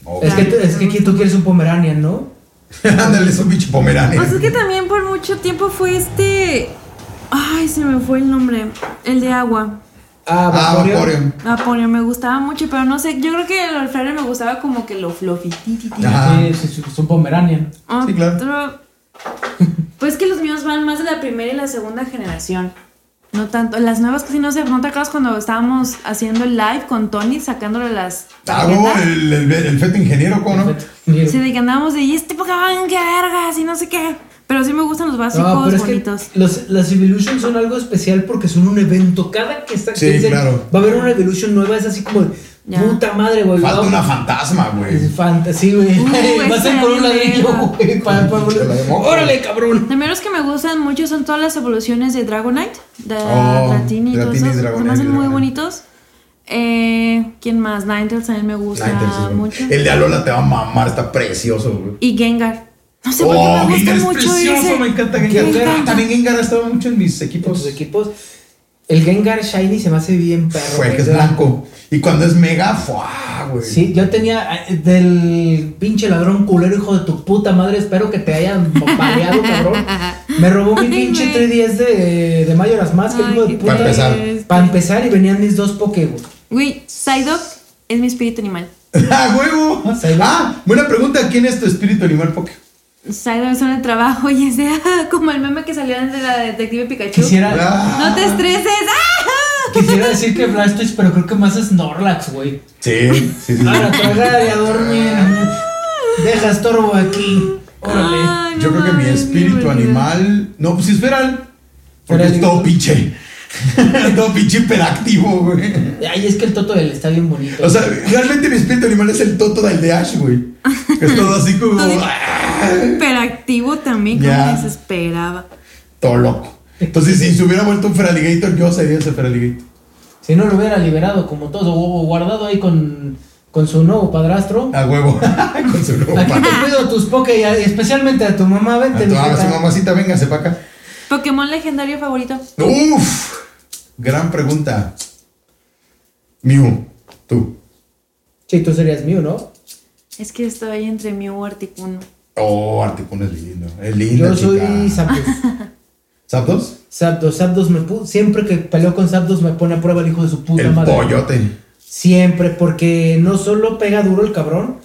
S2: Ok.
S3: Es que, tú- es que aquí tú quieres un Pomeranian, ¿no?
S2: Ándale, es un bicho pomerania.
S4: Pues es que también por mucho tiempo fue este. Ay, se me fue el nombre. El de agua.
S2: Ah,
S3: Ah, Vaporeon.
S2: Vaporeon.
S4: Vaporeon me gustaba mucho, pero no sé. Yo creo que el Alfredo me gustaba como que lo fluffy. ti, ti, ti.
S2: Ajá.
S3: Sí, es, es- es un Pomeranian.
S2: Sí, claro.
S4: Otro- Pues que los míos van más de la primera y la segunda generación. No tanto. Las nuevas casi no sé. ¿No te acuerdas cuando estábamos haciendo el live con Tony sacándole las.
S2: Ah, huevo,
S4: tarjetas?
S2: el, el, el feto ingeniero, ¿cómo no?
S4: Sí, de que andábamos de, y este Pokémon, qué vergas, y no sé qué. Pero sí me gustan los básicos
S3: No, pero es que
S4: bonitos.
S3: los, las Evolutions son algo especial porque son un evento. Cada que está
S2: Sí,
S3: que dicen,
S2: claro.
S3: va a haber una Evolution nueva, es así como de,
S4: Ya.
S3: puta madre, güey.
S2: Falta
S3: vamos".
S2: una fantasma, güey.
S3: Es fantasía, güey.
S4: Uh,
S3: Vas a
S4: esa
S3: ir con un
S4: era bien
S3: ladrillo,
S4: verga.
S3: güey. pa- pa-
S2: Pinche la de moco.
S3: Órale, cabrón.
S4: También los que me gustan mucho son todas las evoluciones de Dragonite, de
S2: Oh,
S4: Dratini y todo
S2: Dratini,
S4: eso. Se me
S2: Dragonite,
S4: hacen muy
S2: Dragonite.
S4: bonitos. Eh, ¿Quién más? Ninetales también me gusta
S2: Ninetales es bueno.
S4: mucho.
S2: El de Alola te va a mamar, está precioso, güey.
S4: Y Gengar. No sé por qué
S2: Oh,
S4: me gusta
S7: Gengar es
S4: mucho
S7: precioso,
S4: ese.
S7: me encanta
S4: Me
S7: Gengar.
S4: encanta.
S2: También Gengar ha estado mucho en mis equipos.
S3: Los equipos. El Gengar Shiny se me hace bien perro.
S2: Fue el que es
S3: güey.
S2: blanco. Y cuando es mega, ¡fua, güey!
S3: Sí, yo tenía eh, del pinche ladrón culero, hijo de tu puta madre. Espero que te hayan pareado, cabrón. Me robó mi
S4: Ay,
S3: pinche
S4: güey.
S3: 310 de, de Mayoras más, que
S4: Ay,
S3: hijo de
S4: qué
S3: puta.
S2: Para empezar.
S4: triste.
S3: Para empezar, y venían mis dos Pokémon.
S4: Güey, Psyduck es mi espíritu animal.
S2: ¡Ah, huevo!
S3: Psyduck.
S2: Ah, buena pregunta. ¿Quién es tu espíritu animal, Poké?
S4: Psyduck es el trabajo y es de, ah, como el meme que salió de la detective Pikachu.
S3: Quisiera,
S2: Ah,
S4: No te estreses. ¡Ah!
S3: quisiera decir que Blastoise, pero creo que más es Snorlax, güey.
S2: Sí, sí, sí.
S3: A
S4: Ah,
S3: la traga de dormir. Deja estorbo aquí. Órale.
S4: Ay,
S2: Yo
S4: Ah, no
S2: creo que mi
S4: mames,
S2: espíritu
S4: divertido.
S2: animal. No, pues sí es feral. Porque
S3: Feral.
S2: es todo pinche. todo pinche hiperactivo, güey.
S3: Ay, es que el Toto del está bien bonito.
S2: O sea, realmente mi espíritu animal es el toto del de Ash, güey. Es todo así como. ah,
S4: Hiperactivo también, como
S2: Ya.
S4: desesperaba.
S2: todo loco. Entonces, si se hubiera vuelto un Feraligator, yo sería ese Feraligator.
S3: si no lo hubiera liberado como todo, o guardado ahí con, con su nuevo padrastro.
S2: A huevo. Con su nuevo
S3: Aquí
S2: pato.
S3: te cuido tus poke y a- especialmente a tu mamá,
S2: A
S3: vente.
S2: tu- a
S3: mijita.
S2: Ah, su mamacita, véngase para acá.
S4: Pokémon legendario favorito.
S2: Uf, gran pregunta. Mew, tú.
S3: Sí, tú serías mío, ¿no?
S4: Es que estoy entre Mew y Articuno.
S2: Oh, Articuno es lindo. Es lindo.
S3: Yo soy
S2: Zapdos.
S3: Zapdos.
S2: ¿Zapdos?
S3: Zapdos, Zapdos me pu- siempre que peleo con Zapdos me pone a prueba el hijo de su puta
S2: El
S3: madre.
S2: pollote.
S3: Siempre, porque no solo pega duro el cabrón,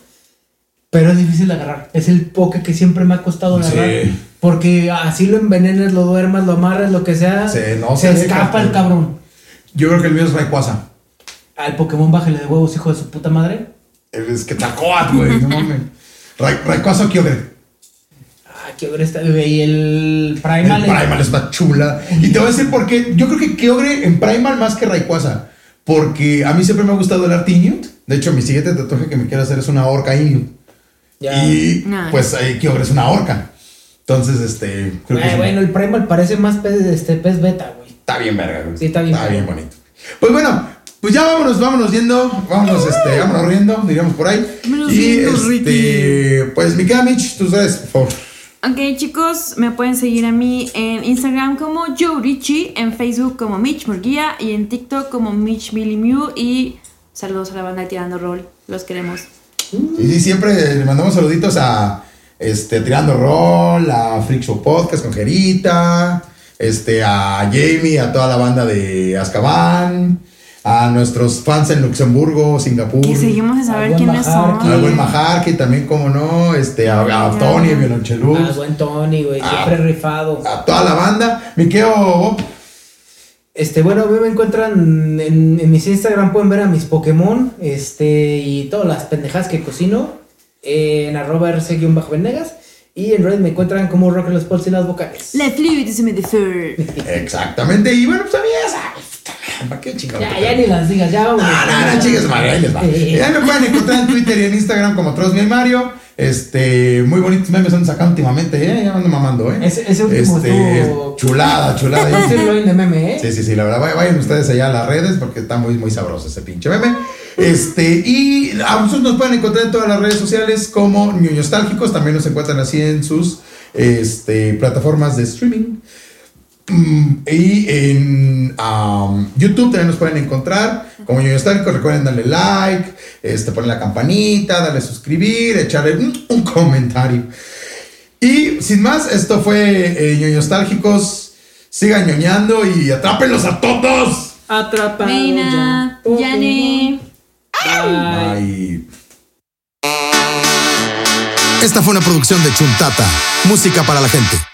S3: pero es difícil de agarrar. Es el poke que siempre me ha costado
S2: Sí.
S3: agarrar. Porque así lo envenenes, lo duermas, lo amarras, lo que sea.
S2: Sí, no
S3: se
S2: se deja,
S3: escapa el
S2: pero-
S3: cabrón.
S2: Yo creo que el mío es Rayquaza.
S3: Al Pokémon bájale de huevos, hijo de su puta madre.
S2: Es que tacoat, güey. No mames. Ray- Rayquaza o Kyogre.
S3: Ah, qué ver está. Y el
S2: El
S3: Primal. eh.
S2: Primal es una chula. Y te voy a decir por qué. Yo creo que Kyogre en Primal más que Rayquaza. Porque a mí siempre me ha gustado el arte Inuit. De hecho, mi siguiente tatuaje que me quiero hacer es una orca Inuit.
S3: Ya.
S2: Y
S4: Ah.
S2: pues ahí Kyogre es una orca. Entonces, este. Creo que
S3: Ay,
S2: es una-
S3: Ah, bueno, el Primal parece más pez, este, pez beta, güey.
S2: Está bien, verga, güey.
S3: Sí, está bien, verga.
S2: bonito. Pues bueno, pues ya vámonos, vámonos yendo. Vámonos, este, vámonos riendo, diríamos por ahí.
S4: Vámonos
S2: y
S4: riendo,
S2: este, pues mi querida Mitch, tus redes, por favor.
S4: Ok, chicos, me pueden seguir a mí en Instagram como Joe Richie, en Facebook como Mitch Murguía y en TikTok como Mitch Millie Mew. Y saludos a la banda de Tirando Roll. Los queremos.
S3: Uh.
S2: Y sí, siempre le mandamos saluditos a este, Tirando Roll, a Freak Show Podcast con Jerita, este, a Jamie, a toda la banda de Azkaban, a nuestros fans en Luxemburgo, Singapur.
S4: Que seguimos a saber
S3: Al buen
S4: quiénes
S3: Majar,
S4: son.
S2: A buen Majar, que también, como no, este, a, a Tony, el violoncheluz.
S3: Ah, buen Tony, güey.
S2: Ah.
S3: Siempre rifado.
S2: a toda la banda. Mi querido Bob,
S3: Este, bueno, a mí me encuentran en, en mis Instagram, pueden ver a mis Pokémon, este, y todas las pendejadas que cocino, eh, en arroba rc-venegas, y en Reddit me encuentran como Rock los Pulse y las vocales.
S4: Le fluid is in the fur.
S2: exactamente. Y bueno, pues a mí ya sabes. ¿Para qué chingados?
S3: Ya, ya ni las digas, ya vamos.
S2: Ah, no, no, chicas, madre, ahí les va.
S3: Eh.
S2: Ya me pueden encontrar en Twitter y en Instagram como Trosmi y Mario. Este, muy bonitos memes han sacado últimamente, ¿eh? Ya me ando mamando, ¿eh?
S3: Ese- ese último
S2: este,
S3: estuvo-
S2: Chulada, chulada. ya
S3: Es
S2: sé.
S3: el loin de meme, ¿eh?
S2: Sí, sí, sí, la verdad, vay- vayan ustedes allá a las redes porque está muy, muy sabroso ese pinche meme. Este, y a nosotros nos pueden encontrar en todas las redes sociales como New Nostálgicos, también nos encuentran así en sus este, plataformas de streaming. Mm, Y en am, YouTube también nos pueden encontrar como New Nostálgicos. Recuerden darle like, este, poner la campanita, darle suscribir, echarle un- un comentario. Y sin más, esto fue eh, Ñoño Nostálgicos. Sigan ñoñando y atrápenlos a todos.
S3: Atrapado
S4: Reina,
S3: ya.
S4: Yanni.
S3: Bye.
S2: Bye.
S8: Esta fue una producción de Chuntata, música para la gente.